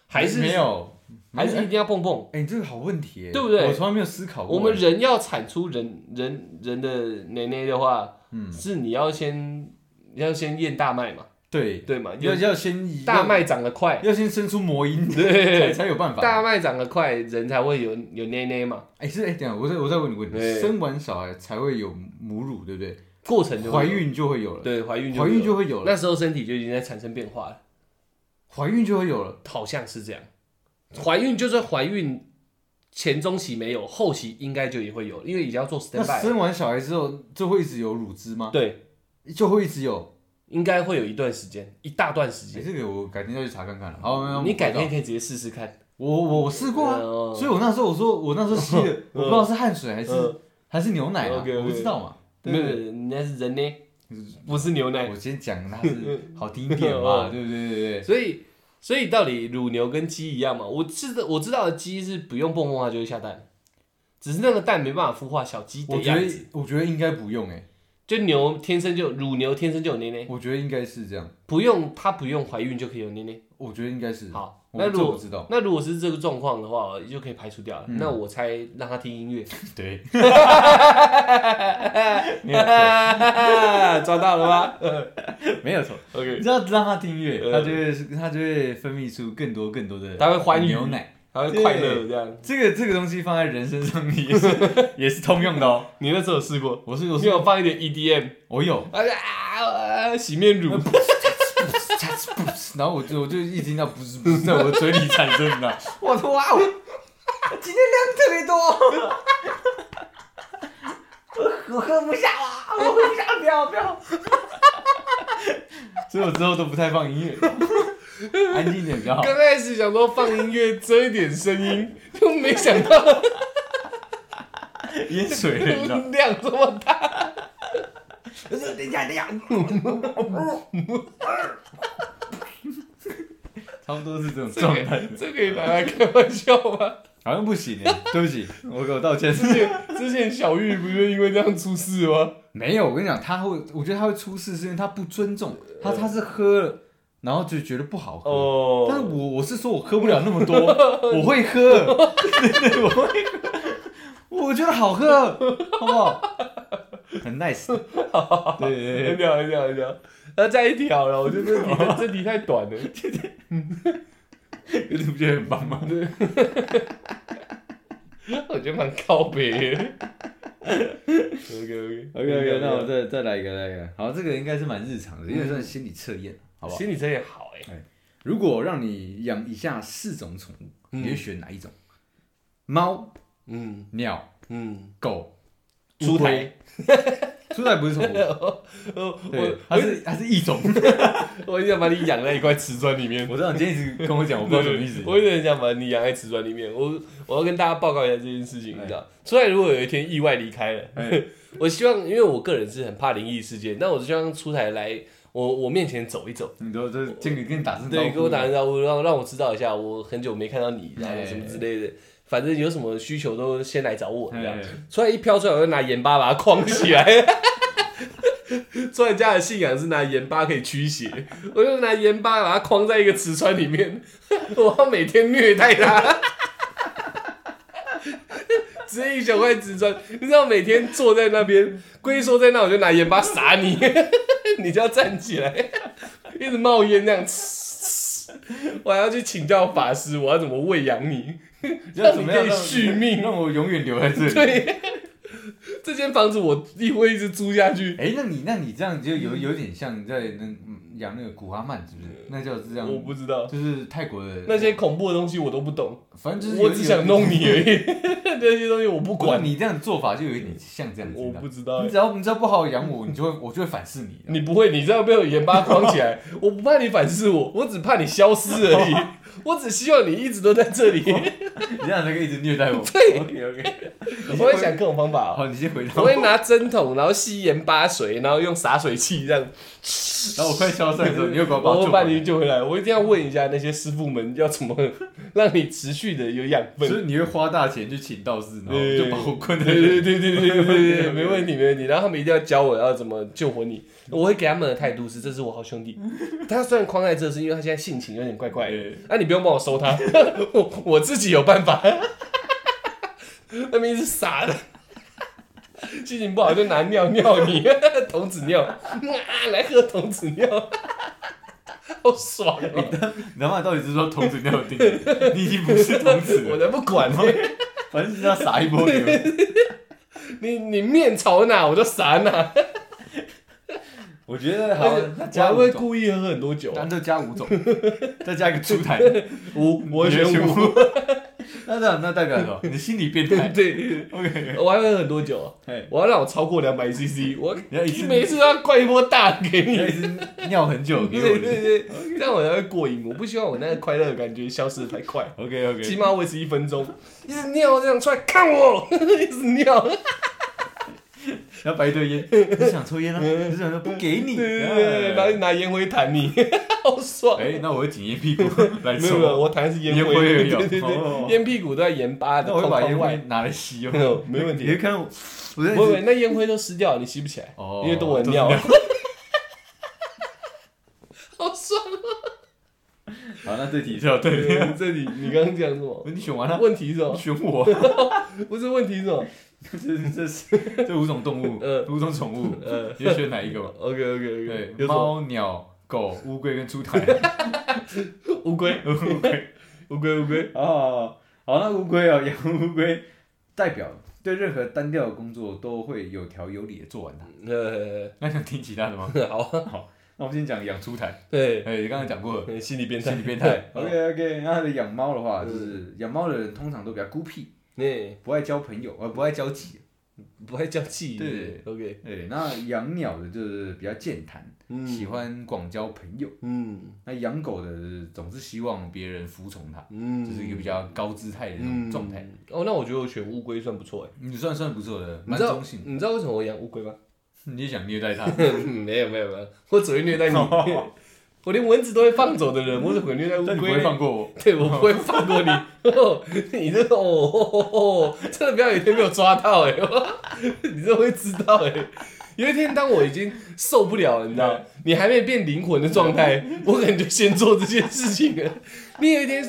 Speaker 1: 还是
Speaker 2: 没有？
Speaker 1: 还是一定要蹦蹦？
Speaker 2: 哎，你这个好问题耶，
Speaker 1: 对不对
Speaker 2: 我从来没有思考过。哎
Speaker 1: 我们人要产出人人人的奶奶的话，
Speaker 2: 嗯
Speaker 1: 是你要先要先验大麦嘛，
Speaker 2: 对，
Speaker 1: 对嘛？
Speaker 2: 要
Speaker 1: 要
Speaker 2: 要先移
Speaker 1: 大麦长得快，
Speaker 2: (laughs) 要先生出魔音，
Speaker 1: (laughs)
Speaker 2: 才
Speaker 1: 对，啊
Speaker 2: 才有办法。
Speaker 1: 大麦长得快，人才会有有奶奶嘛，
Speaker 2: 哎、是哎、等一下我再我再问你问题，
Speaker 1: 对
Speaker 2: 生完小孩才会有母乳，对不对？
Speaker 1: 过程就会
Speaker 2: 怀
Speaker 1: 有
Speaker 2: 孕就会有了，
Speaker 1: 对怀孕
Speaker 2: 怀孕
Speaker 1: 有
Speaker 2: 就会有了，
Speaker 1: 那时候身体就已经在产生变化了。
Speaker 2: 怀孕就会有了，
Speaker 1: 好像是这样。怀孕就算怀孕前中期没有，后期应该就也会有，因为已经要做
Speaker 2: 那
Speaker 1: stand by。
Speaker 2: 生完小孩之后就会一直有乳汁吗？
Speaker 1: 对，
Speaker 2: 就会一直有。
Speaker 1: 应该会有一段时间，一大段时
Speaker 2: 哎、
Speaker 1: 间。
Speaker 2: 这个我改天再去查看看了。好，没有
Speaker 1: 你改天可以直接试试看。
Speaker 2: 我我我试嗯过啊，
Speaker 1: 嗯
Speaker 2: 所以我那时候我说我那时
Speaker 1: (laughs)
Speaker 2: 候吸的，我不知道是汗水还是、
Speaker 1: 嗯
Speaker 2: 还是牛奶啊，
Speaker 1: OK，OK
Speaker 2: 我不知道嘛。对
Speaker 1: 没
Speaker 2: 不
Speaker 1: 有，
Speaker 2: 对
Speaker 1: 人家是人呢，
Speaker 2: 嗯
Speaker 1: 不是牛奶。
Speaker 2: 我先讲它是好听一点嘛，
Speaker 1: (laughs) 嗯
Speaker 2: 对不对？对对对，
Speaker 1: 所以，所以到底乳牛跟鸡一样吗？我知道，我知道的鸡是不用蹦蹦它就会下蛋，只是那个蛋没办法孵化小鸡的
Speaker 2: 我觉
Speaker 1: 样子。
Speaker 2: 得我觉得应该不用哎、
Speaker 1: 就牛天生就乳牛天生就有奶奶，
Speaker 2: 我觉得应该是这样，
Speaker 1: 不用它不用怀孕就可以有奶奶。
Speaker 2: 我觉得应该是。
Speaker 1: 好，
Speaker 2: 我
Speaker 1: 那如
Speaker 2: 嗯这
Speaker 1: 果
Speaker 2: 我知道。
Speaker 1: 那如果是这个状况的话，就可以排除掉了。那我猜让他听音 (laughs) 乐，
Speaker 2: (laughs) 对， (laughs) 没有错，
Speaker 1: 抓到了吧
Speaker 2: 没有错。
Speaker 1: ？OK，
Speaker 2: 你知道让他听音乐，
Speaker 1: 呃
Speaker 2: 他就会他就会分泌出更多更多的，
Speaker 1: 他会欢愉
Speaker 2: 牛奶。
Speaker 1: 他会快乐这样。
Speaker 2: 这个这个东西放在人身上面也是 (laughs) 也是通用的哦。
Speaker 1: 你那时候有试过？
Speaker 2: 我是我
Speaker 1: 你
Speaker 2: 是
Speaker 1: 有放一点 EDM
Speaker 2: 我有，
Speaker 1: 啊啊啊洗面 (laughs) 乳，
Speaker 2: 然后我就我就一听到不是不是在我嘴里产生的， (laughs) 我说哇哦，今天量特别多，我喝不下啦，我喝不下，不要不要。所以我之后都不太放音 (laughs) 乐，安静一点比较好。
Speaker 1: 刚开始想说放音乐遮一点声 (laughs) 音，就没想到
Speaker 2: 淹水了，你知道？
Speaker 1: 量这么大。
Speaker 2: 等一下，等一下，差不多是这种
Speaker 1: 这
Speaker 2: 状态
Speaker 1: 个，这可以拿来开玩笑吗？
Speaker 2: 好像不行哎，对不起，我给我道歉。
Speaker 1: 之前之前小玉不就因为这样出事吗？
Speaker 2: 没有，我跟你讲，他会，我觉得他会出事，是因为他不尊重，他他是喝了，然后就觉得不好喝。
Speaker 1: 哦
Speaker 2: 但是我我是说我喝不了那么多，我会喝，对对，我会喝，我觉得好喝，好不好？很 nice，对
Speaker 1: (laughs)
Speaker 2: 对对
Speaker 1: 很，屌，很屌，很屌。那再一条了，我觉得
Speaker 2: (laughs)
Speaker 1: 这题这题太短了。
Speaker 2: 你不觉得很棒吗？
Speaker 1: 我觉得蛮靠北的。OK OK
Speaker 2: OK，OK，那我再再来一个，来一个。好，这个应该是蛮日常的，因为算心理测验，好不好？
Speaker 1: 心理测验好哎、
Speaker 2: 如果让你养以下四种宠物，
Speaker 1: 嗯
Speaker 2: 你会选哪一种？猫、
Speaker 1: 嗯
Speaker 2: 鸟、
Speaker 1: 嗯，
Speaker 2: 狗、
Speaker 1: 出
Speaker 2: 乌龟
Speaker 1: 台
Speaker 2: 出来不是
Speaker 1: (laughs)
Speaker 2: 宠物，
Speaker 1: 我
Speaker 2: 对
Speaker 1: 我，
Speaker 2: 它是它是
Speaker 1: (laughs)
Speaker 2: 异种。
Speaker 1: 我一直想把你养在一块瓷砖里面，
Speaker 2: 我知道你今天一直跟 (laughs) 我讲，我不知道什么意思。
Speaker 1: 我有点想把你养在瓷砖里面。我我要跟大家报告一下这件事情，你知道，虽然如果有一天意外离开了，
Speaker 2: 哎
Speaker 1: 我希望，因为我个人是很怕灵异事件，但我就希望出台来我我面前走一走，
Speaker 2: 你都这这个跟你打声招呼，
Speaker 1: 对，给我打声招呼，让让我知道一下，我很久没看到你，然后
Speaker 2: 哎
Speaker 1: 什么之类的，反正有什么需求都先来找我，这样 (laughs)
Speaker 2: 哎。
Speaker 1: 出来一飘出来，我就拿盐巴把它框起来。 (laughs) 出来家的信仰是拿盐巴可以驱邪，我就拿盐巴把它框在一个瓷砖里面， (laughs) 我要每天虐待它。 (laughs) 直接一小块瓷砖，你知道每天坐在那边龟缩在那，我就拿盐巴撒你， (laughs) 你就要站起来，一直冒烟那样。我还要去请教法师，我要怎么喂养你，
Speaker 2: 要
Speaker 1: 让
Speaker 2: 怎
Speaker 1: 你
Speaker 2: 么
Speaker 1: 可
Speaker 2: 样
Speaker 1: 以
Speaker 2: 让
Speaker 1: 续命。
Speaker 2: 让我永远留在这里。
Speaker 1: (laughs) 对，这间房子我一会一直租下去。
Speaker 2: 哎，那你那你这样就有有点像在那嗯养那个古阿曼，是不是？那叫是这样，
Speaker 1: 嗯我不知道
Speaker 2: 就是泰国的
Speaker 1: 那些，恐怖的东西我都不懂，
Speaker 2: 反正就是有
Speaker 1: 我只想弄你而已。
Speaker 2: (laughs)
Speaker 1: 那些东西我不
Speaker 2: 不是
Speaker 1: 管，
Speaker 2: 你这样做法就有点像这样子
Speaker 1: 我
Speaker 2: 的。
Speaker 1: 不知道
Speaker 2: 你。只要你只要不好好养我，你就会我 (laughs) 就会反噬你。
Speaker 1: 你不会，你这样被我盐巴框起来，我不怕你反噬我，我只怕你消失
Speaker 2: (laughs)
Speaker 1: 而已。我只希望你一直都在这里。
Speaker 2: 哦你这样才可以一直虐待我。 (laughs)
Speaker 1: 对
Speaker 2: OK OK。
Speaker 1: 我会想各种方法哦、
Speaker 2: 好，你先回答
Speaker 1: 我
Speaker 2: 我。
Speaker 1: 会拿针筒，然后吸盐巴水，然后用洒水器这样，
Speaker 2: 然后我快消散的时候，你又给我把
Speaker 1: (laughs) 我
Speaker 2: 我
Speaker 1: 会
Speaker 2: 救
Speaker 1: 把
Speaker 2: 回
Speaker 1: 你
Speaker 2: 来。
Speaker 1: 救回来。我一定要问一下那些师傅们要怎么让你持续的有养分。
Speaker 2: 所以你会花大钱去请道士，然后
Speaker 1: 对
Speaker 2: 就把我困在这
Speaker 1: 对对对
Speaker 2: 里。
Speaker 1: 对对对对对，没问题没问题。然后他们一定要教我要怎么救活你，我会给他们的态度是，这是我好兄弟。他虽然框在这，是因为他现在性情有点怪怪的。
Speaker 2: (laughs) 对
Speaker 1: 那、你不用帮我收他，我我自己有办法。那边是傻的，心情不好就拿尿尿你，童子尿，啊，来喝童子尿，好爽哦、
Speaker 2: 你他妈到底是说童子尿定义？你已经不是童子
Speaker 1: (laughs) 我
Speaker 2: 了，
Speaker 1: 才不管呢、
Speaker 2: (laughs) 反正就是要撒一波流。
Speaker 1: (laughs) 你你面朝哪我就撒哪，
Speaker 2: 我觉得好
Speaker 1: 而且，
Speaker 2: 那
Speaker 1: 我
Speaker 2: 加
Speaker 1: 还
Speaker 2: 五
Speaker 1: 会
Speaker 2: 种，
Speaker 1: 故意喝很多酒、
Speaker 2: 那就加五
Speaker 1: (laughs)
Speaker 2: 种，再加一个出台，
Speaker 1: 五，我
Speaker 2: 你
Speaker 1: 选
Speaker 2: 的全
Speaker 1: 五。
Speaker 2: 部。 (laughs) 那这样那代表什么？你心理变态。
Speaker 1: (laughs) 对，
Speaker 2: OK，
Speaker 1: 我还会喝很多酒啊，
Speaker 2: 哎，
Speaker 1: 我要让我超过两百 CC，我
Speaker 2: 你要一次，
Speaker 1: 每次都要灌一波大给
Speaker 2: 你
Speaker 1: 你
Speaker 2: 要。一次尿很久 (laughs) 给
Speaker 1: 对
Speaker 2: 我的。
Speaker 1: 对对，这样我才会过瘾。我不希望我那个快乐的感觉消失的太快，
Speaker 2: OK
Speaker 1: 起
Speaker 2: OK，
Speaker 1: 码维持一分钟。一直尿这样出来看我，一直尿。
Speaker 2: 然后白一
Speaker 1: (laughs)
Speaker 2: 堆烟，你想抽烟啊？你想说不给你？
Speaker 1: 对对对，然后
Speaker 2: 哎
Speaker 1: 拿烟灰弹你，好爽。
Speaker 2: 哎，那我会紧烟
Speaker 1: (laughs)
Speaker 2: 屁股 (laughs) 来
Speaker 1: 没有没有，
Speaker 2: 抽。
Speaker 1: 我弹的是烟
Speaker 2: 烟
Speaker 1: 灰。
Speaker 2: 灰而已哦
Speaker 1: 对对
Speaker 2: 哦
Speaker 1: 对，烟屁股都在盐巴的
Speaker 2: 那我会
Speaker 1: 框
Speaker 2: 把烟
Speaker 1: 框
Speaker 2: 灰
Speaker 1: 外。
Speaker 2: 拿来吸哦。
Speaker 1: No，没 (laughs) 问
Speaker 2: 你
Speaker 1: 题
Speaker 2: 会。看我，我在
Speaker 1: 不不，那烟灰都湿掉了，你吸不起来，
Speaker 2: 哦
Speaker 1: 因为都闻
Speaker 2: 都是
Speaker 1: 尿 (laughs)
Speaker 2: 尿。
Speaker 1: 好爽！
Speaker 2: 好，那这题就 (laughs) 对。哦
Speaker 1: 对，这里你刚刚讲什么？
Speaker 2: 你选完了，
Speaker 1: 问题是什么？
Speaker 2: 选我。
Speaker 1: 呃不是问题是什么？
Speaker 2: (laughs) 这这是 (laughs) 这五种动物，
Speaker 1: 呃
Speaker 2: 五种宠物，
Speaker 1: 呃
Speaker 2: 你会选哪一个吧？
Speaker 1: ，OK OK
Speaker 2: 对
Speaker 1: OK，，有什么？
Speaker 2: 猫、鸟、狗、乌龟
Speaker 1: (laughs)
Speaker 2: 跟猪台。
Speaker 1: 乌龟，
Speaker 2: 乌龟
Speaker 1: 乌龟，乌龟。
Speaker 2: 哦，好，那乌龟哦， (laughs) 养乌龟代表对任何单调的工作都会有条有理的做完它。
Speaker 1: 呃，
Speaker 2: 那想听其他的吗？
Speaker 1: (laughs) 好，
Speaker 2: (laughs)
Speaker 1: 啊
Speaker 2: 那我们先讲养猪台，
Speaker 1: 对，
Speaker 2: 哎，刚刚讲 (laughs) 过了，
Speaker 1: 呃心理变态，
Speaker 2: 心理变
Speaker 1: (laughs)
Speaker 2: (laughs) 态。哦
Speaker 1: 对
Speaker 2: OK OK，那的养猫的话，就是养猫的人通常都比较孤僻，
Speaker 1: 那
Speaker 2: 不爱交朋友，呃，不爱交际。
Speaker 1: 不爱交际。
Speaker 2: 对
Speaker 1: ，OK，
Speaker 2: 对，那养鸟的就是比较健谈，
Speaker 1: 嗯
Speaker 2: 喜欢广交朋友。
Speaker 1: 嗯
Speaker 2: 那养狗的总是希望别人服从它，
Speaker 1: 嗯，
Speaker 2: 这是一个比较高姿态的那种状态。
Speaker 1: 嗯。哦，那我觉得我选乌龟算不错哎。
Speaker 2: 你算算不错的，
Speaker 1: 你
Speaker 2: 蛮
Speaker 1: 知道
Speaker 2: 中性的。 (laughs)
Speaker 1: 你知道为什么我养乌龟吗？
Speaker 2: 你也想虐待它？
Speaker 1: 没有没有没有，我只会虐
Speaker 2: (laughs)
Speaker 1: 待你。 (laughs) 我连蚊子都会放走的人，我怎么会虐待乌
Speaker 2: 但你不
Speaker 1: 龟
Speaker 2: 会
Speaker 1: 呢？
Speaker 2: 放过我。
Speaker 1: (laughs) 对，我不会放过你。 (laughs) 你这个哦哦哦，真的不要有一天被我抓到哎、 (laughs) 你这会知道哎、有一天当我已经受不了了，你知道，你还没变灵魂的状
Speaker 2: (laughs)
Speaker 1: 态，我可能就先做这件事情了。你有一天，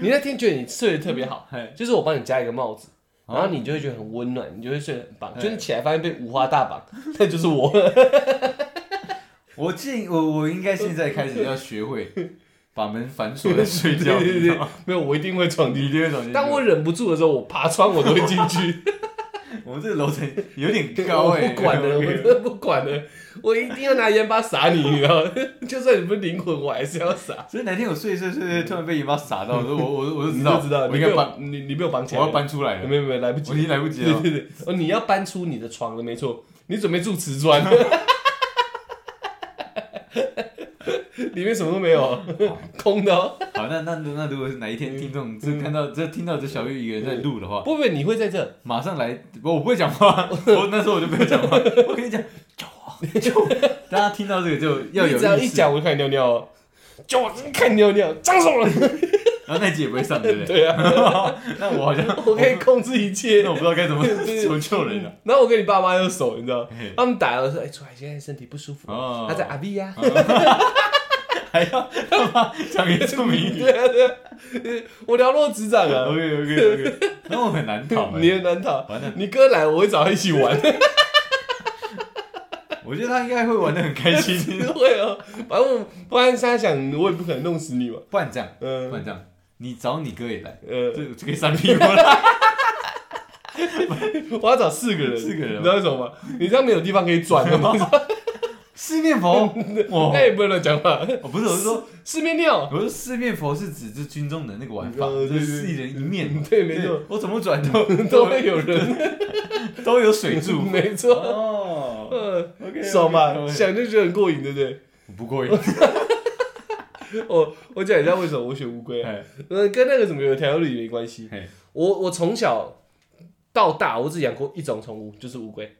Speaker 1: 你那天觉得你睡得特别好，
Speaker 2: 嘿
Speaker 1: 就是我帮你加一个帽子。
Speaker 2: 哦
Speaker 1: 然后你就会觉得很温暖，你就会睡得很棒。
Speaker 2: 嘿
Speaker 1: 就是你起来发现被五花大绑，那就是我。
Speaker 2: 我建议我我应该现在开始要
Speaker 1: (laughs)
Speaker 2: 学会把门反锁在睡觉。
Speaker 1: 对对
Speaker 2: 你知
Speaker 1: 对
Speaker 2: 道吗，
Speaker 1: 没有，我一定会闯进去
Speaker 2: 你一定会走进去
Speaker 1: 当我忍不住的时候，我爬窗我都会进去。
Speaker 2: 我们这个楼层有点高
Speaker 1: 我
Speaker 2: 哎、
Speaker 1: 不管了，我真的不管了，我一定要拿盐巴撒你，你知道吗？ (laughs) 就算你不是灵魂，我还是要撒。
Speaker 2: (laughs) 所以哪天我睡一睡睡睡，突然被尾巴撒到，我
Speaker 1: (laughs)
Speaker 2: 说我我我就
Speaker 1: 嗯你就
Speaker 2: 知道，
Speaker 1: 知道，
Speaker 2: 我
Speaker 1: 你没
Speaker 2: 应该
Speaker 1: 有
Speaker 2: 搬，
Speaker 1: 你你没有绑起
Speaker 2: 我
Speaker 1: 来，
Speaker 2: 要搬出来了，
Speaker 1: 没有没有来不及
Speaker 2: 我已，经来不及
Speaker 1: 对 (laughs)
Speaker 2: 了。
Speaker 1: 对对，哦，你要搬出你的床了，没错，你准备住瓷砖， (laughs) 里面什么都没有，
Speaker 2: (laughs)
Speaker 1: 空的、哦。
Speaker 2: 好，那那那如果是哪一天听众只看到
Speaker 1: 嗯
Speaker 2: 只听到这小玉一个人在录的话，
Speaker 1: 不不，你会在这，
Speaker 2: 马上来，不我不会
Speaker 1: (laughs)
Speaker 2: 讲话，我那时候我就不会讲话，我跟你讲，救我救我！大家听到这个就
Speaker 1: (laughs)
Speaker 2: 要
Speaker 1: 你
Speaker 2: 有
Speaker 1: 只要
Speaker 2: 意
Speaker 1: 一
Speaker 2: 识，
Speaker 1: 讲我就开始尿尿、哦，叫我看你尿尿，脏死我了。
Speaker 2: 然后那集也不会上，对不对？
Speaker 1: (laughs) 对啊，
Speaker 2: 那我好像
Speaker 1: 我可以控制一切
Speaker 2: (laughs) 那。我不知道该怎么
Speaker 1: (laughs) 对
Speaker 2: 求救人啊了。
Speaker 1: 然后我跟你爸妈又熟，你知道
Speaker 2: 嘿，
Speaker 1: 他们打了说，哎、出来现在身体不舒服，
Speaker 2: 哦
Speaker 1: 嗯他在阿 B 呀、
Speaker 2: (laughs) 还要他妈讲原住民语
Speaker 1: (laughs) 对啊对啊，我寥落指掌啊，
Speaker 2: ，OK OK OK，那我很难讨、
Speaker 1: (laughs) 你
Speaker 2: 欸。
Speaker 1: 很难讨
Speaker 2: 完了，
Speaker 1: 你哥来我会找他一起玩，
Speaker 2: 我觉得他应该会玩的很开
Speaker 1: (laughs)
Speaker 2: 心。
Speaker 1: 会哦，反正我不然他想我也不可能弄死你嘛，
Speaker 2: 不然这样，
Speaker 1: 嗯、
Speaker 2: 不然这样，你找你哥也来，
Speaker 1: 呃，
Speaker 2: 这这个三屁股了。 (laughs)
Speaker 1: 我要找四个人，
Speaker 2: 四个
Speaker 1: 你
Speaker 2: 人
Speaker 1: 知道为什么吗？你这样没有地方可以转了吗？
Speaker 2: 四
Speaker 1: (laughs)
Speaker 2: 面佛，
Speaker 1: 那
Speaker 2: 哦，
Speaker 1: 也不能乱讲话，
Speaker 2: 哦不是，我是说，
Speaker 1: 四面尿，
Speaker 2: 我说四面佛是指这军中的那个玩法，
Speaker 1: 嗯
Speaker 2: 就
Speaker 1: 对
Speaker 2: 是四人一面
Speaker 1: 嗯。对没错，
Speaker 2: 我怎么转都
Speaker 1: (laughs) 都会有人，
Speaker 2: 都有水柱。
Speaker 1: 没错，
Speaker 2: 哦
Speaker 1: 呃，
Speaker 2: ，OK，
Speaker 1: 爽吧，
Speaker 2: 像
Speaker 1: 想就觉得很过瘾，对不对？
Speaker 2: 不过瘾。
Speaker 1: 我我讲一下为什么我选乌龟啊，
Speaker 2: 哎
Speaker 1: 呃，跟那个什么有条理没关系
Speaker 2: 嘿。
Speaker 1: 我我从小到大，我只养过一种宠物，就是乌龟。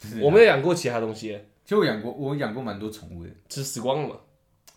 Speaker 2: 是
Speaker 1: 我没有养过其他东西，
Speaker 2: 其实我养过，我养过蛮多宠物的，
Speaker 1: 只死光了嘛。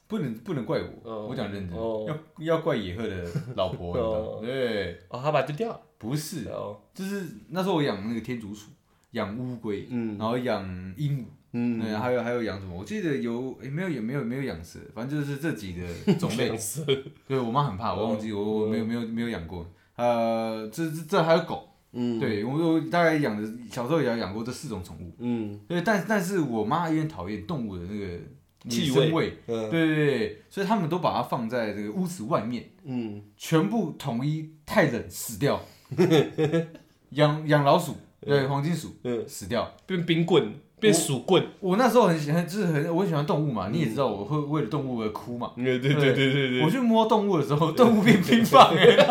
Speaker 2: 不能不能怪
Speaker 1: 哦
Speaker 2: 我，我讲认真，
Speaker 1: 哦
Speaker 2: 要要怪野鹤的老婆，
Speaker 1: 哦 (laughs)
Speaker 2: 你知道对，
Speaker 1: 哦，它把它丢掉了。
Speaker 2: 不是，
Speaker 1: 哦，
Speaker 2: 就是那时候我养那个天竺鼠，养乌龟，
Speaker 1: 嗯
Speaker 2: 然后养鹦鹉。
Speaker 1: 嗯，
Speaker 2: 对，还有还有养什么？我记得有诶、没有也没有没有养蛇，反正就是这几个种类
Speaker 1: (laughs) 养。蛇
Speaker 2: 对我妈很怕，我忘
Speaker 1: 哦
Speaker 2: 记我我没有没有没有养过。呃，这这这还有狗，
Speaker 1: 嗯，，
Speaker 2: 对我我大概养的小时候也养过这四种宠物。
Speaker 1: 嗯
Speaker 2: 对，但但是我妈有点讨厌动物的那个
Speaker 1: 气
Speaker 2: 野
Speaker 1: 味
Speaker 2: 生味，对
Speaker 1: 嗯
Speaker 2: 对对，所以他们都把它放在这个屋子外面，
Speaker 1: 嗯，
Speaker 2: 全部统一太冷
Speaker 1: (laughs)
Speaker 2: 死掉。养养老鼠，对黄金鼠
Speaker 1: 嗯
Speaker 2: 死掉。
Speaker 1: 变冰棍，变鼠棍。
Speaker 2: 我那时候很喜欢，就是很我很喜欢动物嘛，你也知道我会为了动物而哭嘛。
Speaker 1: 对对对对对
Speaker 2: 我
Speaker 1: 对，
Speaker 2: 去摸动物的时候，动物变冰棒、欸，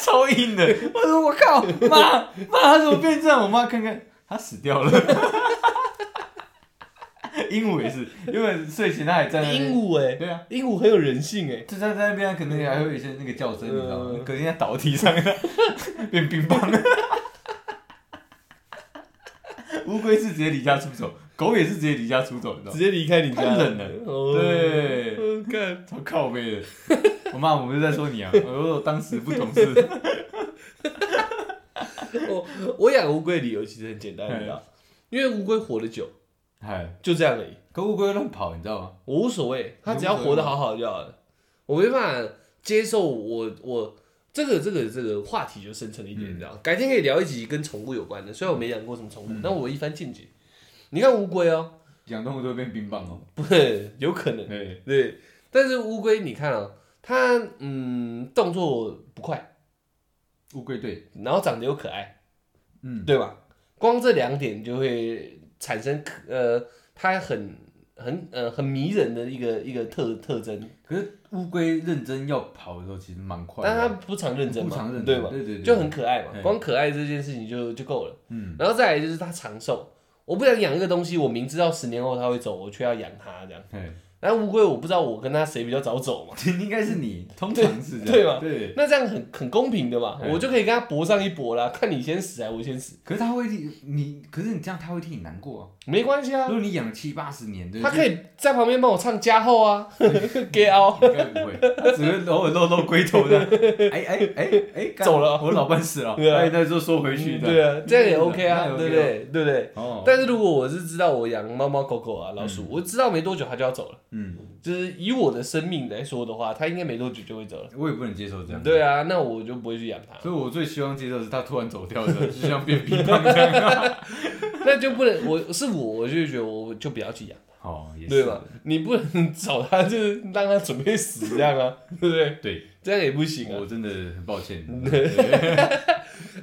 Speaker 2: 超硬的。我说我靠，妈妈，它怎么变这样？我妈看看，它死掉了。鹦鹉也是，因为睡前它还在那边
Speaker 1: 鹦，鹉哎，
Speaker 2: 对啊，
Speaker 1: 鹦鹉很有人性哎。
Speaker 2: 就在在那边，可能还会有一些那个叫声，你知道吗
Speaker 1: 嗯？
Speaker 2: 隔天它倒地上 (laughs) 变冰棒。乌龟是直接离家出走，狗也是直接离家出走，你知道吗
Speaker 1: 直？接离开你家，
Speaker 2: 太冷了
Speaker 1: 哦
Speaker 2: 对
Speaker 1: 嗯看，
Speaker 2: 超靠背的。我妈，我们就在说你啊，我说我当时不懂事。
Speaker 1: 我我养乌龟的理由其实很简单，你知道，因为乌龟活得久，
Speaker 2: 哎，
Speaker 1: 就这样而已。
Speaker 2: 可乌龟会乱跑，你知道吗？
Speaker 1: 我无所谓，他只要活得好好就好了。我没办法接受我我这个这个这个话题就深层了一点，你知道
Speaker 2: 嗯
Speaker 1: 吗？改天可以聊一集跟宠物有关的，虽然我没养过什么宠物，但我一番见解。你看乌龟哦， (laughs)
Speaker 2: 养动物都会变冰棒哦。
Speaker 1: 不是有可能
Speaker 2: 对，
Speaker 1: 对，但是乌龟你看啊、它嗯动作不快，
Speaker 2: 乌龟对，
Speaker 1: 然后长得又可爱，
Speaker 2: 嗯，
Speaker 1: 对吧？光这两点就会产生可呃，它很很呃很迷人的一个一个特特征，
Speaker 2: 可是乌龟认真要跑的时候，其实蛮快
Speaker 1: 但他
Speaker 2: 的。
Speaker 1: 不常认真嘛，
Speaker 2: 不常认真
Speaker 1: 对吧？
Speaker 2: 对哎对对
Speaker 1: 就很可爱嘛，
Speaker 2: 对
Speaker 1: 光可爱这件事情就就够了。
Speaker 2: 嗯，
Speaker 1: 然后再来就是它长寿，我不想养一个东西，我明知道十年后它会走，我却要养它这样。
Speaker 2: 对，
Speaker 1: 然后乌龟，我不知道我跟它谁比较早走嘛，
Speaker 2: 应该是你，通常是这样。
Speaker 1: 对嘛
Speaker 2: 对。
Speaker 1: 那这样很很公平的嘛，
Speaker 2: 对
Speaker 1: 我就可以跟它搏上一搏啦，看你先死还是我先死，
Speaker 2: 可是它会替你，可是你这样它会替你难过啊。
Speaker 1: 没关系
Speaker 2: 如
Speaker 1: 啊。
Speaker 2: 果你养了七八十年，对不
Speaker 1: 它
Speaker 2: 对？
Speaker 1: 可以在旁边帮我唱加厚啊 (laughs) ，get out，
Speaker 2: 应该不会，它只会偶尔露露龟
Speaker 1: (laughs)
Speaker 2: 头的。哎哎哎哎，干
Speaker 1: 走了
Speaker 2: 我老伴死了。
Speaker 1: 对啊
Speaker 2: 哎，那就说回去的。嗯
Speaker 1: 对啊，这样也 OK
Speaker 2: 那也
Speaker 1: 啊，对
Speaker 2: OK
Speaker 1: 不对？对不对？
Speaker 2: 哦，
Speaker 1: 但是如果我是知道我养猫猫狗狗啊老鼠，我知道没多久它就要走了。
Speaker 2: 嗯，
Speaker 1: 就是以我的生命来说的话，它应该没多久就会走了。
Speaker 2: 我也不能接受这样。
Speaker 1: 对啊，那我就不会去养它，
Speaker 2: 所以我最希望接受的是他突然走掉的时候，就像变冰棒这
Speaker 1: (laughs)
Speaker 2: 样。
Speaker 1: 那就不能我是我，我就觉得我就不要去养，
Speaker 2: 哦，也
Speaker 1: 对吧？？你不能找它，就是让它准备死这样啊，对不对？
Speaker 2: 对，
Speaker 1: 这样也不行啊
Speaker 2: 我。真的很抱歉。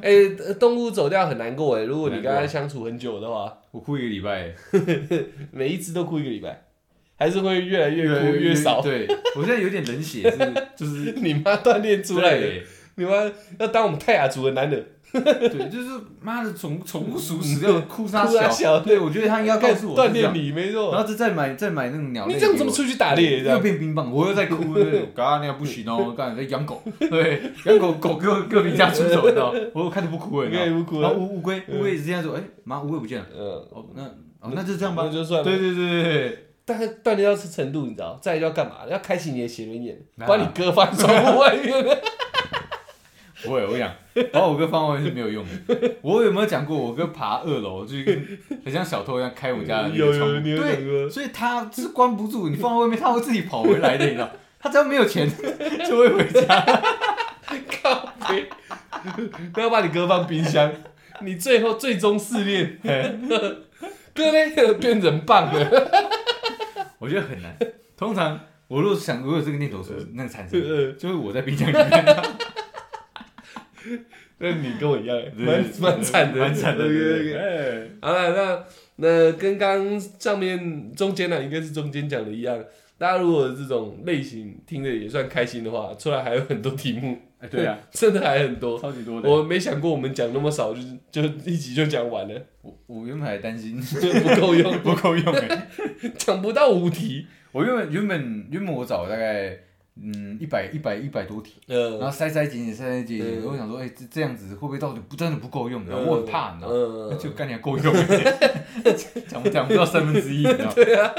Speaker 1: 哎、呃动物走掉很难过哎，如果你跟它相处很久的话，
Speaker 2: 我哭一个礼拜，
Speaker 1: 每一只都哭一个礼拜，还是会越来 (laughs) 越哭少。
Speaker 2: 对我现在有点冷血，是就是
Speaker 1: 你妈锻炼 (laughs) 出来的，
Speaker 2: 对
Speaker 1: 你妈要当我们泰雅族的男人，
Speaker 2: 对，就是妈的宠宠物鼠死掉，哭
Speaker 1: 哭
Speaker 2: 杀
Speaker 1: (laughs) 他
Speaker 2: 小。
Speaker 1: 小，
Speaker 2: 对，我觉得他应该告诉我
Speaker 1: 锻
Speaker 2: 是
Speaker 1: (laughs)
Speaker 2: 这样
Speaker 1: 炼，你没
Speaker 2: 然
Speaker 1: 错。
Speaker 2: 后再再买再买那种鸟类
Speaker 1: 你
Speaker 2: 给我。
Speaker 1: 这样怎么出去打猎？这
Speaker 2: 又
Speaker 1: 样
Speaker 2: 变冰棒，我又在哭，对不
Speaker 1: (laughs)
Speaker 2: 对嘎，那样不行哦，干在养狗，对，养狗狗各各离家出走，你知
Speaker 1: (laughs)
Speaker 2: 道，我看着不哭了，
Speaker 1: 应
Speaker 2: 你知道
Speaker 1: 该不哭
Speaker 2: 然后
Speaker 1: 了。
Speaker 2: 乌乌龟，
Speaker 1: 嗯
Speaker 2: 乌龟也是这样说，哎，妈，乌龟不见了，
Speaker 1: 嗯，
Speaker 2: 哦，那哦那就这样吧
Speaker 1: 那，就算
Speaker 2: 对
Speaker 1: 了。
Speaker 2: 对对对对，
Speaker 1: 但是锻炼到这程度，你知道，再来就要干嘛？要开启你的斜轮眼，
Speaker 2: 啊
Speaker 1: 把你哥放在窗户外面。
Speaker 2: 我也我想，把我哥放外面是没有用
Speaker 1: (laughs)
Speaker 2: 的，我有没有讲过我哥爬二楼就是跟很像小偷一样开我家的那
Speaker 1: 有
Speaker 2: 个
Speaker 1: 有
Speaker 2: 窗户，
Speaker 1: 你有讲过
Speaker 2: 对，所以他是关不住，你放在外面他会自己跑回来的，你知道，他只要没有钱 (laughs) 就会回家，
Speaker 1: 靠 (laughs) 背，不要把你哥放冰箱，你最后最终试炼，哥呢变人棒
Speaker 2: (laughs)
Speaker 1: 了，
Speaker 2: 我觉得很难。通常我如果想，我有这个念头是那个产生
Speaker 1: 呃，
Speaker 2: 就是我在冰箱里面，
Speaker 1: 那你跟我一样， (laughs) 蛮蛮惨的，
Speaker 2: 蛮惨的。对
Speaker 1: OK，OK
Speaker 2: 对对
Speaker 1: 哎好了，那那跟刚刚上面中间呢、啊应该是中间讲的一样。大家如果有这种类型听的也算开心的话，出来还有很多题目，
Speaker 2: 哎， (laughs) 对啊，，
Speaker 1: (laughs) 真的还很多。
Speaker 2: 超级多的。我
Speaker 1: 我没想过我们讲那么少，就是就一集就讲
Speaker 2: (laughs)
Speaker 1: 完了，
Speaker 2: 我我原本还担心
Speaker 1: 不够用，
Speaker 2: (laughs) 不 (laughs) 够用哎，
Speaker 1: 讲不到五题。
Speaker 2: 我原本原本原本我找大概嗯一百一百一百多题，
Speaker 1: 呃
Speaker 2: 然后筛筛减减筛筛减减，
Speaker 1: 嗯
Speaker 2: 我想说哎这这样子会不会到底不真的不够用？然后我很怕，你知道吗。
Speaker 1: 嗯，
Speaker 2: 就干点够用， (laughs) 讲讲不到三分之一，你知道 (laughs) 吗？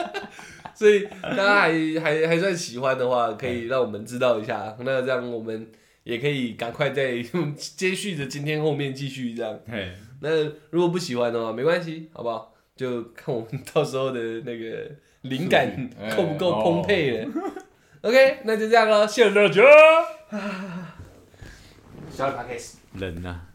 Speaker 1: 所以大家还 (laughs) 还还算喜欢的话，可以让我们知道一下。那这样我们也可以赶快再嗯接续着今天后面继续这样。
Speaker 2: 嘿
Speaker 1: 那如果不喜欢的话，没关系，好不好？就看我们到时候的那个灵
Speaker 2: (laughs)
Speaker 1: 感
Speaker 2: 数据
Speaker 1: 够不够
Speaker 2: 哎
Speaker 1: 充沛了。OK，那就这样喽，谢谢大家。
Speaker 2: 人呐、啊。